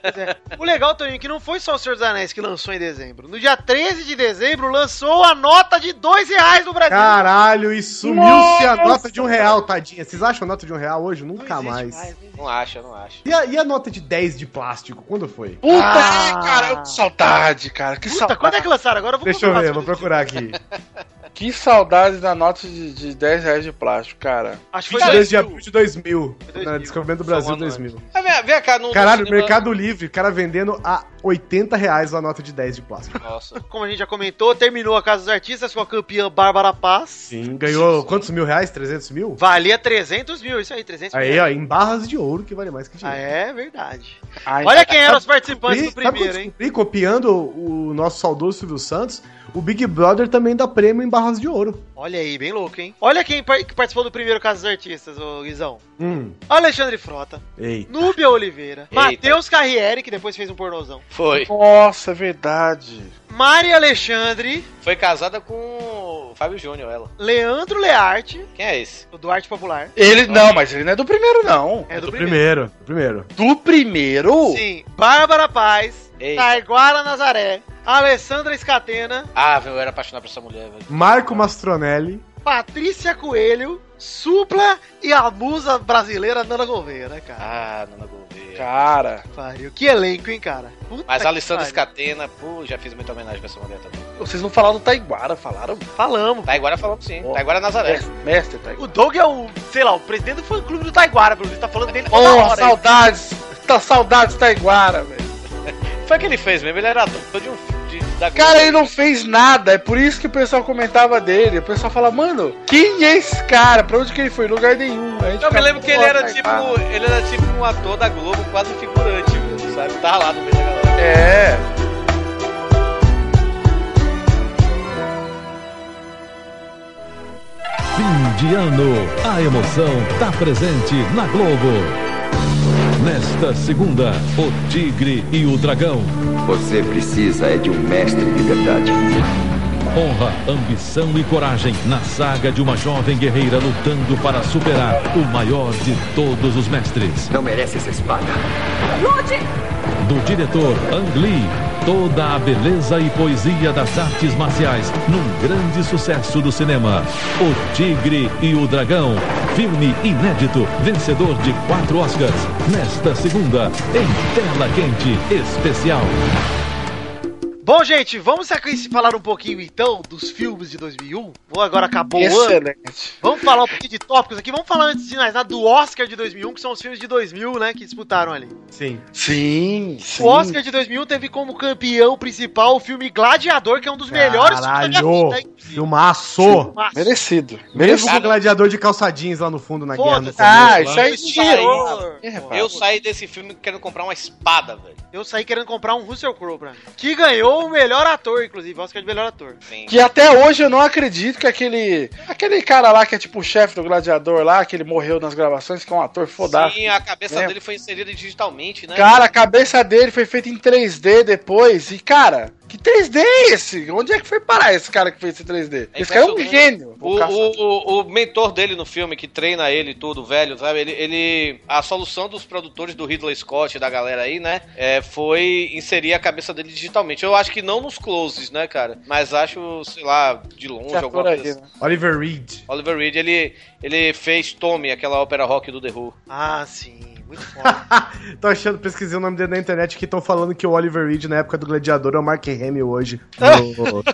[SPEAKER 3] Pois é. O legal, Toninho, é que não foi só o Senhor dos Anéis que lançou em dezembro. No dia 13 de dezembro lançou a nota de dois reais no Brasil.
[SPEAKER 4] Caralho, e sumiu-se a nota de um real, tadinha. Vocês acham a nota de um real hoje? Nunca mais.
[SPEAKER 2] Não acha, não acha.
[SPEAKER 4] E a, e a nota de 10 de plástico? Quando foi?
[SPEAKER 6] Puta, é, cara, que saudade, cara. Que saudade.
[SPEAKER 3] Quando é que lançaram? Agora eu vou
[SPEAKER 4] Deixa eu ver, vou procurar aqui.
[SPEAKER 6] Que saudade da nota de, de 10 reais de plástico, cara.
[SPEAKER 3] Acho
[SPEAKER 4] 22 de abril de 2000. Na Descobrimento do Brasil 2000.
[SPEAKER 2] Ah, vem, vem cá, no, no
[SPEAKER 4] Caralho,
[SPEAKER 2] cinema-
[SPEAKER 4] Mercado Livre, cara vendendo a 80 reais a nota de 10 de plástico.
[SPEAKER 2] Nossa.
[SPEAKER 3] Como a gente já comentou, terminou a Casa dos Artistas com a campeã Bárbara Paz.
[SPEAKER 4] Sim, <laughs> ganhou quantos mil reais? 300 mil?
[SPEAKER 3] Valia 300 mil, isso aí, 300
[SPEAKER 4] Aí,
[SPEAKER 3] mil.
[SPEAKER 4] ó, em barras de ouro que vale mais que dinheiro.
[SPEAKER 3] Ah, é verdade.
[SPEAKER 6] Ai,
[SPEAKER 3] Olha
[SPEAKER 4] tá
[SPEAKER 3] quem eram os participantes
[SPEAKER 4] Descobri-
[SPEAKER 3] do
[SPEAKER 4] sabe
[SPEAKER 3] primeiro,
[SPEAKER 4] quando
[SPEAKER 3] hein?
[SPEAKER 4] descobri, copiando o nosso saudoso Silvio Santos, o Big Brother também dá prêmio em barras de ouro.
[SPEAKER 3] Olha aí, bem louco, hein? Olha quem par- que participou do primeiro Casa dos Artistas, ô Guizão.
[SPEAKER 4] Hum,
[SPEAKER 3] Alexandre Frota,
[SPEAKER 4] ei.
[SPEAKER 3] Núbia Oliveira, Matheus Carriere, que depois fez um pornozão.
[SPEAKER 2] Foi.
[SPEAKER 6] Nossa, é verdade.
[SPEAKER 3] Mari Alexandre,
[SPEAKER 2] Foi casada com o Fábio Júnior, ela.
[SPEAKER 3] Leandro Learte.
[SPEAKER 2] Quem é esse?
[SPEAKER 3] O Duarte Popular.
[SPEAKER 6] Ele não, mas ele não é do primeiro, não.
[SPEAKER 3] É do,
[SPEAKER 4] Primeiro, primeiro.
[SPEAKER 6] É Do
[SPEAKER 2] Uh!
[SPEAKER 6] primeiro?
[SPEAKER 3] Sim. Bárbara Paz,
[SPEAKER 2] Eita.
[SPEAKER 3] Taiguara Nazaré, Alessandra Escatena,
[SPEAKER 2] Ah, velho, eu era apaixonado por essa mulher, velho.
[SPEAKER 4] Marco Mastronelli.
[SPEAKER 3] Patrícia Coelho, Supla e a musa brasileira Nana Gouveia, né, cara?
[SPEAKER 2] Ah, Nana Gouveia.
[SPEAKER 6] Cara.
[SPEAKER 3] Pariu. Que elenco, hein, cara? Puta
[SPEAKER 2] Mas
[SPEAKER 3] que
[SPEAKER 2] a Alessandra
[SPEAKER 3] pariu.
[SPEAKER 2] Escatena, pô, já fiz muita homenagem pra essa mulher também.
[SPEAKER 6] Vocês não falaram do Taiguara, falaram?
[SPEAKER 3] Falamos.
[SPEAKER 2] Taiguara falamos sim. Taiguara
[SPEAKER 6] É.
[SPEAKER 2] Nazaré.
[SPEAKER 6] Mestre Taiguara.
[SPEAKER 3] O Doug é o, sei lá, o presidente do fã-clube do Taiguara, pelo visto, tá falando dele toda
[SPEAKER 6] Oh,
[SPEAKER 3] hora. hein?
[SPEAKER 6] saudades. Tá saudades de Taiguara, velho.
[SPEAKER 2] Foi o que ele fez mesmo, ele era ator de um de, da
[SPEAKER 6] Cara, ele não fez nada, é por isso que o pessoal comentava dele. O pessoal fala, mano, quem é esse cara? Pra onde que ele foi? Lugar nenhum. Aí a gente
[SPEAKER 2] Eu me
[SPEAKER 6] fala,
[SPEAKER 2] lembro que
[SPEAKER 6] "Pô, tá
[SPEAKER 2] ele era
[SPEAKER 6] cara,
[SPEAKER 2] tipo.
[SPEAKER 6] cara."
[SPEAKER 2] Ele era tipo um ator da Globo, quase figurante, viu, sabe? Tava lá no meio da galera.
[SPEAKER 6] É.
[SPEAKER 1] Fim de ano, a emoção tá presente na Globo. Nesta segunda, o Tigre e o Dragão.
[SPEAKER 22] Você precisa é de um mestre de verdade.
[SPEAKER 1] Honra, ambição e coragem na saga de uma jovem guerreira lutando para superar o maior de todos os mestres. Não merece essa espada.
[SPEAKER 20] Lute!
[SPEAKER 1] Do diretor Ang Lee, toda a beleza e poesia das artes marciais num grande sucesso do cinema. O Tigre e o Dragão, filme inédito, vencedor de quatro Oscars. Nesta segunda, em tela quente especial.
[SPEAKER 3] Bom, gente, vamos aqui falar um pouquinho então dos filmes de 2001. Vou um? agora acabou o
[SPEAKER 6] né?
[SPEAKER 3] ano.
[SPEAKER 6] Excelente.
[SPEAKER 3] Vamos falar um pouquinho de tópicos aqui. Vamos falar antes de mais nada do Oscar de 2001, que são os filmes de 2000, né, que disputaram ali.
[SPEAKER 4] Sim.
[SPEAKER 6] Sim, sim.
[SPEAKER 3] O Oscar de 2001 teve como campeão principal o filme Gladiador, que é um dos melhores filmes da minha vida. hein?
[SPEAKER 4] Caralho, filmaço.
[SPEAKER 6] Merecido.
[SPEAKER 4] Mesmo com o
[SPEAKER 3] Cara.
[SPEAKER 4] gladiador de calçadinhos lá no fundo na guerra. no
[SPEAKER 3] Foda-se.
[SPEAKER 4] começo lá.
[SPEAKER 2] Eu saí desse filme querendo comprar uma espada, velho.
[SPEAKER 3] Eu saí querendo comprar um Russell Crowe pra mim. Que ganhou o melhor ator, inclusive, Oscar de melhor ator.
[SPEAKER 6] Que até hoje eu não acredito que aquele. Aquele cara lá que é tipo o chefe do gladiador lá, que ele morreu nas gravações, que é um ator fodaço.
[SPEAKER 2] Sim, a cabeça
[SPEAKER 6] Lembra?
[SPEAKER 2] dele foi inserida digitalmente, né?
[SPEAKER 6] Cara, a cabeça dele foi feita em 3D depois. E, cara, que 3D é esse? Onde é que foi parar esse cara que fez esse 3D?
[SPEAKER 2] É
[SPEAKER 6] Esse cara é um
[SPEAKER 2] impressionante.
[SPEAKER 6] gênio.
[SPEAKER 2] O, o, o, o mentor dele no filme, que treina ele e tudo, velho, sabe? Ele, ele- A solução dos produtores do Ridley Scott e da galera aí, né? é, foi inserir a cabeça dele digitalmente. Eu acho que não nos closes, né, cara? Mas acho, sei lá, de longe,
[SPEAKER 6] Esse
[SPEAKER 2] alguma
[SPEAKER 6] ator aí,
[SPEAKER 2] coisa. assim.
[SPEAKER 6] né?
[SPEAKER 4] Oliver Reed.
[SPEAKER 2] Oliver Reed, ele, ele fez Tommy, aquela ópera rock do The Who.
[SPEAKER 3] Ah, sim. Muito foda.
[SPEAKER 4] Tô achando, pesquisei o nome dele na internet que estão falando que o Oliver Reed na época do Gladiador é o Mark Hamill hoje no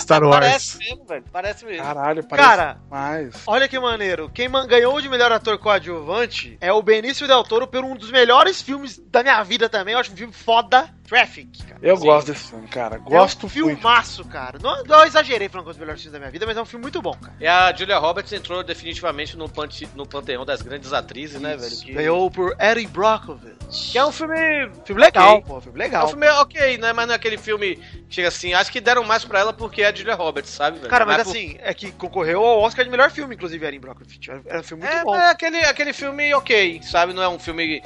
[SPEAKER 4] Star Wars.
[SPEAKER 2] Parece mesmo, velho. Parece mesmo.
[SPEAKER 4] <laughs>
[SPEAKER 6] Caralho,
[SPEAKER 4] parece
[SPEAKER 3] Cara,
[SPEAKER 6] mais.
[SPEAKER 3] olha que maneiro. Quem man- ganhou de melhor ator coadjuvante é o Benício Del Toro por um dos melhores filmes da minha vida também. Eu acho um filme foda. Traffic, cara.
[SPEAKER 6] Eu gosto desse filme, cara.
[SPEAKER 3] é
[SPEAKER 6] Gosto
[SPEAKER 3] um
[SPEAKER 6] muito.
[SPEAKER 3] filmaço, cara. Não, não exagerei falando que é um dos melhores filmes da minha vida, mas é um filme muito bom, cara.
[SPEAKER 2] E a Julia Roberts entrou definitivamente no, pante, no panteão das grandes atrizes, né, velho? que-
[SPEAKER 3] Ganhou por Erin Brockovich. Que é um filme, filme legal,
[SPEAKER 2] Ok.
[SPEAKER 3] pô. Filme legal.
[SPEAKER 2] É um filme ok, né? Mas não é aquele filme. Chega assim, acho que deram mais pra ela porque é a Julia Roberts, sabe, velho?
[SPEAKER 3] Cara, mas
[SPEAKER 2] por-
[SPEAKER 3] assim, é que concorreu ao Oscar de melhor filme, inclusive, Erin Brockovich. Era- Era um filme muito
[SPEAKER 2] É,
[SPEAKER 3] bom.
[SPEAKER 2] mas é aquele, aquele filme ok, sabe? Não é um filme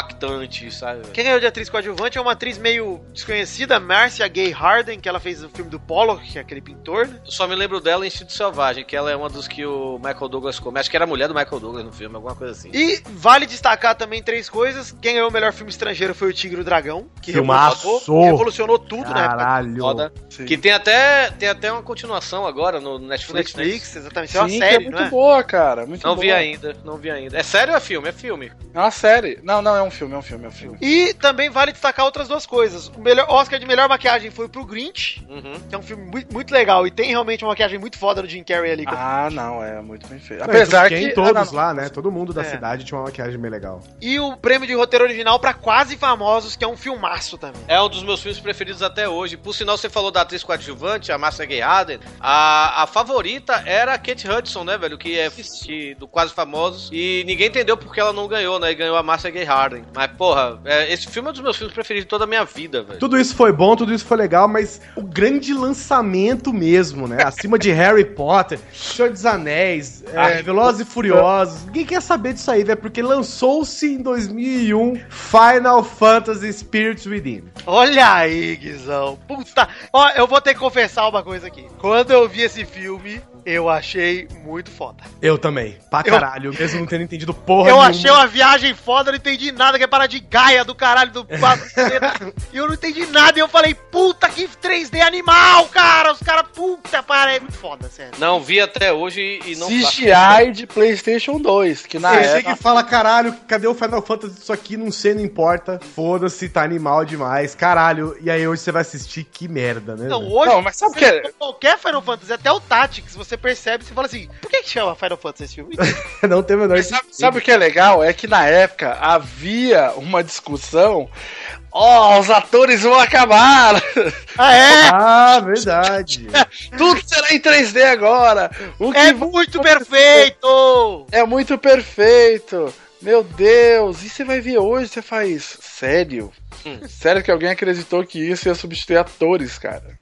[SPEAKER 2] impactante, sabe? velho?
[SPEAKER 3] Quem ganhou de atriz coadjuvante é uma atriz meio desconhecida, Marcia Gay Harden, que ela fez o filme do Pollock, que é aquele pintor, né?
[SPEAKER 2] Eu só me lembro dela em Instinto Selvagem, que ela é uma dos que o Michael Douglas come. Acho que era a mulher do Michael Douglas no filme, alguma coisa assim.
[SPEAKER 3] E vale destacar também três coisas. Quem ganhou o melhor filme estrangeiro foi o Tigre e o Dragão, que
[SPEAKER 4] Filmaço!
[SPEAKER 3] revolucionou, revolucionou tudo na época.
[SPEAKER 4] Caralho.
[SPEAKER 2] Foda. Que tem até, tem até uma continuação agora no Netflix.
[SPEAKER 3] Netflix, exatamente.
[SPEAKER 2] Isso é uma série,
[SPEAKER 6] é muito
[SPEAKER 2] não é?
[SPEAKER 6] boa, cara. Muito
[SPEAKER 2] não vi
[SPEAKER 6] boa.
[SPEAKER 2] ainda, não vi ainda. É sério ou é filme? É filme.
[SPEAKER 6] É uma série. Não, não, é um filme, é um filme, é um filme.
[SPEAKER 3] E também vale destacar outras duas coisas. O melhor Oscar de melhor maquiagem foi pro Grinch,
[SPEAKER 2] Uhum.
[SPEAKER 3] que é um filme muito, muito legal e tem realmente uma maquiagem muito foda no Jim Carrey ali.
[SPEAKER 6] Ah, não, é muito bem feito.
[SPEAKER 3] Apesar
[SPEAKER 4] Quem
[SPEAKER 3] que-
[SPEAKER 4] todos
[SPEAKER 3] ah, não.
[SPEAKER 4] lá, né? Todo mundo da
[SPEAKER 3] É.
[SPEAKER 4] cidade tinha uma maquiagem bem legal.
[SPEAKER 3] E o prêmio de roteiro original pra Quase Famosos, que é um filmaço também.
[SPEAKER 2] É um dos meus filmes preferidos até hoje. Por sinal, você falou da atriz coadjuvante, a Marcia Gay Harden. A, a favorita era a Kate Hudson, né, velho? Que é que- do Quase Famosos. E ninguém entendeu porque ela não ganhou, né? E ganhou a Marcia Gay Harden. Mas, porra, é, esse filme é um dos meus filmes preferidos de toda a minha vida, velho.
[SPEAKER 4] Tudo isso foi bom, tudo isso foi legal, mas o grande lançamento mesmo, né? Acima de Harry Potter, Senhor dos Anéis, é,
[SPEAKER 3] Ah,
[SPEAKER 6] Ai,
[SPEAKER 4] Velozes e Furiosos. Ninguém quer saber disso aí, velho, porque lançou-se em 2001 Final Fantasy Spirits Within.
[SPEAKER 3] Olha aí, Guizão. Puta. Ó, eu vou ter que confessar uma coisa aqui. Quando eu vi esse filme, eu achei muito foda.
[SPEAKER 4] Eu também, pra
[SPEAKER 3] Eu- <laughs>
[SPEAKER 4] caralho, mesmo não tendo entendido porra
[SPEAKER 3] eu
[SPEAKER 4] nenhuma.
[SPEAKER 3] achei uma viagem foda, eu não entendi nada, que é parar de Gaia do caralho do
[SPEAKER 6] <laughs>
[SPEAKER 3] E eu não entendi nada, e eu falei, puta que 3D animal, cara! Os caras, puta, para, é muito foda, sério.
[SPEAKER 2] Não vi até hoje e não
[SPEAKER 3] é
[SPEAKER 2] né?
[SPEAKER 6] CGI de PlayStation 2, que na
[SPEAKER 4] Tem gente
[SPEAKER 6] época.
[SPEAKER 4] que fala, caralho, cadê o Final Fantasy disso aqui? Não sei, não importa. Foda-se, tá animal demais. Caralho. E aí hoje você vai assistir, que merda, né?
[SPEAKER 3] Não,
[SPEAKER 4] velho?
[SPEAKER 3] Então, hoje,
[SPEAKER 6] Não, mas sabe o que é?
[SPEAKER 3] qualquer Final Fantasy, até o Tactics, você percebe, você fala assim, por que, que chama Final Fantasy esse
[SPEAKER 6] <laughs>
[SPEAKER 3] filme?
[SPEAKER 4] né? <laughs> não tem o menor
[SPEAKER 6] Sabe, sabe o que é legal? É que na época havia uma discussão. Ó, os atores vão acabar! <laughs>
[SPEAKER 3] Ah, é?
[SPEAKER 4] Ah, verdade.
[SPEAKER 6] Tudo será em 3D agora! O
[SPEAKER 3] é muito perfeito!
[SPEAKER 6] É muito perfeito! Meu Deus! E você vai ver hoje, você faz. Sério? Sério que alguém acreditou que isso ia substituir atores, cara?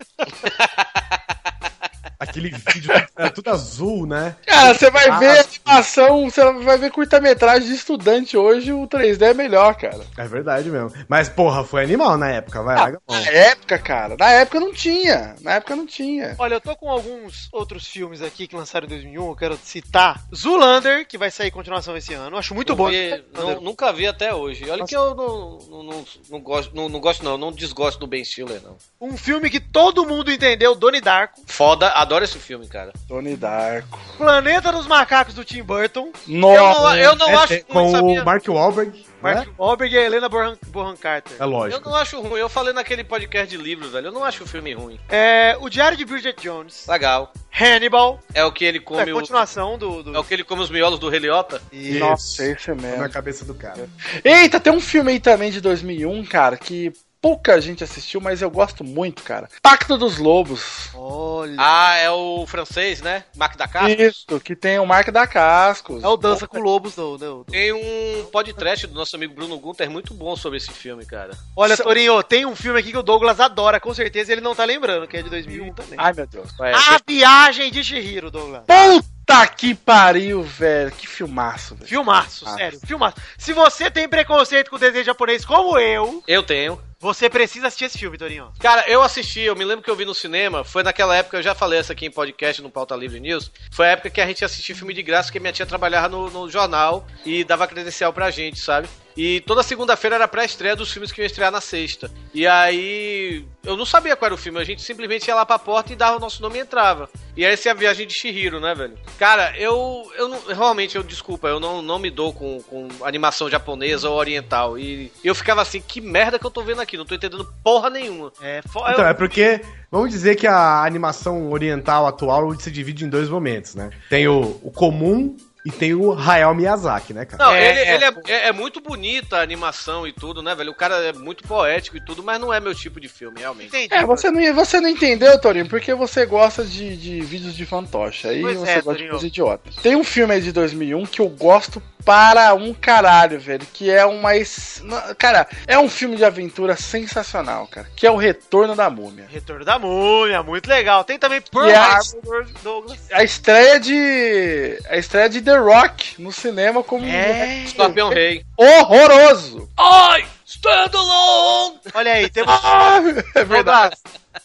[SPEAKER 4] Aquele vídeo era tudo azul, né?
[SPEAKER 6] Cara, você vai
[SPEAKER 4] Ah,
[SPEAKER 6] ver animação, você vai ver curta-metragem de estudante hoje, o 3D é melhor, cara.
[SPEAKER 4] É verdade mesmo. Mas, porra, foi animal na época,
[SPEAKER 2] Ah,
[SPEAKER 4] vai. larga a mão.
[SPEAKER 6] Na época, cara, na época não tinha. Na época não tinha.
[SPEAKER 3] Olha, eu tô com alguns outros filmes aqui que lançaram em 2001, eu quero citar Zoolander, que vai sair continuação esse ano, acho muito
[SPEAKER 2] Não
[SPEAKER 3] bom. né?
[SPEAKER 2] vi- não- nunca vi até hoje. Olha que eu não, não, não, não gosto, não, não gosto, não. Não desgosto do Ben Stiller, não.
[SPEAKER 3] Um filme que todo mundo entendeu, Donnie Darko,
[SPEAKER 2] Foda, adoro esse filme, cara.
[SPEAKER 6] Tony Darko.
[SPEAKER 3] Planeta dos Macacos do Tim Burton,
[SPEAKER 6] Nossa!
[SPEAKER 2] Eu não, eu não
[SPEAKER 4] É,
[SPEAKER 2] acho
[SPEAKER 4] é,
[SPEAKER 2] ruim,
[SPEAKER 4] Com
[SPEAKER 2] sabia?
[SPEAKER 4] o Mark Wahlberg.
[SPEAKER 3] Mark
[SPEAKER 4] né?
[SPEAKER 3] Wahlberg e a Helena Bonham, Bonham Carter.
[SPEAKER 4] É
[SPEAKER 2] Eu
[SPEAKER 4] lógico.
[SPEAKER 2] não acho ruim. Eu falei naquele podcast de livro, velho. Eu não acho o filme ruim.
[SPEAKER 3] É, o Diário de Bridget Jones,
[SPEAKER 2] Legal.
[SPEAKER 3] Hannibal,
[SPEAKER 2] É o que ele
[SPEAKER 3] é
[SPEAKER 2] come
[SPEAKER 3] a
[SPEAKER 2] o...
[SPEAKER 3] continuação do... do-
[SPEAKER 2] É o que ele come os miolos do Reliota?
[SPEAKER 6] Nossa, esse é mesmo.
[SPEAKER 4] Na cabeça do cara.
[SPEAKER 6] Eita, tem um filme aí também de 2001, cara, que pouca gente assistiu, mas eu gosto muito, cara. Pacto dos Lobos.
[SPEAKER 3] Olha.
[SPEAKER 2] Ah, é o francês, né? Mac da Casa.
[SPEAKER 6] Isso, que tem o Mark da Cascos.
[SPEAKER 3] É o Dança com Lobos, não, não.
[SPEAKER 2] Tem um podcast do nosso amigo Bruno Gunter muito bom sobre esse filme, cara.
[SPEAKER 3] Olha, Torinho, tem um filme aqui que o Douglas adora, com certeza ele não tá lembrando, que é de 2001 também.
[SPEAKER 6] Ai, meu Deus.
[SPEAKER 2] É,
[SPEAKER 3] A Viagem de Chihiro, Douglas.
[SPEAKER 6] Puta que pariu, velho. Que filmaço, velho.
[SPEAKER 3] Filmaço,
[SPEAKER 6] Ah.
[SPEAKER 3] sério, filmaço. Se você tem preconceito com o desenho japonês como eu,
[SPEAKER 2] Eu tenho.
[SPEAKER 3] você precisa assistir esse filme, Torinho.
[SPEAKER 2] Cara, eu assisti, eu me lembro que eu vi no cinema, foi naquela época, eu já falei isso aqui em podcast, no Pauta Livre News, foi a época que a gente assistia filme de graça, que minha tia trabalhava no, no jornal e dava credencial pra gente, sabe? E toda segunda-feira era a pré-estreia dos filmes que iam estrear na sexta. E aí eu não sabia qual era o filme, a gente simplesmente ia lá pra porta e dava o nosso nome e entrava. E essa é a viagem de Shihiro, né, velho? Cara, eu, eu não, realmente, eu desculpa, eu não, não me dou com, com animação japonesa ou oriental. E eu ficava assim, que merda que eu tô vendo aqui, não tô entendendo porra nenhuma.
[SPEAKER 3] É,
[SPEAKER 4] Então, é porque. Vamos dizer que a animação oriental atual se divide em dois momentos, né? Tem o, o comum e tem o Hayao Miyazaki, né, cara?
[SPEAKER 2] Não, ele, ele é, é- é muito bonita a animação e tudo, né, velho? O cara é muito poético e tudo, mas não é meu tipo de filme, realmente.
[SPEAKER 6] É, você não, você não entendeu, Torinho, porque você gosta de, de vídeos de fantoche. Aí
[SPEAKER 2] Pois
[SPEAKER 6] você
[SPEAKER 2] é,
[SPEAKER 6] gosta
[SPEAKER 2] Torinho.
[SPEAKER 6] de coisa idiota. Tem um filme aí de 2001 que eu gosto para um caralho, velho. Que é uma. es- na- Cara, é um filme de aventura sensacional, cara. Que é o Retorno da Múmia.
[SPEAKER 3] Retorno da Múmia, muito legal. Tem também Pearl
[SPEAKER 6] E a-
[SPEAKER 3] Harbor, Douglas.
[SPEAKER 6] A estreia de. A estreia de The Rock no cinema como. um
[SPEAKER 3] É.
[SPEAKER 2] Escorpião Rei.
[SPEAKER 6] Horroroso!
[SPEAKER 2] I stand alone!
[SPEAKER 3] Olha aí, temos. <laughs>
[SPEAKER 6] é verdade.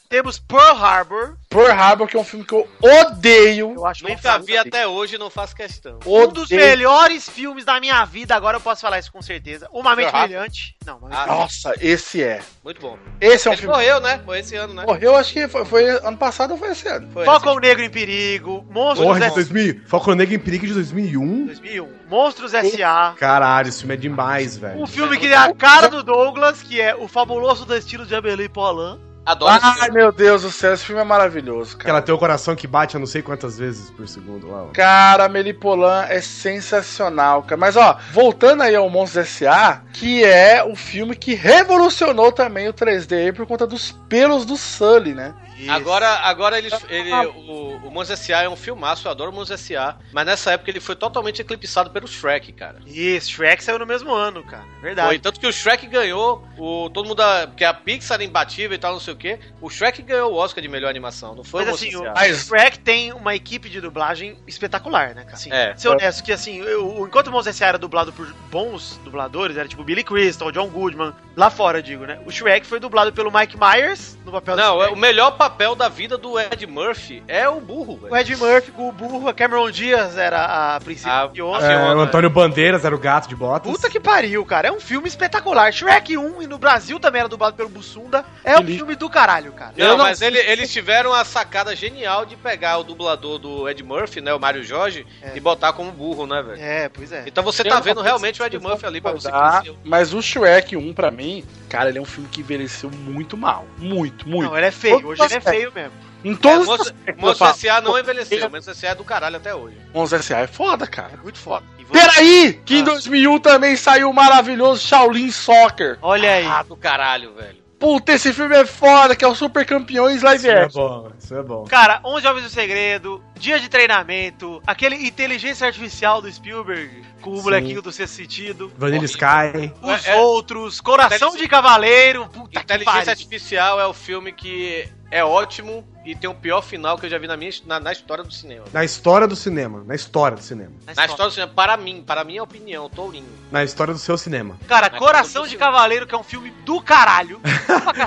[SPEAKER 3] Temos Pearl Harbor.
[SPEAKER 6] <laughs> Pearl Harbor, que é um filme que eu odeio. Eu
[SPEAKER 3] acho é
[SPEAKER 2] Nunca vi até hoje, não faço questão.
[SPEAKER 3] Um dos melhores filmes da minha vida, agora eu posso falar isso com certeza. Uma Mente
[SPEAKER 6] Pearl Harbor?
[SPEAKER 3] Brilhante. Não, uma
[SPEAKER 2] Ah,
[SPEAKER 6] Nossa, esse é.
[SPEAKER 2] Muito bom.
[SPEAKER 6] Esse é
[SPEAKER 3] Então,
[SPEAKER 6] um
[SPEAKER 2] Ele
[SPEAKER 6] filme.
[SPEAKER 2] morreu, né? Morreu esse ano, né?
[SPEAKER 6] Morreu, acho que foi, foi ano passado ou foi esse ano?
[SPEAKER 2] Foi.
[SPEAKER 3] Falcão Negro em Perigo, Monstros
[SPEAKER 4] Porra, de
[SPEAKER 3] S-
[SPEAKER 4] 2000. Falcão Negro em Perigo de 2001.
[SPEAKER 3] 2001, Monstros S.A.
[SPEAKER 4] Caralho, esse filme é demais, velho.
[SPEAKER 3] Um filme que é a cara do Douglas, que é O Fabuloso Destino de Amélie Polan.
[SPEAKER 2] Adoro
[SPEAKER 6] Ai, meu Deus do céu, esse filme é maravilhoso, cara.
[SPEAKER 4] Que ela tem o coração que bate a não sei quantas vezes por segundo lá. ó.
[SPEAKER 6] Cara, Melipolan é sensacional, cara. Mas ó, voltando aí ao Monstros S.A., que é o filme que revolucionou também o 3D aí por conta dos pelos do Sully, né?
[SPEAKER 3] Ah,
[SPEAKER 2] Agora, agora ele, ele, o, o Mons S.A. é um filmaço, eu adoro o Mons S.A. Mas nessa época ele foi totalmente eclipsado pelo Shrek, cara.
[SPEAKER 3] Isso, Shrek saiu no mesmo ano, cara. Verdade.
[SPEAKER 2] Foi, tanto que o Shrek ganhou, o, todo mundo, a- porque a Pixar era imbatível e tal, não sei o quê. O Shrek ganhou o Oscar de melhor animação, não foi
[SPEAKER 3] Mas
[SPEAKER 2] o Mons
[SPEAKER 3] assim, o
[SPEAKER 2] S.A.
[SPEAKER 3] o Shrek tem uma equipe de dublagem espetacular, né, cara? Assim,
[SPEAKER 2] É.
[SPEAKER 3] Ser honesto, que assim, eu- o- enquanto o Mons S.A. era dublado por bons dubladores, era tipo Billy Crystal, John Goodman, lá fora, digo, né? O Shrek foi dublado pelo Mike Myers, no papel
[SPEAKER 2] Não,
[SPEAKER 3] do
[SPEAKER 2] é, o melhor papel da vida do Ed Murphy é o burro, velho.
[SPEAKER 3] O Ed Murphy, o burro, a Cameron Diaz era a
[SPEAKER 2] Ah,
[SPEAKER 3] princípio de
[SPEAKER 4] É,
[SPEAKER 3] ontem.
[SPEAKER 4] o Antônio Bandeiras era o gato de botas.
[SPEAKER 3] Puta que pariu, cara. É um filme espetacular. Shrek 1, e no Brasil também era dublado pelo Bussunda. É um filme do caralho, cara.
[SPEAKER 2] Não, mas ele- eles tiveram a sacada genial de pegar o dublador do Ed Murphy, né, o Mário Jorge, e botar como burro, né, velho?
[SPEAKER 3] É, pois é.
[SPEAKER 2] Então você
[SPEAKER 6] Eu
[SPEAKER 2] tá
[SPEAKER 6] não
[SPEAKER 2] vendo
[SPEAKER 6] sei
[SPEAKER 2] realmente
[SPEAKER 6] se
[SPEAKER 2] o Ed
[SPEAKER 6] vocês
[SPEAKER 2] Murphy ali pra você
[SPEAKER 6] Tá,
[SPEAKER 2] conhecer.
[SPEAKER 6] mas o Shrek 1, pra mim, cara, ele é um filme que envelheceu muito mal. Muito, muito.
[SPEAKER 3] Não, ele é feio. Hoje ele é feio mesmo.
[SPEAKER 6] Em
[SPEAKER 2] É,
[SPEAKER 6] todos
[SPEAKER 2] Monstro-
[SPEAKER 6] aspectos,
[SPEAKER 2] Monstro
[SPEAKER 6] eu falo.
[SPEAKER 2] S.A. não envelheceu, mas S.A. é do caralho até hoje.
[SPEAKER 6] Monstros S.A. é foda, cara.
[SPEAKER 3] Muito foda.
[SPEAKER 6] Peraí, que em 2001 também saiu o maravilhoso Shaolin Soccer.
[SPEAKER 3] Olha aí.
[SPEAKER 2] Ah, do caralho, velho.
[SPEAKER 3] Tá
[SPEAKER 6] Puta, esse filme é foda, que é o Super Campeões Live
[SPEAKER 4] Isso é
[SPEAKER 6] Action.
[SPEAKER 4] bom, isso é bom.
[SPEAKER 3] Cara, 11 Homens do Segredo, Dia de Treinamento, aquele Inteligência Artificial do Spielberg, com o
[SPEAKER 4] Sim.
[SPEAKER 3] molequinho do Sexto Sentido,
[SPEAKER 4] Vanilla Sky.
[SPEAKER 2] É,
[SPEAKER 3] Os Outros, Coração de Cavaleiro, puta que
[SPEAKER 2] Inteligência
[SPEAKER 3] pariu.
[SPEAKER 2] Artificial é o filme que é ótimo e tem o pior final que eu já vi na, minha, na, na história do cinema.
[SPEAKER 4] Na história do cinema. Na história do cinema.
[SPEAKER 3] É
[SPEAKER 2] Na, história do cinema, para mim, para minha opinião, tourinho.
[SPEAKER 4] Na história do seu cinema.
[SPEAKER 3] Cara, Coração de Cavaleiro, que é um filme
[SPEAKER 4] <laughs>
[SPEAKER 3] do caralho.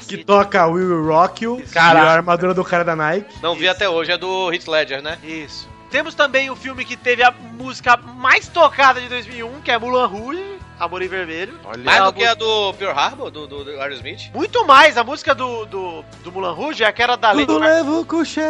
[SPEAKER 4] Que toca We Will Rock You e a armadura do cara da Nike.
[SPEAKER 2] Não vi até hoje, é do Heath Ledger, né?
[SPEAKER 3] Isso. Temos também o filme que teve a música mais tocada de 2001, que é Mulan Rouge, Amor e Vermelho.
[SPEAKER 2] Mais do que
[SPEAKER 3] a
[SPEAKER 2] a do Pearl Harbor, do, do, do Aerosmith?
[SPEAKER 3] Muito mais, a música do, do, do Mulan Rouge é aquela da Lady,
[SPEAKER 4] Tudo
[SPEAKER 3] Mar...
[SPEAKER 4] levo né, com
[SPEAKER 3] Isso.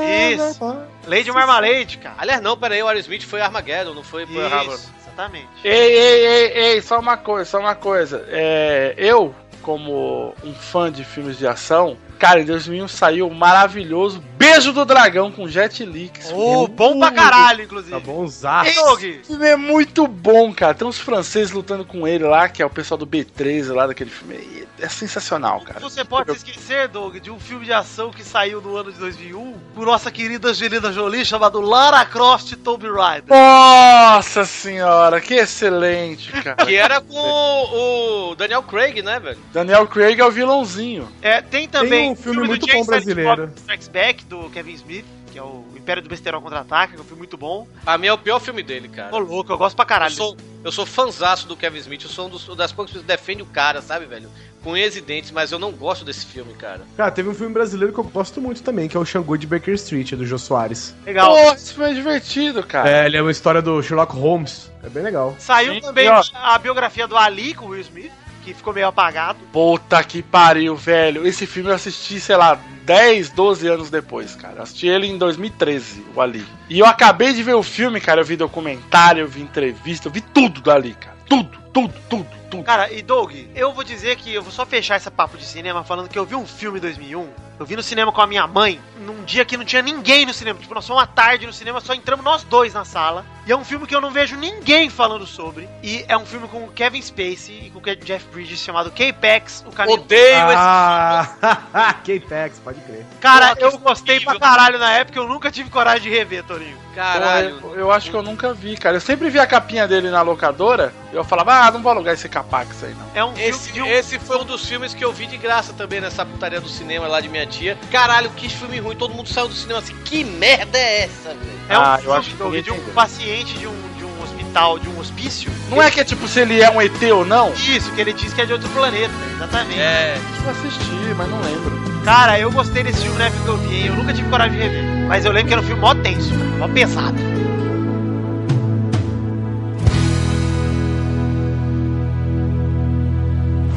[SPEAKER 3] Lady Marmalade, cara.
[SPEAKER 2] Aliás, não, peraí, o Aerosmith foi Armageddon, não foi Pearl Harbor.
[SPEAKER 3] Isso, exatamente.
[SPEAKER 6] Ei, ei, ei, ei, só uma coisa, só uma coisa. É, eu, como um fã de filmes de ação, cara, em 2001 saiu o maravilhoso Beijo do Dragão com Jet Li. que esse
[SPEAKER 3] Oh,
[SPEAKER 6] filme é
[SPEAKER 3] bom pra
[SPEAKER 6] muito-
[SPEAKER 3] caralho, inclusive.
[SPEAKER 4] Tá bom usar.
[SPEAKER 6] Esse filme é muito bom, cara. Tem uns franceses lutando com ele lá, que é o pessoal do B13 lá daquele filme. E É sensacional, cara.
[SPEAKER 3] Você pode se esquecer, Doug, de um filme de ação que saiu no ano de 2001 por nossa querida Angelina Jolie, chamado Lara Croft Tomb Raider.
[SPEAKER 6] Nossa senhora, que excelente, cara.
[SPEAKER 2] Que era com o, o Daniel Craig, né, velho?
[SPEAKER 6] Daniel Craig é o vilãozinho.
[SPEAKER 3] É, tem também
[SPEAKER 6] Tem um
[SPEAKER 3] o
[SPEAKER 6] filme muito
[SPEAKER 3] do James
[SPEAKER 6] bom brasileiro.
[SPEAKER 3] Bob Strikes Back, do Kevin Smith, que é o Império do Besterol Contra-Ataca, que é um filme muito bom.
[SPEAKER 2] Pra mim é o pior filme dele, cara.
[SPEAKER 3] Ô, louco, eu gosto pra caralho.
[SPEAKER 2] Eu sou, Eu sou fanzaço do Kevin Smith. Eu sou um dos, das poucas pessoas que defende o cara, sabe, velho? Com ex e dentes, mas eu não gosto desse filme, cara.
[SPEAKER 4] Cara, teve um filme brasileiro que eu gosto muito também, que é o Xangô de Baker Street, do Jô Soares.
[SPEAKER 2] Legal.
[SPEAKER 6] Pô, esse filme é divertido, cara.
[SPEAKER 4] É, ele é uma história do Sherlock Holmes. É bem legal.
[SPEAKER 3] Saiu
[SPEAKER 6] Sim,
[SPEAKER 3] também
[SPEAKER 6] e ó-
[SPEAKER 3] a biografia do Ali com o Will Smith, que ficou meio apagado.
[SPEAKER 6] Puta que pariu, velho. Esse filme eu assisti, sei lá, 10, 12 anos depois, cara. Eu assisti ele em 2013, o Ali. E eu acabei de ver o filme, cara. Eu vi documentário, eu vi entrevista, eu vi tudo do Ali, cara. Tudo, tudo, tudo.
[SPEAKER 3] Cara, e Doug, eu vou dizer que eu vou só fechar esse papo de cinema falando que eu vi um filme em 2001. Eu vi no cinema com a minha mãe, num dia que não tinha ninguém no cinema. Tipo, nós fomos uma tarde no cinema, só entramos nós dois na sala. E é um filme que eu não vejo ninguém falando sobre. E é um filme com o Kevin Spacey e com o Jeff Bridges chamado K-Pax, o caminho.
[SPEAKER 2] Odeio
[SPEAKER 4] Ah, <laughs> K-Tex, pode crer.
[SPEAKER 3] Cara, eu gostei pra caralho na época, eu nunca tive coragem de rever, Torinho.
[SPEAKER 6] Caralho. Eu, eu acho que eu nunca vi, cara. Eu sempre vi a capinha dele na locadora e eu falava, ah, não vou alugar esse capax aí, não.
[SPEAKER 3] É um
[SPEAKER 2] esse, esse foi um dos filmes que eu vi de graça também nessa putaria do cinema lá de minha tia. Caralho, que filme ruim. Todo mundo saiu do cinema assim. Que merda é essa, velho?
[SPEAKER 3] É um
[SPEAKER 6] Ah, eu
[SPEAKER 3] filme,
[SPEAKER 6] acho que
[SPEAKER 3] Doug,
[SPEAKER 6] ninguém
[SPEAKER 3] de um
[SPEAKER 6] entendeu.
[SPEAKER 3] paciente de um, de um hospital, de um hospício.
[SPEAKER 6] Não é que é tipo se ele é um ET ou não?
[SPEAKER 3] Isso, que ele diz que é de outro planeta, exatamente.
[SPEAKER 2] É.
[SPEAKER 6] Eu assisti, mas não lembro.
[SPEAKER 3] Cara, eu gostei desse filme na época que eu vi, hein? eu nunca tive coragem de rever. Mas eu lembro que era um filme mó tenso, mó pesado.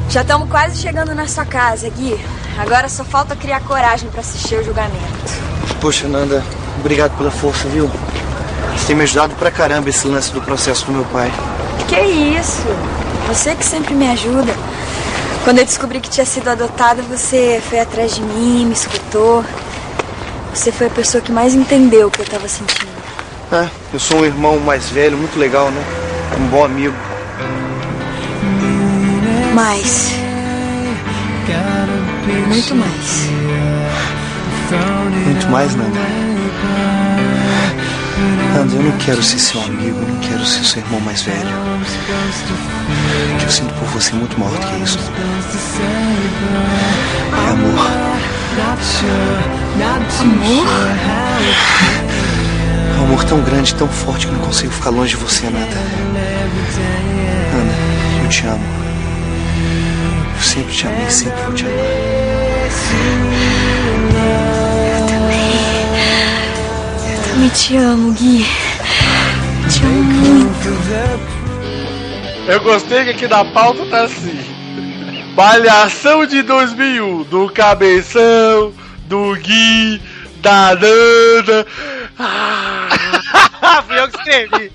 [SPEAKER 21] Já estamos quase chegando na sua casa, Gui. Agora só falta criar coragem para assistir o julgamento.
[SPEAKER 23] Poxa, Nanda, obrigado pela força, viu? Você tem me ajudado pra caramba esse lance do processo do meu pai.
[SPEAKER 21] Que isso? Você que sempre me ajuda. Quando eu descobri que tinha sido adotada, você foi atrás de mim, me escutou. Você foi a pessoa que mais entendeu o que eu tava sentindo.
[SPEAKER 23] É, eu sou um irmão mais velho, muito legal, né? Um bom amigo.
[SPEAKER 21] Mais. Muito mais.
[SPEAKER 23] Muito mais, Nanda. Nanda, eu não quero ser seu amigo, eu não quero ser seu irmão mais velho. O que eu sinto por você é muito maior do que isso. É amor.
[SPEAKER 21] Amor?
[SPEAKER 23] É um amor tão grande, tão forte que eu não consigo ficar longe de você, Nanda. Ana, eu te amo. Eu sempre te amei, sempre vou te amar.
[SPEAKER 21] Eu também te amo, Gui. Te amo muito.
[SPEAKER 6] Eu gostei que aqui na pauta tá assim. Malhação de 2001, do Cabeção, do Gui, da Ah, Nanda.
[SPEAKER 3] Fui eu que escrevi.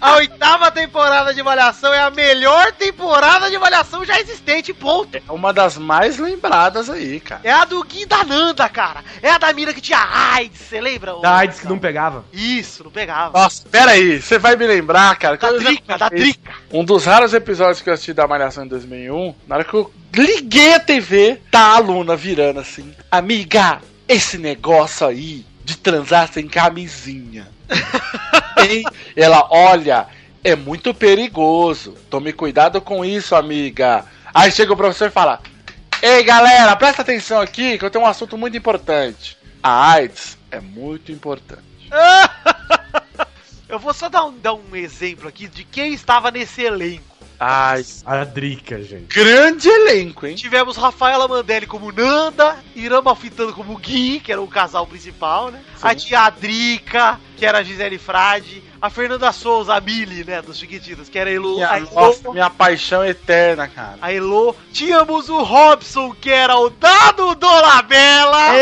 [SPEAKER 3] A oitava temporada de Malhação é a melhor temporada de Malhação já existente, ponto.
[SPEAKER 6] É uma das mais lembradas aí, cara.
[SPEAKER 3] É a do Gui da Nanda, cara. É a da mina que tinha AIDS, você lembra? ô?
[SPEAKER 4] Da AIDS que não pegava.
[SPEAKER 3] Isso, não pegava.
[SPEAKER 6] Nossa, pera aí, você vai me lembrar, cara. que
[SPEAKER 3] Da
[SPEAKER 6] eu já
[SPEAKER 3] trica, da
[SPEAKER 6] contei.
[SPEAKER 3] trica.
[SPEAKER 6] Um dos raros episódios que eu assisti da Malhação em 2001, na hora que eu liguei a TV, tá a aluna virando assim. Amiga, esse negócio aí de transar sem camisinha.
[SPEAKER 3] <laughs>
[SPEAKER 6] hein? Ela, olha, é muito perigoso. Tome cuidado com isso, amiga. Aí chega o professor e fala: Ei, galera, presta atenção aqui que eu tenho um assunto muito importante. A AIDS é muito importante.
[SPEAKER 3] Eu vou só dar um, dar um exemplo aqui de quem estava nesse elenco.
[SPEAKER 6] Ai.
[SPEAKER 4] A Drica, gente.
[SPEAKER 6] Grande elenco, hein?
[SPEAKER 3] Tivemos Rafaela Mandelli como Nanda, Irã Malfitano como Gui, que era o casal principal, né? A tia Adrica, que era a Gisele Frade. A Fernanda Souza, a Mili, né? Dos Chiquititas, que era a Elo.
[SPEAKER 6] Minha,
[SPEAKER 3] A
[SPEAKER 6] nossa,
[SPEAKER 3] Elo,
[SPEAKER 6] minha paixão eterna, cara.
[SPEAKER 3] a Elo. Tínhamos o Robson, que era o Dado Dolabella.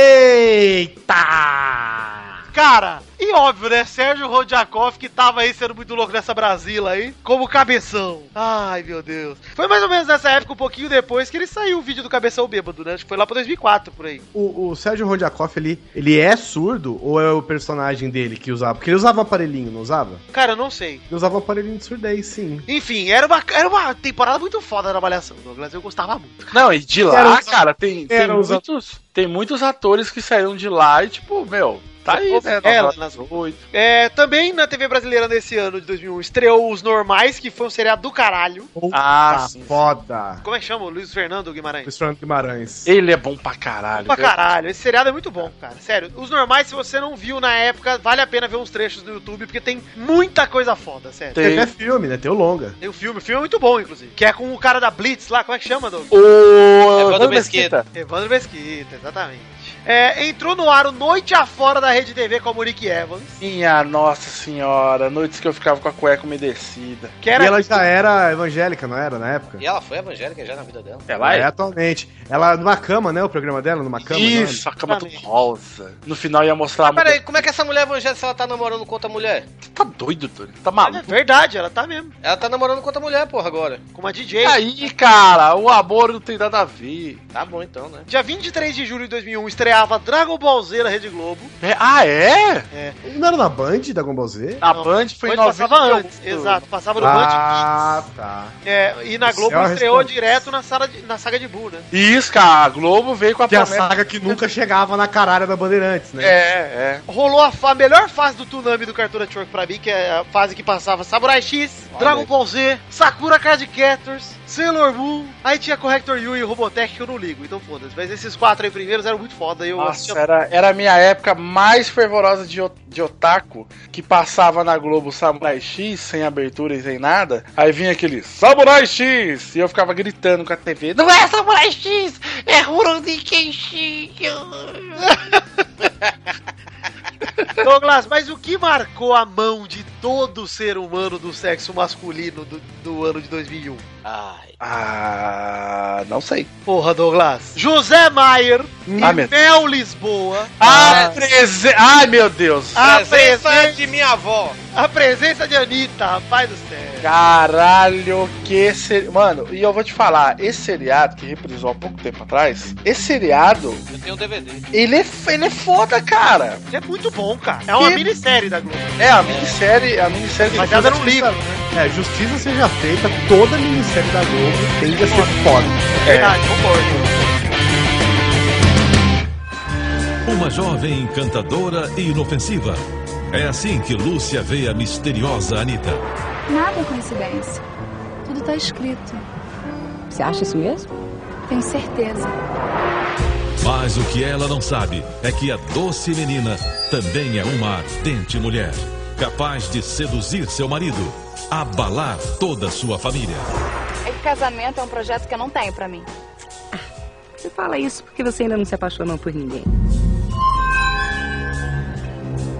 [SPEAKER 4] Eita!
[SPEAKER 3] Cara, e óbvio, né? Sérgio Rodjakov, que tava aí sendo muito louco nessa Brasília aí, como cabeção. Ai, meu Deus. Foi mais ou menos nessa época, um pouquinho depois, que ele saiu o vídeo do Cabeção Bêbado, né? Acho que foi lá pra 2004, por aí.
[SPEAKER 4] O, o Sérgio Rodjakoff, ele, ele é surdo ou é o personagem dele que usava? Porque ele usava aparelhinho, não usava?
[SPEAKER 3] Cara, eu não sei.
[SPEAKER 4] Ele usava aparelhinho de surdez, sim.
[SPEAKER 3] Enfim, era uma, era uma temporada muito foda da Malhação, Douglas. Eu gostava muito.
[SPEAKER 6] Não, e de lá,
[SPEAKER 3] Eram os-
[SPEAKER 6] cara, tem, tem
[SPEAKER 3] eram os
[SPEAKER 6] muitos, tem muitos atores que saíram de lá e, tipo, meu, Tá aí, né?
[SPEAKER 3] Ela.
[SPEAKER 6] nas ruas.
[SPEAKER 3] É, também na TV brasileira nesse ano de 2001 estreou Os Normais, que foi um seriado do caralho.
[SPEAKER 4] Ah, sim. foda.
[SPEAKER 3] Como é que chama? O Luiz Fernando Guimarães.
[SPEAKER 4] Luiz Fernando Guimarães.
[SPEAKER 6] Ele é bom pra caralho.
[SPEAKER 3] Pra caralho, esse seriado é muito bom, cara. Sério, os normais, se você não viu na época, vale a pena ver uns trechos no YouTube, porque tem muita coisa foda, sério.
[SPEAKER 4] Tem até filme, né? Tem o longa.
[SPEAKER 3] Tem o filme, o filme é muito bom, inclusive. Que é com o cara da Blitz lá, como é que chama, Doug?
[SPEAKER 4] É
[SPEAKER 6] O...
[SPEAKER 2] Evandro Mesquita.
[SPEAKER 6] tá.
[SPEAKER 3] Evandro Mesquita, exatamente. É, entrou no ar o Noite Afora da Rede TV com a Monique Evans.
[SPEAKER 6] Minha nossa senhora, noites que eu ficava com a cueca umedecida.
[SPEAKER 3] Que era-
[SPEAKER 4] E ela já era evangélica, não era, na época?
[SPEAKER 2] E ela foi evangélica já na vida dela.
[SPEAKER 4] é? atualmente. Ela numa cama, né? O programa dela, numa cama. é?
[SPEAKER 6] Isso, a cama toda rosa. No final ia mostrar a
[SPEAKER 2] Pera aí,
[SPEAKER 6] mulher.
[SPEAKER 2] como é que essa mulher evangélica, se ela tá namorando com outra mulher?
[SPEAKER 6] Tá doido, Tony? Tá
[SPEAKER 3] É
[SPEAKER 6] maluco?
[SPEAKER 3] verdade, ela tá mesmo.
[SPEAKER 2] Ela tá namorando com outra mulher, porra, agora.
[SPEAKER 3] Com uma
[SPEAKER 6] E
[SPEAKER 4] Ah,
[SPEAKER 3] DJ.
[SPEAKER 6] aí, cara, o amor não tem nada a ver.
[SPEAKER 2] Tá bom então, né?
[SPEAKER 3] Dia 23 de julho de 2001 estreava Dragon Ball Z na Rede Globo.
[SPEAKER 6] É- ah, é?
[SPEAKER 3] É.
[SPEAKER 4] Não era na Band, da Ball Z?
[SPEAKER 6] A Band foi em
[SPEAKER 3] Band passava
[SPEAKER 6] 91.
[SPEAKER 3] antes, exato. Passava no
[SPEAKER 4] Ah, tá.
[SPEAKER 3] Band. É, e na
[SPEAKER 4] Isso
[SPEAKER 3] Globo
[SPEAKER 4] é uma
[SPEAKER 3] estreou
[SPEAKER 4] resposta.
[SPEAKER 3] direto na, sala de- na saga de Buu, né?
[SPEAKER 6] Isso, cara, a Globo veio com a
[SPEAKER 4] Que é a
[SPEAKER 6] promessa.
[SPEAKER 4] saga que nunca chegava na caralha da Bandeirantes, né?
[SPEAKER 6] É, é.
[SPEAKER 3] Rolou a, fa- a melhor fase do Tsunami do Cartoon Network pra mim, que é a fase que passava Samurai X, Dragon Ball Z, Sakura Card Captors, Sailor Moon, aí tinha Corrector Yu e Robotech que eu não ligo, então foda-se. Mas esses quatro aí primeiros eram muito foda, eu
[SPEAKER 6] Nossa,
[SPEAKER 3] assistia...
[SPEAKER 6] era, era a minha época mais fervorosa de, o- de otaku, que passava na Globo Samurai X, sem abertura e sem nada. Aí vinha aquele Samurai X! E eu ficava gritando com a TV. Não é Samurai X! É Rurouni Kenshin!
[SPEAKER 3] Douglas, mas o que marcou a mão de todo ser humano do sexo masculino do, do ano de 2001?
[SPEAKER 2] Ai.
[SPEAKER 6] Ah, não sei.
[SPEAKER 3] Porra, Douglas. José Maier,
[SPEAKER 6] Ah,
[SPEAKER 3] e
[SPEAKER 6] meu-
[SPEAKER 3] Mel Lisboa,
[SPEAKER 6] Ah, prese... Ai, meu Deus!
[SPEAKER 2] Ah.
[SPEAKER 3] a,
[SPEAKER 2] Presença
[SPEAKER 3] presen
[SPEAKER 2] de minha avó.
[SPEAKER 3] a presença de Anitta, rapaz do céu.
[SPEAKER 6] Caralho, que ser... Mano, e eu vou te falar, esse seriado que reprisou há pouco tempo atrás, esse seriado,
[SPEAKER 2] Eu tenho um DVD.
[SPEAKER 6] ele é, f- ele é foda, cara.
[SPEAKER 3] É muito bom, cara. É uma
[SPEAKER 6] Que-
[SPEAKER 3] minissérie da Globo.
[SPEAKER 6] É, a minissérie, a minissérie assim. que
[SPEAKER 3] Baseada num livro.
[SPEAKER 4] É, justiça seja feita, toda minissérie da Globo tende a ser foda.
[SPEAKER 3] Verdade, concordo.
[SPEAKER 1] Uma jovem encantadora e inofensiva. É assim que Lúcia vê a misteriosa Anitta.
[SPEAKER 21] Nada é coincidência. Tudo tá escrito.
[SPEAKER 15] Você acha isso mesmo?
[SPEAKER 21] Tenho certeza.
[SPEAKER 1] Mas o que ela não sabe é que a doce menina também é uma ardente mulher, capaz de seduzir seu marido, abalar toda sua família.
[SPEAKER 20] É que casamento é um projeto que eu não tenho pra mim.
[SPEAKER 15] Você fala isso porque você ainda não se apaixonou por ninguém.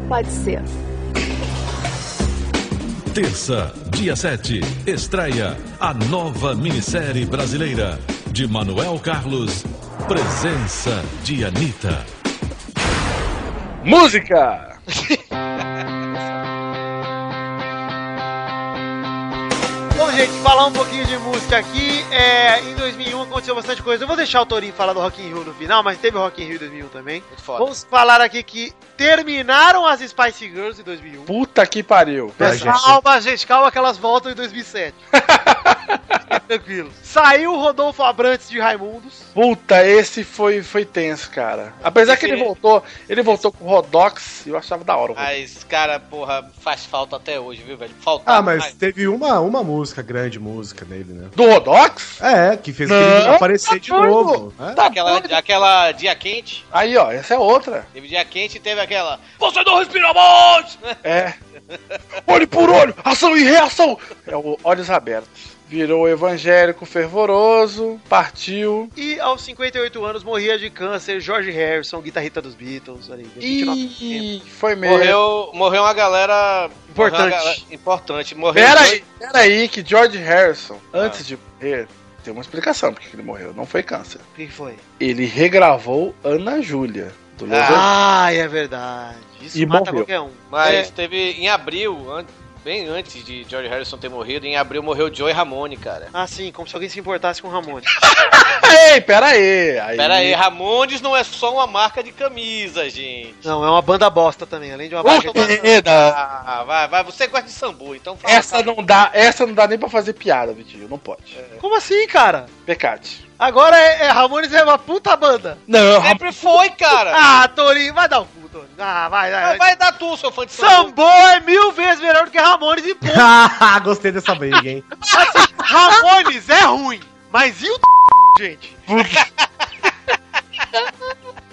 [SPEAKER 20] Pode ser.
[SPEAKER 1] Terça, dia 7, estreia a nova minissérie brasileira de Manuel Carlos, Presença de Anitta.
[SPEAKER 6] Música!
[SPEAKER 3] Bom, gente, falar um pouquinho de música aqui. É, em 2001 aconteceu bastante coisa. Eu vou deixar o Torinho falar do Rock in Rio no final, mas teve Rock in Rio em 2001 também.
[SPEAKER 2] Muito foda.
[SPEAKER 3] Vamos falar aqui que terminaram as Spice Girls em 2001.
[SPEAKER 6] Puta que pariu.
[SPEAKER 3] Mas calma, gente, calma que elas voltam em 2007.
[SPEAKER 6] <laughs>
[SPEAKER 3] Fiquem Tranquilos. Saiu o Rodolfo Abrantes de Raimundos.
[SPEAKER 6] Puta, esse foi, foi tenso, cara. Apesar que ele
[SPEAKER 2] Esse- é- Ah,
[SPEAKER 6] voltou, ele voltou com o Rodox, eu achava da hora. o Rodox.
[SPEAKER 2] Mas, cara, porra, faz falta até hoje, viu, velho? Faltava.
[SPEAKER 4] Ah, mas
[SPEAKER 2] mais.
[SPEAKER 4] teve uma, uma música, grande música nele, né?
[SPEAKER 6] Do Rodox?
[SPEAKER 4] É, que fez
[SPEAKER 6] Não,
[SPEAKER 4] ele aparecer
[SPEAKER 6] tá
[SPEAKER 4] de
[SPEAKER 6] doido.
[SPEAKER 4] novo. né?
[SPEAKER 6] Tá
[SPEAKER 2] Aquela,
[SPEAKER 6] doido.
[SPEAKER 2] aquela dia quente.
[SPEAKER 6] Aí, ó, essa é outra.
[SPEAKER 2] Teve dia quente e teve aquela. Você não respira mais!
[SPEAKER 6] É. olho por olho, ação e reação. É o Olhos Abertos. Virou evangélico fervoroso, partiu.
[SPEAKER 3] E aos 58 anos morria de câncer George Harrison, guitarrista dos Beatles. Olha aí, deu 29
[SPEAKER 6] E foi mesmo.
[SPEAKER 2] Morreu, morreu uma galera.
[SPEAKER 3] Importante.
[SPEAKER 2] morreu uma galera- importante. Morreu.
[SPEAKER 6] Pera
[SPEAKER 2] dois-
[SPEAKER 6] aí, pera aí, que George Harrison,
[SPEAKER 3] Ah.
[SPEAKER 6] antes de morrer, tem uma explicação porque ele morreu. Não foi câncer.
[SPEAKER 3] O que foi?
[SPEAKER 6] Ele regravou Ana Júlia. Do Led Zeppelin.
[SPEAKER 3] Ah, é verdade. Isso
[SPEAKER 6] E
[SPEAKER 3] mata
[SPEAKER 6] morreu.
[SPEAKER 3] qualquer um.
[SPEAKER 2] Mas
[SPEAKER 3] É,
[SPEAKER 2] teve em abril, an- bem antes de George Harrison ter morrido, em abril morreu Joey Ramone, cara.
[SPEAKER 3] Ah, sim, como se alguém se importasse com o Ramones.
[SPEAKER 2] Ei, pera aí, aí. Pera aí, Ramones não é só uma marca de camisa, gente.
[SPEAKER 3] Não, é uma banda bosta também, além de uma
[SPEAKER 6] Ô, querida,
[SPEAKER 2] Ah, vai, vai, você gosta de sambu, então fala.
[SPEAKER 6] essa não dá, essa não dá nem pra fazer piada, Vitinho, não pode.
[SPEAKER 3] Como assim, cara?
[SPEAKER 6] Pecate.
[SPEAKER 3] Agora é, é Ramones é uma puta banda.
[SPEAKER 6] Não,
[SPEAKER 2] Sempre foi,
[SPEAKER 6] É.
[SPEAKER 2] cara.
[SPEAKER 3] Ah, Torinho, vai dar um cu, Torinho. Ah, vai, vai.
[SPEAKER 2] Mas
[SPEAKER 3] vai.
[SPEAKER 2] vai dar tu, seu fã de sambu.
[SPEAKER 3] Sambô é mil vezes melhor do que Ramones e ponto.
[SPEAKER 4] <laughs> Gostei dessa briga, hein?
[SPEAKER 3] Assim, Ramones é ruim, mas e o
[SPEAKER 4] <laughs>
[SPEAKER 3] gente?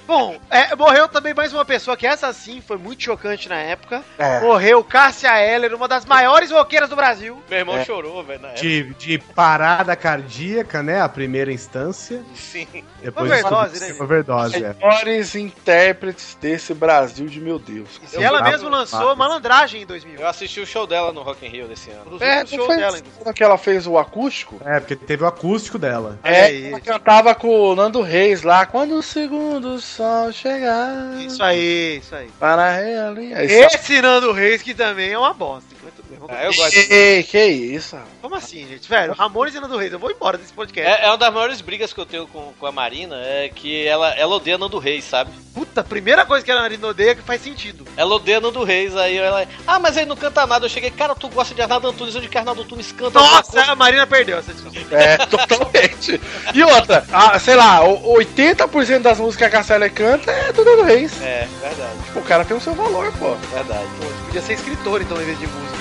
[SPEAKER 3] Bom, é, morreu também mais uma pessoa que essa sim foi muito chocante na época.
[SPEAKER 4] É.
[SPEAKER 3] Morreu Cássia Eller, uma das maiores roqueiras do Brasil.
[SPEAKER 2] Meu irmão
[SPEAKER 4] É.
[SPEAKER 2] chorou, velho, na época.
[SPEAKER 4] De, de parada cardíaca, né? A primeira instância.
[SPEAKER 2] Sim.
[SPEAKER 4] Depois descobriu
[SPEAKER 3] Overdose, né,
[SPEAKER 4] que foi Overdose, é.
[SPEAKER 6] Melhores intérpretes desse Brasil de meu Deus.
[SPEAKER 3] E ela mesma lançou Malandragem em 2000.
[SPEAKER 2] Eu assisti o show dela no Rock in Rio desse ano.
[SPEAKER 6] É,
[SPEAKER 3] É, últimos
[SPEAKER 6] não
[SPEAKER 3] shows
[SPEAKER 6] foi
[SPEAKER 3] dela,
[SPEAKER 6] dela, que ela fez o acústico?
[SPEAKER 4] É, porque teve o acústico dela.
[SPEAKER 6] É, ela cantava com o Nando Reis lá, quando o segundo sol chegar.
[SPEAKER 3] Isso aí, isso aí.
[SPEAKER 6] Para a
[SPEAKER 4] É
[SPEAKER 6] realinha. é
[SPEAKER 3] Esse Nando Reis que também é uma bosta. mas tudo bem, vamos
[SPEAKER 2] Ah, eu
[SPEAKER 6] <laughs>
[SPEAKER 3] continuar.
[SPEAKER 2] gosto.
[SPEAKER 6] Ei, que isso?
[SPEAKER 3] Como assim, gente? Velho, Ramones e Nando Reis, eu vou embora desse podcast.
[SPEAKER 2] É, é uma das maiores brigas que eu tenho com, com a Marina, é que ela, ela odeia Nando Reis, sabe?
[SPEAKER 3] Puta, a primeira coisa que a Marina odeia é que faz sentido.
[SPEAKER 2] Ela odeia Nando Reis, aí ela... Ah, mas ele não canta nada. Eu cheguei, cara, tu gosta de Arnaldo Antunes, onde que Arnaldo Antunes canta alguma
[SPEAKER 3] Nossa,
[SPEAKER 2] coisa?
[SPEAKER 3] a Marina perdeu essa discussão.
[SPEAKER 6] É, <laughs> totalmente. E outra, ah, sei lá, o- 80% das músicas que a Célia canta é do Nando Reis.
[SPEAKER 2] É, verdade,
[SPEAKER 6] O cara tem o seu valor, pô.
[SPEAKER 2] verdade.
[SPEAKER 3] Podia ser escritor, então, em vez de música.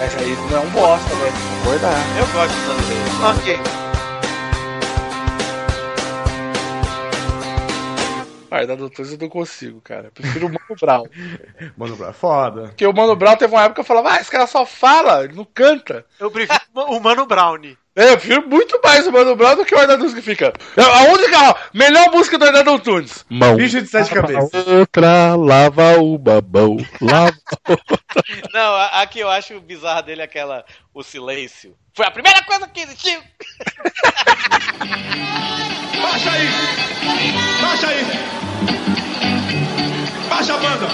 [SPEAKER 6] Essa aí não é um bosta, velho. Concordar.
[SPEAKER 2] Eu gosto de Nando Reis.
[SPEAKER 3] ok.
[SPEAKER 6] Ai, da Doutor eu não consigo, cara. Eu prefiro o Mano Brown.
[SPEAKER 4] Mano Brown, foda.
[SPEAKER 6] Porque o Mano Brown teve uma época que eu falava, ah, esse cara só fala, ele não canta.
[SPEAKER 3] Eu prefiro <laughs> o Mano Brown.
[SPEAKER 6] É, eu prefiro muito mais o Mano Brown do que o Arnaldo Antunes que fica. É A única, melhor música do Arnaldo Antunes. Mão.
[SPEAKER 4] Bicho de sete cabeças.
[SPEAKER 6] Outra, lava o babão. Lava.
[SPEAKER 2] Não, a, a que eu acho bizarra dele é aquela... O silêncio. Foi a primeira coisa que existiu.
[SPEAKER 18] Baixa aí! Baixa aí! Baixa a banda!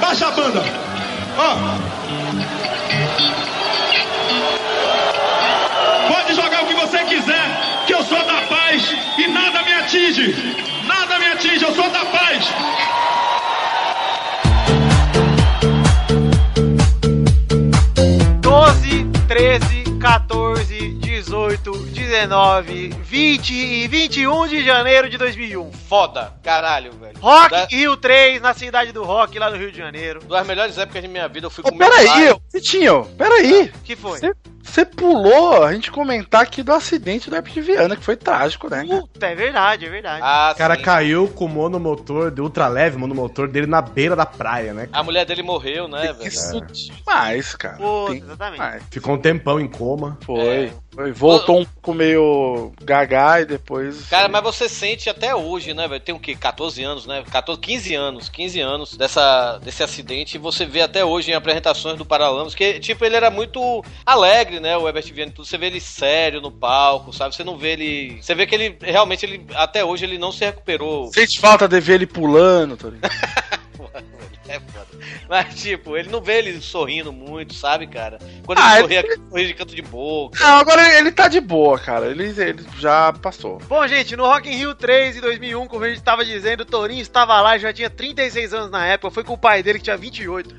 [SPEAKER 18] Baixa a banda! Ó! Pode jogar o que você quiser, que eu sou da paz e nada me atinge! Nada me atinge, eu sou da paz!
[SPEAKER 3] Doze, treze, 14, 18, 19, 20 e 21 de janeiro de 2001.
[SPEAKER 2] Foda, caralho, velho.
[SPEAKER 3] Rock
[SPEAKER 2] Da-
[SPEAKER 3] Rio 3, na cidade do rock, lá no Rio de Janeiro.
[SPEAKER 2] das melhores épocas de minha vida, eu fui
[SPEAKER 6] Ô,
[SPEAKER 2] com meu
[SPEAKER 6] peraí,
[SPEAKER 2] pai.
[SPEAKER 6] ô, Vitinho, peraí.
[SPEAKER 3] que foi?
[SPEAKER 6] Você- Você pulou a gente comentar aqui do acidente do Herpes de Viana, que foi trágico, né? cara?
[SPEAKER 3] Puta, é verdade, é verdade.
[SPEAKER 2] Ah,
[SPEAKER 4] O cara
[SPEAKER 2] sim.
[SPEAKER 4] caiu com o monomotor, de ultra leve, o monomotor dele na beira da praia, né?
[SPEAKER 2] A mulher dele morreu, né, velho?
[SPEAKER 6] Isso demais, cara.
[SPEAKER 3] Puta,
[SPEAKER 6] Tem
[SPEAKER 3] exatamente.
[SPEAKER 6] demais.
[SPEAKER 4] Ficou um tempão em coma.
[SPEAKER 6] Foi. Foi. Voltou um pouco meio gaga e depois.
[SPEAKER 2] Cara, mas você sente até hoje, né, velho? Tem o quê? 14 anos, né? 14, 15 anos, 15 anos dessa, desse acidente. E você vê até hoje em apresentações do Paralamas, que, tipo, ele era muito alegre, né? O Herbert Viana e tudo. Você vê ele sério no palco, sabe? Você não vê ele. Você vê que ele realmente, ele, até hoje, ele não se recuperou.
[SPEAKER 6] Sente falta de ver ele pulando, tá Torinho.
[SPEAKER 2] <laughs> É foda. Mas, tipo, ele não vê ele sorrindo muito, sabe, cara? Quando
[SPEAKER 6] Ah,
[SPEAKER 2] ele
[SPEAKER 6] ele-
[SPEAKER 2] sorria, ele... sorri de canto de boca.
[SPEAKER 6] Não, agora ele- ele tá de boa, cara. Ele, ele já passou.
[SPEAKER 3] Bom, gente, no Rock in Rio 3 em 2001, como a gente tava dizendo, o Torinho estava lá, já tinha 36 anos na época, foi com o pai dele que tinha 28.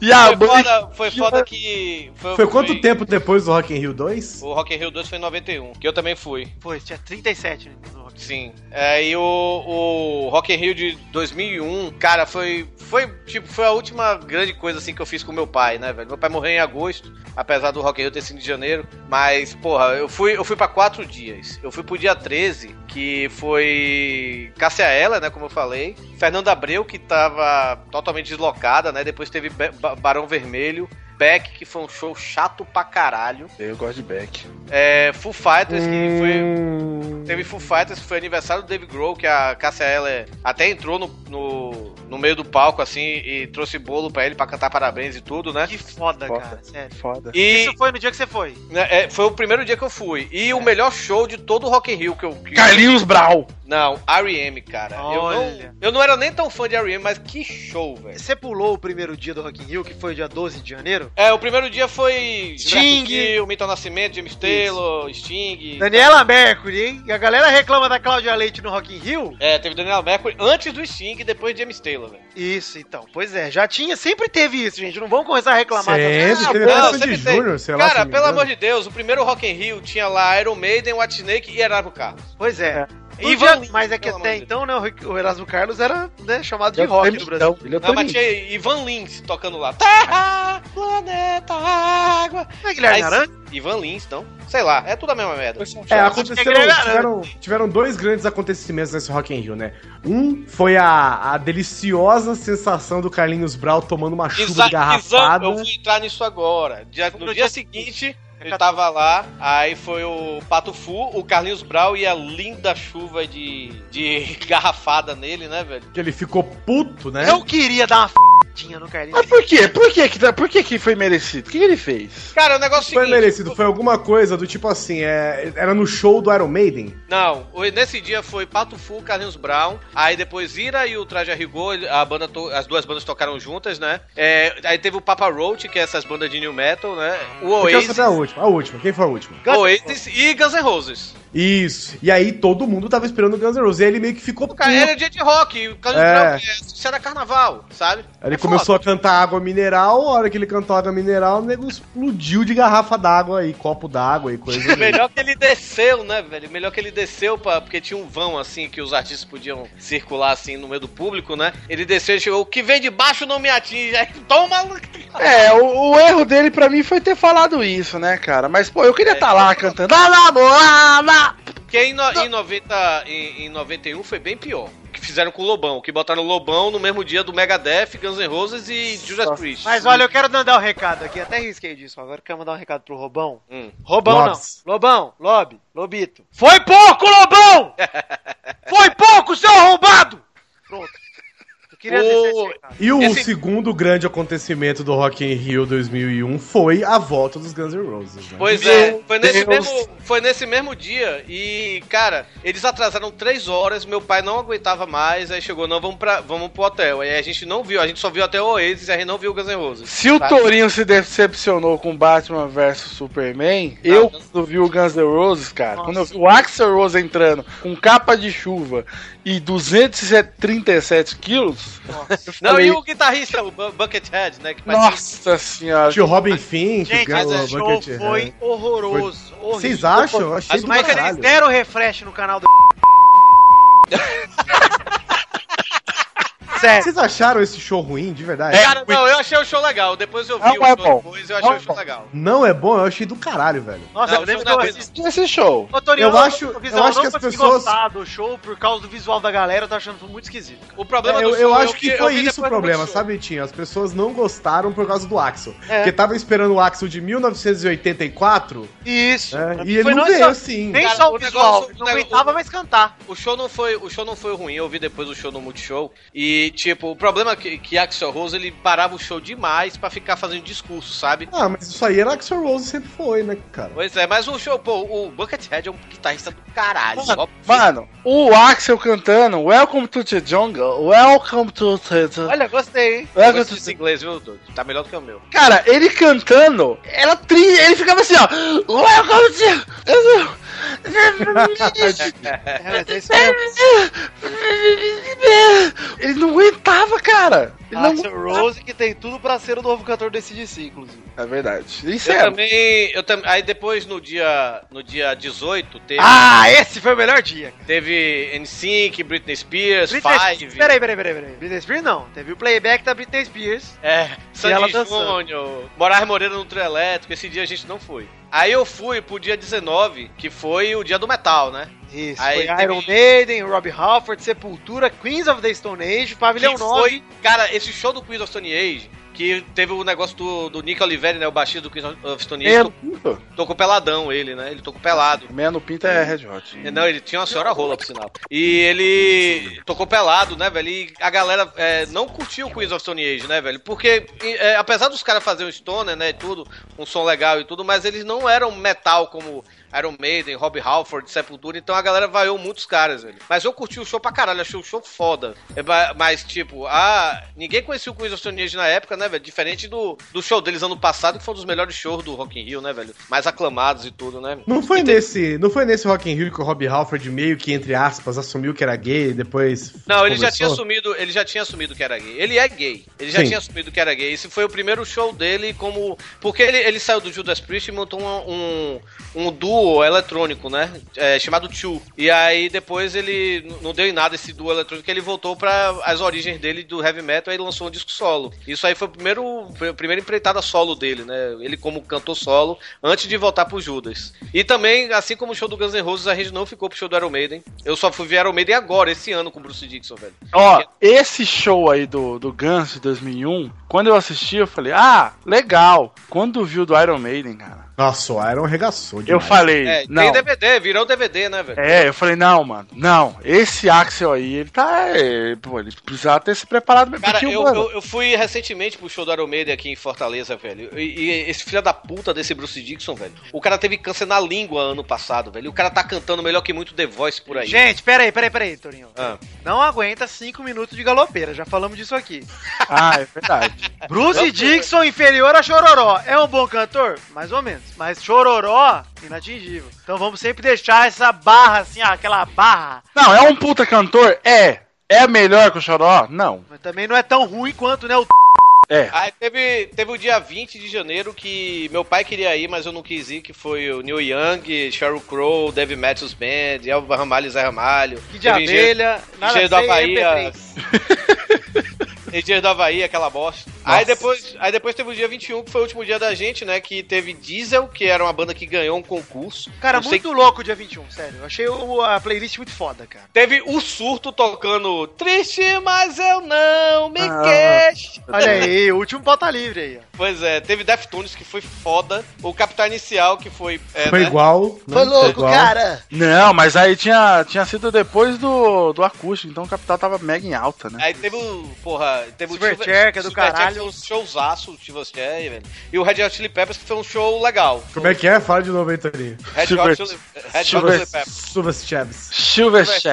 [SPEAKER 6] E a
[SPEAKER 2] foi,
[SPEAKER 6] mãe.
[SPEAKER 2] foda, foi foda que.
[SPEAKER 4] Foi quanto tempo depois do Rock in Rio 2?
[SPEAKER 2] O Rock in Rio 2 foi em 91, que eu também fui.
[SPEAKER 3] Foi, tinha 37 no Rock.
[SPEAKER 2] Sim. É, e o, o Rock in Rio de 2001, cara, foi foi tipo foi a última grande coisa assim que eu fiz com meu pai, né, velho? Meu pai morreu em agosto, apesar do Rock in Rio ter sido em janeiro, mas porra, eu fui eu fui para quatro dias. Eu fui pro dia 13, que foi Cássia Ela, né, como eu falei, Fernanda Abreu que tava totalmente deslocada, né? Depois teve Be- Ba- Barão Vermelho, Beck que foi um show chato pra caralho.
[SPEAKER 6] Eu gosto de Beck.
[SPEAKER 2] É, Foo Fighters, que foi. Teve Foo Fighters, que foi aniversário do Dave Grohl, que a Cássia Eller até entrou no, no, no meio do palco, assim, e trouxe bolo pra ele pra cantar parabéns e tudo, né?
[SPEAKER 3] Que foda,
[SPEAKER 6] Foda.
[SPEAKER 3] cara, sério.
[SPEAKER 6] Foda.
[SPEAKER 2] E
[SPEAKER 3] Isso foi no dia que você foi.
[SPEAKER 2] né, é, foi o primeiro dia que eu fui. E o melhor show de todo o Rock in Rio que eu. Que,
[SPEAKER 6] Carlinhos Brau.
[SPEAKER 2] Não, R.E.M., cara. Eu
[SPEAKER 3] Olha.
[SPEAKER 2] não, eu não era nem tão fã de R.E.M., mas que show, velho.
[SPEAKER 3] Você pulou o primeiro dia do Rock in Rio, que foi dia 12 de janeiro?
[SPEAKER 2] É, o primeiro dia foi...
[SPEAKER 3] Sting.
[SPEAKER 2] O Milton Nascimento, James Taylor, Sting...
[SPEAKER 3] Daniela Mercury, hein? E a galera reclama da Cláudia Leite no Rock in Rio?
[SPEAKER 2] É, teve Daniela Mercury antes do Sting e depois James Taylor, velho.
[SPEAKER 3] Isso, então. Pois é, já tinha, sempre teve isso, gente. Não vamos começar a reclamar.
[SPEAKER 4] Sempre,
[SPEAKER 3] Ah,
[SPEAKER 4] teve
[SPEAKER 3] pô,
[SPEAKER 4] essa
[SPEAKER 3] sempre
[SPEAKER 4] de
[SPEAKER 3] tem.
[SPEAKER 4] Júnior, sei lá. se eu
[SPEAKER 2] Cara,
[SPEAKER 4] não me
[SPEAKER 2] pelo
[SPEAKER 4] engano.
[SPEAKER 2] amor de Deus, o primeiro Rock in Rio tinha lá Iron Maiden, Whitesnake e Erasmo Carlos.
[SPEAKER 3] Pois é.
[SPEAKER 2] E
[SPEAKER 3] E
[SPEAKER 2] Ivan
[SPEAKER 3] já- mas é que até então, né, o Ric- o Erasmo Carlos era né, chamado de
[SPEAKER 2] Ele é o
[SPEAKER 3] rock
[SPEAKER 2] tremendão,
[SPEAKER 3] no Brasil.
[SPEAKER 6] um-
[SPEAKER 2] Ele não, mas tinha Ivan Lins tocando lá.
[SPEAKER 3] Terra, planeta, água. Não é Guilherme
[SPEAKER 2] Mas-
[SPEAKER 3] Arantes?
[SPEAKER 2] Ivan Lins, então. Sei lá, é tudo a mesma merda.
[SPEAKER 4] É, aconteceram, tiveram, tiveram dois grandes acontecimentos nesse Rock in Rio, né? Um foi a, a deliciosa sensação do Carlinhos Brau tomando uma chuva
[SPEAKER 2] Exa-
[SPEAKER 4] de garrafada.
[SPEAKER 2] exa- eu vou entrar nisso agora. Dia- no dia seguinte, ele tava lá, aí foi o Pato Fu, o Carlinhos Brau e a linda chuva de, de <laughs> garrafada nele, né, velho?
[SPEAKER 4] Que ele ficou puto, né?
[SPEAKER 3] Eu queria dar uma f***inha no Carlinhos.
[SPEAKER 6] Mas por quê? Por que que, por que, que foi merecido? O que, que ele fez?
[SPEAKER 2] Cara, o negócio
[SPEAKER 4] Foi merecido, foi alguma coisa do tipo assim, é, era no show do Iron Maiden.
[SPEAKER 2] Não, o- nesse dia foi Pato Fu, Carlinhos Brown, aí depois Ira e o Traje a Rigor, a banda to- as duas bandas tocaram juntas, né? É, aí teve o Papa Roach, que é essas bandas de New Metal, né? O
[SPEAKER 4] Eu quero
[SPEAKER 2] Oasis,
[SPEAKER 4] saber a última, a última, quem foi a última?
[SPEAKER 2] Oasis e Guns N' Roses.
[SPEAKER 4] Isso. E aí todo mundo tava esperando o Guns N' Roses. E ele meio que ficou puto.
[SPEAKER 2] Cara, é era dia de rock, o Carlinhos
[SPEAKER 4] É.
[SPEAKER 2] Brown, é, isso era carnaval, sabe?
[SPEAKER 4] Aí
[SPEAKER 2] É
[SPEAKER 4] ele começou a cantar água mineral, a hora que ele cantou água mineral, o nego explodiu de garrafa d'água e copo d'água e coisa.
[SPEAKER 2] <laughs> Melhor que ele desceu, né, velho? Melhor que ele desceu, pra... porque tinha um vão, assim, que os artistas podiam circular, assim, no meio do público, né? Ele desceu e chegou, o que vem de baixo não me atinge. Aí, toma...
[SPEAKER 6] É, o, o erro dele pra mim foi ter falado isso, né, cara? Mas, pô, eu queria estar tá lá cantando. Lá, lá, amor, lá, lá.
[SPEAKER 2] Porque em, no... em, 90... em, em 91 foi bem pior. O que fizeram com o Lobão, que botaram o Lobão no mesmo dia do Megadeth, Guns N' Roses e Judas Priest.
[SPEAKER 3] Mas olha, eu quero mandar um recado aqui, até risquei disso. Agora eu quero mandar um recado pro Robão.
[SPEAKER 2] Hum.
[SPEAKER 3] Robão
[SPEAKER 2] Lopes.
[SPEAKER 3] não. Lobão, Lobe, Lobito. Foi pouco, <laughs> Lobão! Foi pouco, seu arrombado! Pronto. Eu queria dizer isso aí, cara.
[SPEAKER 4] E o
[SPEAKER 3] Esse-
[SPEAKER 4] segundo grande acontecimento do Rock in Rio 2001 foi a volta dos Guns N' Roses. Né?
[SPEAKER 2] Pois é, foi nesse, mesmo, foi nesse mesmo dia e, cara, eles atrasaram três horas, meu pai não aguentava mais, aí chegou, não, vamos, pra, vamos pro hotel. Aí a gente não viu, a gente só viu até o Oasis e a gente não viu o Guns N' Roses.
[SPEAKER 6] Se o
[SPEAKER 2] Sabe?
[SPEAKER 6] Torinho se decepcionou com Batman vs Superman, eu, quando vi o Guns N' Roses, cara, quando eu vi o Axel Rose entrando com capa de chuva e 237 quilos, eu
[SPEAKER 2] Não,
[SPEAKER 6] falei,
[SPEAKER 2] e o guitarrista, o Bu- Buckethead, né? Que
[SPEAKER 6] nossa senhora.
[SPEAKER 4] Tinha o Robin Fink,
[SPEAKER 2] é,
[SPEAKER 3] Gente,
[SPEAKER 4] o Gun-
[SPEAKER 3] mas
[SPEAKER 4] o
[SPEAKER 3] esse show
[SPEAKER 4] Buckethead,
[SPEAKER 3] foi
[SPEAKER 4] né?
[SPEAKER 3] horroroso.
[SPEAKER 4] Foi-
[SPEAKER 3] horrível.
[SPEAKER 4] Vocês acham? Eu achei
[SPEAKER 3] Mas,
[SPEAKER 4] do
[SPEAKER 3] mas eles
[SPEAKER 4] caralho.
[SPEAKER 3] deram refresh no canal do... <laughs> Sério.
[SPEAKER 4] Vocês acharam esse show ruim, de verdade?
[SPEAKER 2] Cara, não, eu achei o show legal. Depois eu vi
[SPEAKER 4] Não
[SPEAKER 2] o
[SPEAKER 4] é
[SPEAKER 2] show
[SPEAKER 4] bom.
[SPEAKER 2] depois eu achei
[SPEAKER 4] Não
[SPEAKER 2] o show
[SPEAKER 4] é bom.
[SPEAKER 2] legal.
[SPEAKER 4] Não é bom, eu achei do caralho, velho.
[SPEAKER 3] Nossa, eu lembro que eu assisti
[SPEAKER 6] esse show.
[SPEAKER 3] Ô, Torinho,
[SPEAKER 4] Eu acho-
[SPEAKER 3] não-
[SPEAKER 4] eu acho que as
[SPEAKER 3] não consegui
[SPEAKER 4] pessoas-
[SPEAKER 3] gostar do show por causa do visual da galera, eu tô achando muito esquisito.
[SPEAKER 2] O
[SPEAKER 4] É, eu, eu acho que foi isso o problema, sabe, Tinho? As pessoas não gostaram por causa do Axel.
[SPEAKER 3] É.
[SPEAKER 4] Porque tava esperando o Axel de 1984.
[SPEAKER 3] Isso.
[SPEAKER 4] né? E ele não
[SPEAKER 3] Tipo, nós
[SPEAKER 4] veio
[SPEAKER 3] só-
[SPEAKER 4] assim.
[SPEAKER 3] Nem
[SPEAKER 2] Cara,
[SPEAKER 3] só o,
[SPEAKER 2] o
[SPEAKER 3] visual,
[SPEAKER 2] negócio-
[SPEAKER 3] não
[SPEAKER 2] o nego-
[SPEAKER 3] aguentava mais cantar.
[SPEAKER 2] O show não foi, o show não foi ruim, eu vi depois o show no Multishow. E, tipo, o problema é que, que Axel Rose ele parava o show demais pra ficar fazendo discurso, sabe?
[SPEAKER 4] Ah, mas isso aí era Axel Rose, sempre foi, né, cara?
[SPEAKER 2] Pois é, mas o show, pô, o Buckethead é um guitarrista do caralho.
[SPEAKER 6] Mano,
[SPEAKER 2] Ó,
[SPEAKER 6] mano, o Axel cantando Welcome to the Jungle, Welcome to the...
[SPEAKER 2] Olha, gostei, hein?
[SPEAKER 6] É,
[SPEAKER 2] Eu
[SPEAKER 6] que eu
[SPEAKER 2] gosto
[SPEAKER 6] tô-
[SPEAKER 2] desse inglês, viu, Dudu? Tá melhor do que o meu.
[SPEAKER 6] Cara, ele cantando, era tri... ele ficava assim, ó. Welcome
[SPEAKER 3] É,
[SPEAKER 2] <laughs> é
[SPEAKER 6] to... Ele não aguentava, cara.
[SPEAKER 2] <laughs>
[SPEAKER 3] é
[SPEAKER 6] Ele não...
[SPEAKER 3] Axel Rose, que tem tudo pra ser o novo cantor desse DC, inclusive.
[SPEAKER 6] É verdade. Isso
[SPEAKER 2] eu
[SPEAKER 6] é.
[SPEAKER 2] também, eu também, aí depois no dia, no dia 18 teve
[SPEAKER 3] Ah, esse foi o melhor dia.
[SPEAKER 2] teve NSYNC, Britney Spears,
[SPEAKER 3] Britney
[SPEAKER 2] Five.
[SPEAKER 3] Spears. Peraí, peraí, peraí, peraí. Britney Spears não. Teve o playback da Britney Spears.
[SPEAKER 2] É,
[SPEAKER 3] ela
[SPEAKER 2] Sandy
[SPEAKER 3] dançando.
[SPEAKER 2] Júnior, Moraes Moreira no trio elétrico, esse dia a gente não foi. Aí eu fui pro dia 19, que foi o dia do metal, né?
[SPEAKER 3] Isso,
[SPEAKER 2] Aí
[SPEAKER 3] foi
[SPEAKER 2] teve-
[SPEAKER 3] Iron Maiden, Rob Halford, Sepultura, Queens of the Stone Age, Pavilhão
[SPEAKER 2] que
[SPEAKER 3] 9.
[SPEAKER 2] foi, cara, esse show do Queen of Stone Age, que teve o negócio do, do Nick Oliveri, né, o baixista do Queen of Stone Age, to-
[SPEAKER 6] Pinto?
[SPEAKER 2] tocou peladão ele, né, ele tocou pelado.
[SPEAKER 6] Mano Pinto é Red Hot.
[SPEAKER 2] Não, ele tinha uma senhora rola, por sinal. E ele tocou pelado, né, velho? E a galera é, não curtiu o Queens of Stone Age, né, velho? Porque, e, é, um apesar dos caras fazerem o stoner, né, e tudo, um som legal e tudo, mas eles não eram metal como Iron Maiden, Rob Halford, Sepultura, então a galera vaiou muitos caras, velho. Mas eu curti o show pra caralho, achei o show foda. É, ba- Mas, tipo, ah, ninguém conhecia o Queens of Stone Age na época, né, velho? Diferente do, do show deles ano passado, que foi um dos melhores shows do Rock in Rio, né, velho? Mais aclamados e tudo, né?
[SPEAKER 4] Não foi, nesse, não foi nesse Rock in Rio que o Rob Halford meio que, entre aspas, assumiu que era gay e depois...
[SPEAKER 2] Não, ele já
[SPEAKER 4] começou?
[SPEAKER 2] tinha assumido, ele já tinha assumido que era gay. Ele é gay. Ele já
[SPEAKER 4] Sim.
[SPEAKER 2] tinha assumido que era gay. Esse foi o primeiro show dele como porque ele, ele saiu do Judas Priest e montou um, um, um duo eletrônico, né? É, chamado Two. E aí depois ele n- não deu em nada esse duo eletrônico, ele voltou para as origens dele do heavy metal e lançou um disco solo. Isso aí foi o primeiro a primeira empreitada solo dele, né? Ele como cantor solo antes de voltar pro Judas. E também, assim como o show do Guns N' Roses, a gente não ficou pro show do Iron Maiden. Eu só fui ver Iron Maiden agora esse ano com o Bruce Dixon, velho.
[SPEAKER 6] Ó, esse show aí do, do Guns de 2001, quando eu assisti, eu falei, ah, legal. Quando viu do Iron Maiden, cara.
[SPEAKER 4] Nossa, o Iron arregaçou
[SPEAKER 6] Eu falei,
[SPEAKER 2] É,
[SPEAKER 6] não.
[SPEAKER 2] tem DVD, virou DVD, né, velho?
[SPEAKER 6] É, eu falei, não, mano, não. Esse Axel aí, ele tá. é, pô, ele precisava ter se preparado mesmo. um
[SPEAKER 2] Cara,
[SPEAKER 6] porque,
[SPEAKER 2] eu,
[SPEAKER 6] mano,
[SPEAKER 2] eu, eu fui recentemente pro show do Iron Maiden aqui em Fortaleza, velho. E, e esse filho da puta desse Bruce Dixon, velho. O cara teve câncer na língua ano passado, velho. E O cara tá cantando melhor que muito The Voice por aí.
[SPEAKER 3] Gente, peraí, peraí, peraí, Torinho.
[SPEAKER 2] Ah.
[SPEAKER 3] Não aguenta 5 minutos de galopeira, já falamos disso aqui.
[SPEAKER 6] Ah, é verdade.
[SPEAKER 3] Bruce Dixon inferior a Chororó. É um bom cantor? Mais ou menos. Mas Chororó, inatingível. Então vamos sempre deixar essa barra assim, ó, aquela barra.
[SPEAKER 6] Não, é um puta cantor? É. É melhor que o Choró? Não.
[SPEAKER 3] Mas também não é tão ruim quanto, né, o...
[SPEAKER 6] É.
[SPEAKER 2] Aí Ah, teve, teve o dia 20 de janeiro que meu pai queria ir, mas eu não quis ir, que foi o Neil Young, Sheryl Crow, Dave Matthews Band, Elba Ramalho e Zé Ramalho.
[SPEAKER 3] Que de abelha, nada
[SPEAKER 2] Engenheiro da
[SPEAKER 3] feio,
[SPEAKER 2] Bahia. <laughs> Engenheiro da Bahia, aquela bosta. Aí
[SPEAKER 3] Nossa.
[SPEAKER 2] depois, aí depois teve o dia 21, que foi o último dia da gente, né? Que teve Diesel, que era uma banda que ganhou um concurso.
[SPEAKER 3] Cara,
[SPEAKER 2] Não sei
[SPEAKER 3] muito louco o dia 21, sério. Eu achei o- a playlist muito foda, cara.
[SPEAKER 2] Teve o surto tocando Triste, mas eu não me
[SPEAKER 3] Ah.
[SPEAKER 2] queixo.
[SPEAKER 3] Olha aí, o último pauta livre aí, ó.
[SPEAKER 2] Pois é, teve Deftones que foi foda, o Capitão Inicial que foi. é,
[SPEAKER 4] Foi
[SPEAKER 2] né?
[SPEAKER 4] igual. né?
[SPEAKER 2] Foi louco,
[SPEAKER 4] igual.
[SPEAKER 2] cara.
[SPEAKER 6] Não, mas aí tinha, tinha sido depois do, do acústico, então o Capital tava mega em alta, né?
[SPEAKER 2] Aí teve o. Porra, teve
[SPEAKER 6] Silver
[SPEAKER 2] o Silver-
[SPEAKER 6] Chair, que é do
[SPEAKER 2] Silver Chair,
[SPEAKER 6] caralho.
[SPEAKER 2] que foi um showzaço, o Silver Chair, velho. E o Red Hot Chili Peppers, que foi um show legal.
[SPEAKER 4] Como é que é? Fala de novo aí, Toninho.
[SPEAKER 2] Red Hot Chili, Red Hot Chili Peppers.
[SPEAKER 4] Silver Chaves.
[SPEAKER 2] É.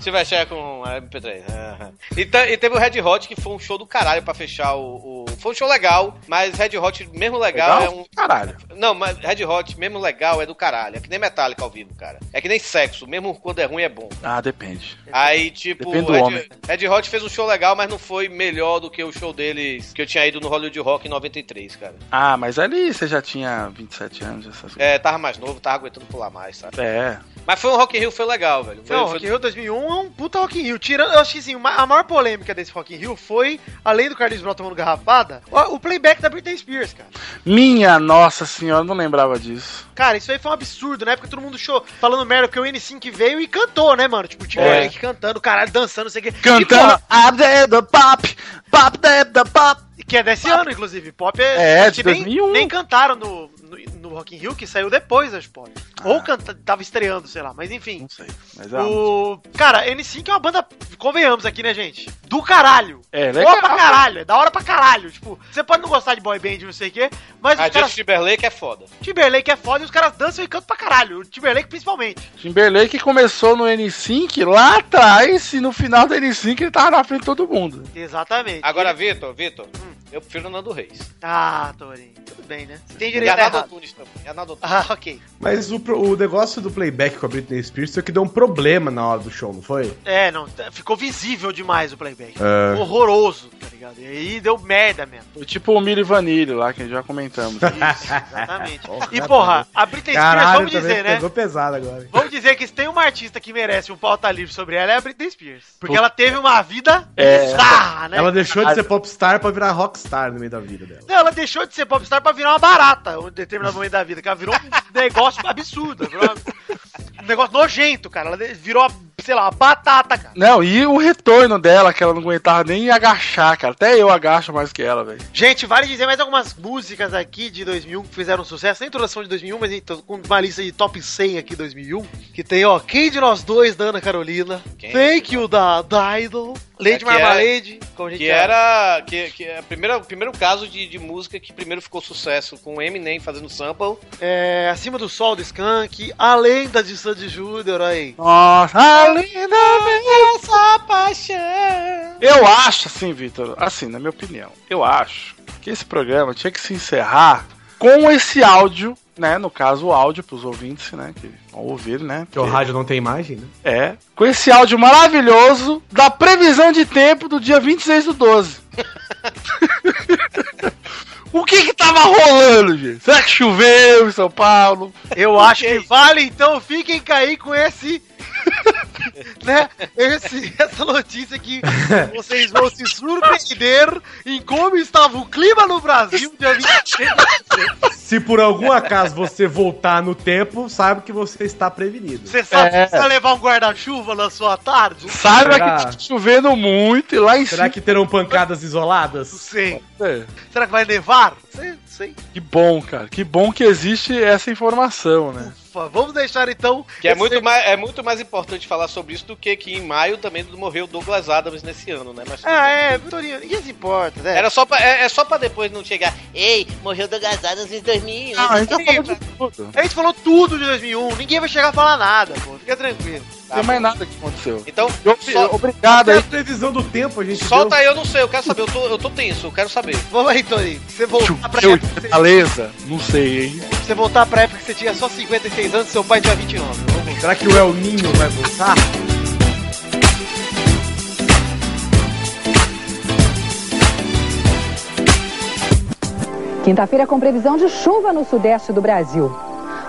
[SPEAKER 2] Silver Chair com é, MP3. aham. E, ta- e teve o Red Hot, que foi um show do caralho pra fechar o. o- Foi um show legal, mas Red Hot, mesmo legal, é um.
[SPEAKER 6] Caralho.
[SPEAKER 2] Não, mas Red Hot, mesmo legal, é do caralho. É que nem Metallica ao vivo, cara. É que nem sexo. Mesmo quando é ruim, é bom.
[SPEAKER 6] Ah, depende.
[SPEAKER 2] Aí, tipo,
[SPEAKER 6] Depende do homem.
[SPEAKER 2] Red, Red Hot fez um show legal, mas não foi melhor do que o show deles que eu tinha ido no Hollywood Rock em 93, cara.
[SPEAKER 6] Ah, mas ali você já tinha 27 anos, essas coisas.
[SPEAKER 2] É, tava mais novo, tava aguentando pular mais, sabe?
[SPEAKER 6] É.
[SPEAKER 2] Mas foi um Rock in Rio, foi legal, velho. Foi,
[SPEAKER 3] Não,
[SPEAKER 2] foi-
[SPEAKER 3] Rock in Rio 2001 é um puta Rock in Rio. Tirando, eu acho que assim, uma- a maior polêmica desse Rock in Rio foi, além do Carlinhos Brown tomando garrafada, o, o playback da Britney Spears, cara.
[SPEAKER 6] Minha nossa senhora, eu não lembrava disso.
[SPEAKER 3] Cara, isso aí foi um absurdo. Na época todo mundo show falando merda, porque o N5 veio e cantou, né, mano? Tipo, tinha
[SPEAKER 6] É.
[SPEAKER 3] é. cantando, caralho, dançando, não sei o que.
[SPEAKER 6] Cantando Up Tipo, the, the Pop, Pop the, the Pop.
[SPEAKER 3] Que é desse ano, inclusive. Pop
[SPEAKER 6] É, de
[SPEAKER 3] que nem-
[SPEAKER 6] 2001.
[SPEAKER 3] Nem cantaram no, no, no Rock in Rio, que saiu depois das pop.
[SPEAKER 6] Ah.
[SPEAKER 3] Ou canta, tava estreando, sei lá, mas enfim. Não sei.
[SPEAKER 6] Mas é uma-
[SPEAKER 3] O... Cara, N5 é uma banda, convenhamos aqui, né, gente? Do caralho.
[SPEAKER 6] É,
[SPEAKER 3] Boa
[SPEAKER 6] legal.
[SPEAKER 3] pra caralho, é da hora pra caralho. Tipo, você pode não gostar de boy band, não sei o quê, mas
[SPEAKER 6] Ah,
[SPEAKER 2] A
[SPEAKER 3] os caras.
[SPEAKER 2] Justin Timberlake é foda.
[SPEAKER 3] Timberlake é foda e os caras dançam e cantam pra caralho. O Timberlake principalmente.
[SPEAKER 6] Timberlake começou no N5 lá atrás e no final do N5 ele tava na frente de todo mundo.
[SPEAKER 3] Exatamente.
[SPEAKER 2] Agora, Vitor, Vitor,
[SPEAKER 3] Hum.
[SPEAKER 2] eu prefiro o Nando Reis.
[SPEAKER 3] Ah, Torinho, tudo bem, né? Você tem
[SPEAKER 2] e
[SPEAKER 3] direito a
[SPEAKER 2] Arnaldo
[SPEAKER 3] errado.
[SPEAKER 2] Antunes também. e Arnaldo Antunes.
[SPEAKER 3] Ah, ok.
[SPEAKER 4] Mas o, pro- o negócio do playback com a Britney Spears foi que deu um problema na hora do show, não foi?
[SPEAKER 3] É, não, t- ficou visível demais o playback.
[SPEAKER 4] É.
[SPEAKER 3] Horroroso, tá ligado? E aí deu
[SPEAKER 4] <laughs>
[SPEAKER 3] merda mesmo.
[SPEAKER 6] Foi tipo o Milho Vanilho lá, que já comentamos.
[SPEAKER 3] Exatamente. E porra, a Britney Spears,
[SPEAKER 4] né, Caralho,
[SPEAKER 3] vamos
[SPEAKER 4] também
[SPEAKER 3] dizer, né?
[SPEAKER 4] pegou pesado agora.
[SPEAKER 3] Vamos dizer que se tem uma artista que merece um pauta livre sobre ela é a Britney Spears. Porque ela teve uma vida
[SPEAKER 4] É.
[SPEAKER 3] bizarra, né?
[SPEAKER 4] Ela deixou de ser popstar pra virar rockstar no meio da vida dela.
[SPEAKER 3] Não, ela deixou de ser popstar pra virar uma barata em um determinado momento
[SPEAKER 4] <laughs>
[SPEAKER 3] da vida. Que ela virou um negócio absurdo. ela virou uma- um negócio nojento, cara. Ela de- virou uma sei lá, uma batata, cara.
[SPEAKER 6] <laughs> Não, e o retorno dela, que ela não aguentava nem agachar, cara. Até eu agacho mais que ela, velho.
[SPEAKER 3] Gente, vale dizer mais algumas músicas aqui de 2001 que fizeram sucesso. Nem todas são de 2001, mas então, com uma lista de top 100 aqui 2001. Que tem, ó, Quem de Nós Dois, da Ana Carolina. Thank You, da Dido. Lady
[SPEAKER 2] É que era-
[SPEAKER 3] Marmalade, como a gente
[SPEAKER 2] que
[SPEAKER 3] chama.
[SPEAKER 2] era que, que é a primeira- o primeiro caso de, de música que primeiro ficou sucesso com o Eminem fazendo sample.
[SPEAKER 3] É, Acima do Sol do Skank, A Lenda de Sandy Júnior aí.
[SPEAKER 2] <laughs>
[SPEAKER 6] Nossa, a
[SPEAKER 3] Lenda essa paixão.
[SPEAKER 6] Eu acho, assim, Vitor, assim, na minha opinião, eu acho que esse programa tinha que se encerrar com esse áudio, né? No caso, o áudio pros ouvintes, né? Que vão ouvir, né?
[SPEAKER 4] Porque o rádio não tem imagem, né?
[SPEAKER 6] É. Com esse áudio maravilhoso da previsão de tempo do dia 26 do 12. <laughs> o que que tava rolando, gente? Será que choveu em São Paulo?
[SPEAKER 3] Eu acho que vale, então fiquem cair com esse. <laughs> né? Esse, essa
[SPEAKER 2] <laughs>
[SPEAKER 3] notícia que vocês vão se surpreender em como estava o clima no Brasil dia 26
[SPEAKER 4] Se por algum acaso você voltar no tempo, saiba que você está prevenido.
[SPEAKER 3] Você sabe
[SPEAKER 4] É.
[SPEAKER 3] que precisa levar um guarda-chuva na sua tarde?
[SPEAKER 4] Será?
[SPEAKER 6] tá chovendo muito e lá em
[SPEAKER 4] Será que terão pancadas isoladas?
[SPEAKER 3] Sim. Será que vai nevar? Sei, sei.
[SPEAKER 6] Que bom, cara. Que bom que existe essa informação, né?
[SPEAKER 3] Ufa, Vamos deixar então.
[SPEAKER 2] Que é
[SPEAKER 3] esse-
[SPEAKER 2] muito, mais, é muito mais importante falar sobre isso do que que em maio também morreu o Douglas Adams nesse ano, né? Mas tudo
[SPEAKER 3] Ah,
[SPEAKER 2] bem.
[SPEAKER 3] é, Vitorinho, ninguém se importa, né?
[SPEAKER 2] Era só pra, é, é só pra depois não chegar. Ei, morreu Douglas Adams em 2001.
[SPEAKER 3] Ah, a gente falou de
[SPEAKER 6] tudo.
[SPEAKER 3] A gente falou tudo de 2001, ninguém vai chegar a falar nada, pô, fica tranquilo.
[SPEAKER 6] Não tem mais nada que aconteceu.
[SPEAKER 2] Então,
[SPEAKER 6] só- obrigado
[SPEAKER 4] Até
[SPEAKER 6] aí.
[SPEAKER 4] a previsão do tempo, a gente
[SPEAKER 2] Solta aí, eu não sei, eu quero saber, eu tô, eu tô tenso, eu quero saber.
[SPEAKER 3] Vamos aí, Torinho. Você voltar pra
[SPEAKER 6] Eu, Fortaleza? Não sei, hein?
[SPEAKER 3] Você voltar pra época que você tinha só 56 anos, seu pai tinha 29. Vamos.
[SPEAKER 4] Será que o El Ninho vai voltar?
[SPEAKER 3] <laughs>
[SPEAKER 12] Quinta-feira com previsão de chuva no sudeste do Brasil.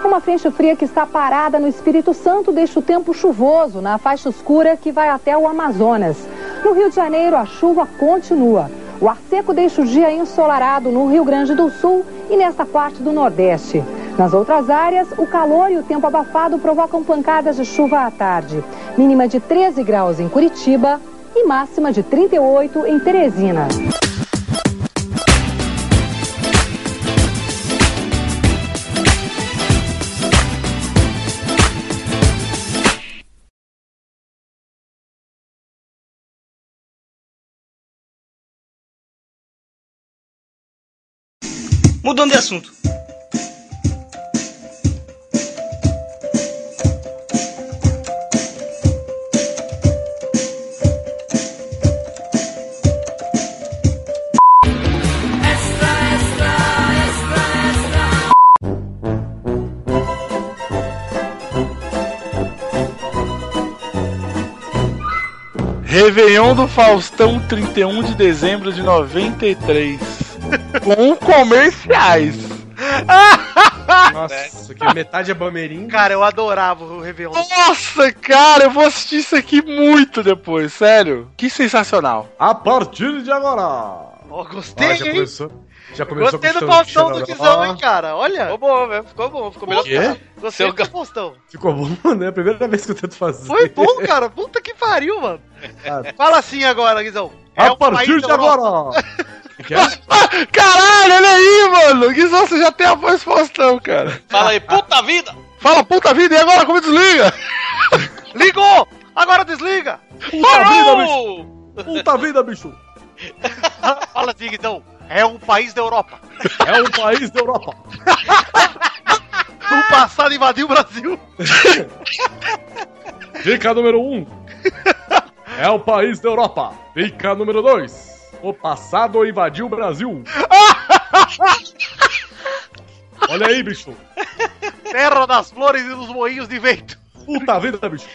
[SPEAKER 12] Uma frente fria que está parada no Espírito Santo deixa o tempo chuvoso na faixa escura que vai até o Amazonas. No Rio de Janeiro, a chuva continua. O ar seco deixa o dia ensolarado no Rio Grande do Sul e nesta parte do Nordeste. Nas outras áreas, o calor e o tempo abafado provocam pancadas de chuva à tarde. Mínima de 13 graus em Curitiba e máxima de 38 em Teresina.
[SPEAKER 10] Mudando de assunto.
[SPEAKER 6] Réveillon do Faustão, 31 de dezembro de 93. Com comerciais.
[SPEAKER 4] Nossa, que metade é Bameirinho.
[SPEAKER 3] Cara, eu adorava o Réveillon.
[SPEAKER 6] Nossa, cara, eu vou assistir isso aqui muito depois, sério. Que sensacional.
[SPEAKER 4] A partir de agora.
[SPEAKER 3] Ó, gostei,
[SPEAKER 4] Ó, Ah, já
[SPEAKER 3] hein?
[SPEAKER 4] começou. Já começou
[SPEAKER 3] Gostei
[SPEAKER 4] com
[SPEAKER 3] do
[SPEAKER 4] o
[SPEAKER 3] Faustão
[SPEAKER 4] chororó.
[SPEAKER 3] do Tizão, hein, cara? Olha. Ficou bom, velho. Ficou bom. Ficou
[SPEAKER 4] melhor que
[SPEAKER 3] Quê?
[SPEAKER 4] o
[SPEAKER 3] Gostei
[SPEAKER 4] Seu
[SPEAKER 3] do Faustão.
[SPEAKER 4] Ficou bom, <laughs> né? Primeira vez que eu tento fazer.
[SPEAKER 3] Foi bom, cara. Puta que pariu, mano. Fala assim agora, Guizão.
[SPEAKER 4] A
[SPEAKER 3] um
[SPEAKER 4] partir
[SPEAKER 3] país
[SPEAKER 4] de
[SPEAKER 3] da Europa. <laughs> É
[SPEAKER 4] agora.
[SPEAKER 6] Caralho, olha aí, mano. Guizão, você já tem a voz Faustão, cara.
[SPEAKER 2] Fala aí, puta
[SPEAKER 3] <laughs>
[SPEAKER 2] vida!
[SPEAKER 6] Fala, puta vida, e agora como desliga?
[SPEAKER 3] Ligou! Agora desliga!
[SPEAKER 4] Puta
[SPEAKER 3] Falou!
[SPEAKER 4] Puta vida, bicho.
[SPEAKER 3] Fala assim, Guizão. É um país da Europa.
[SPEAKER 4] É um país da Europa.
[SPEAKER 3] No passado invadiu o Brasil.
[SPEAKER 4] Dica número 1. Um. É o país da Europa. Dica número 2. O passado invadiu o <laughs> Brasil. Olha aí, bicho.
[SPEAKER 3] Terra das flores e dos moinhos de vento.
[SPEAKER 4] Puta vida, bicho.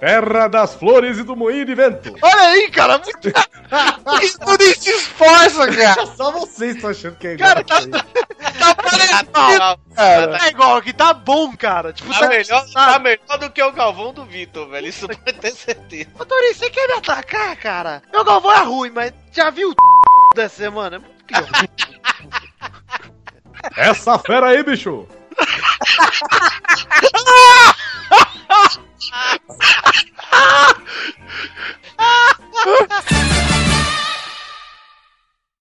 [SPEAKER 4] Terra das flores e do moinho de vento.
[SPEAKER 3] Olha aí, cara. <laughs> Muito...
[SPEAKER 6] Isso nem se esforça, cara.
[SPEAKER 4] Só vocês estão achando que é igual.
[SPEAKER 3] Cara, tá, tá parecendo. Cara. Tá igual aqui, tá bom, cara. Tipo,
[SPEAKER 2] Tá melhor, tá melhor do que o Galvão do Vitor, velho. Isso pode ter certeza.
[SPEAKER 3] Ô, Torinho, você quer é me atacar, cara? Meu Galvão é ruim, mas já viu o <laughs> dessa semana? É
[SPEAKER 4] Essa fera aí, bicho.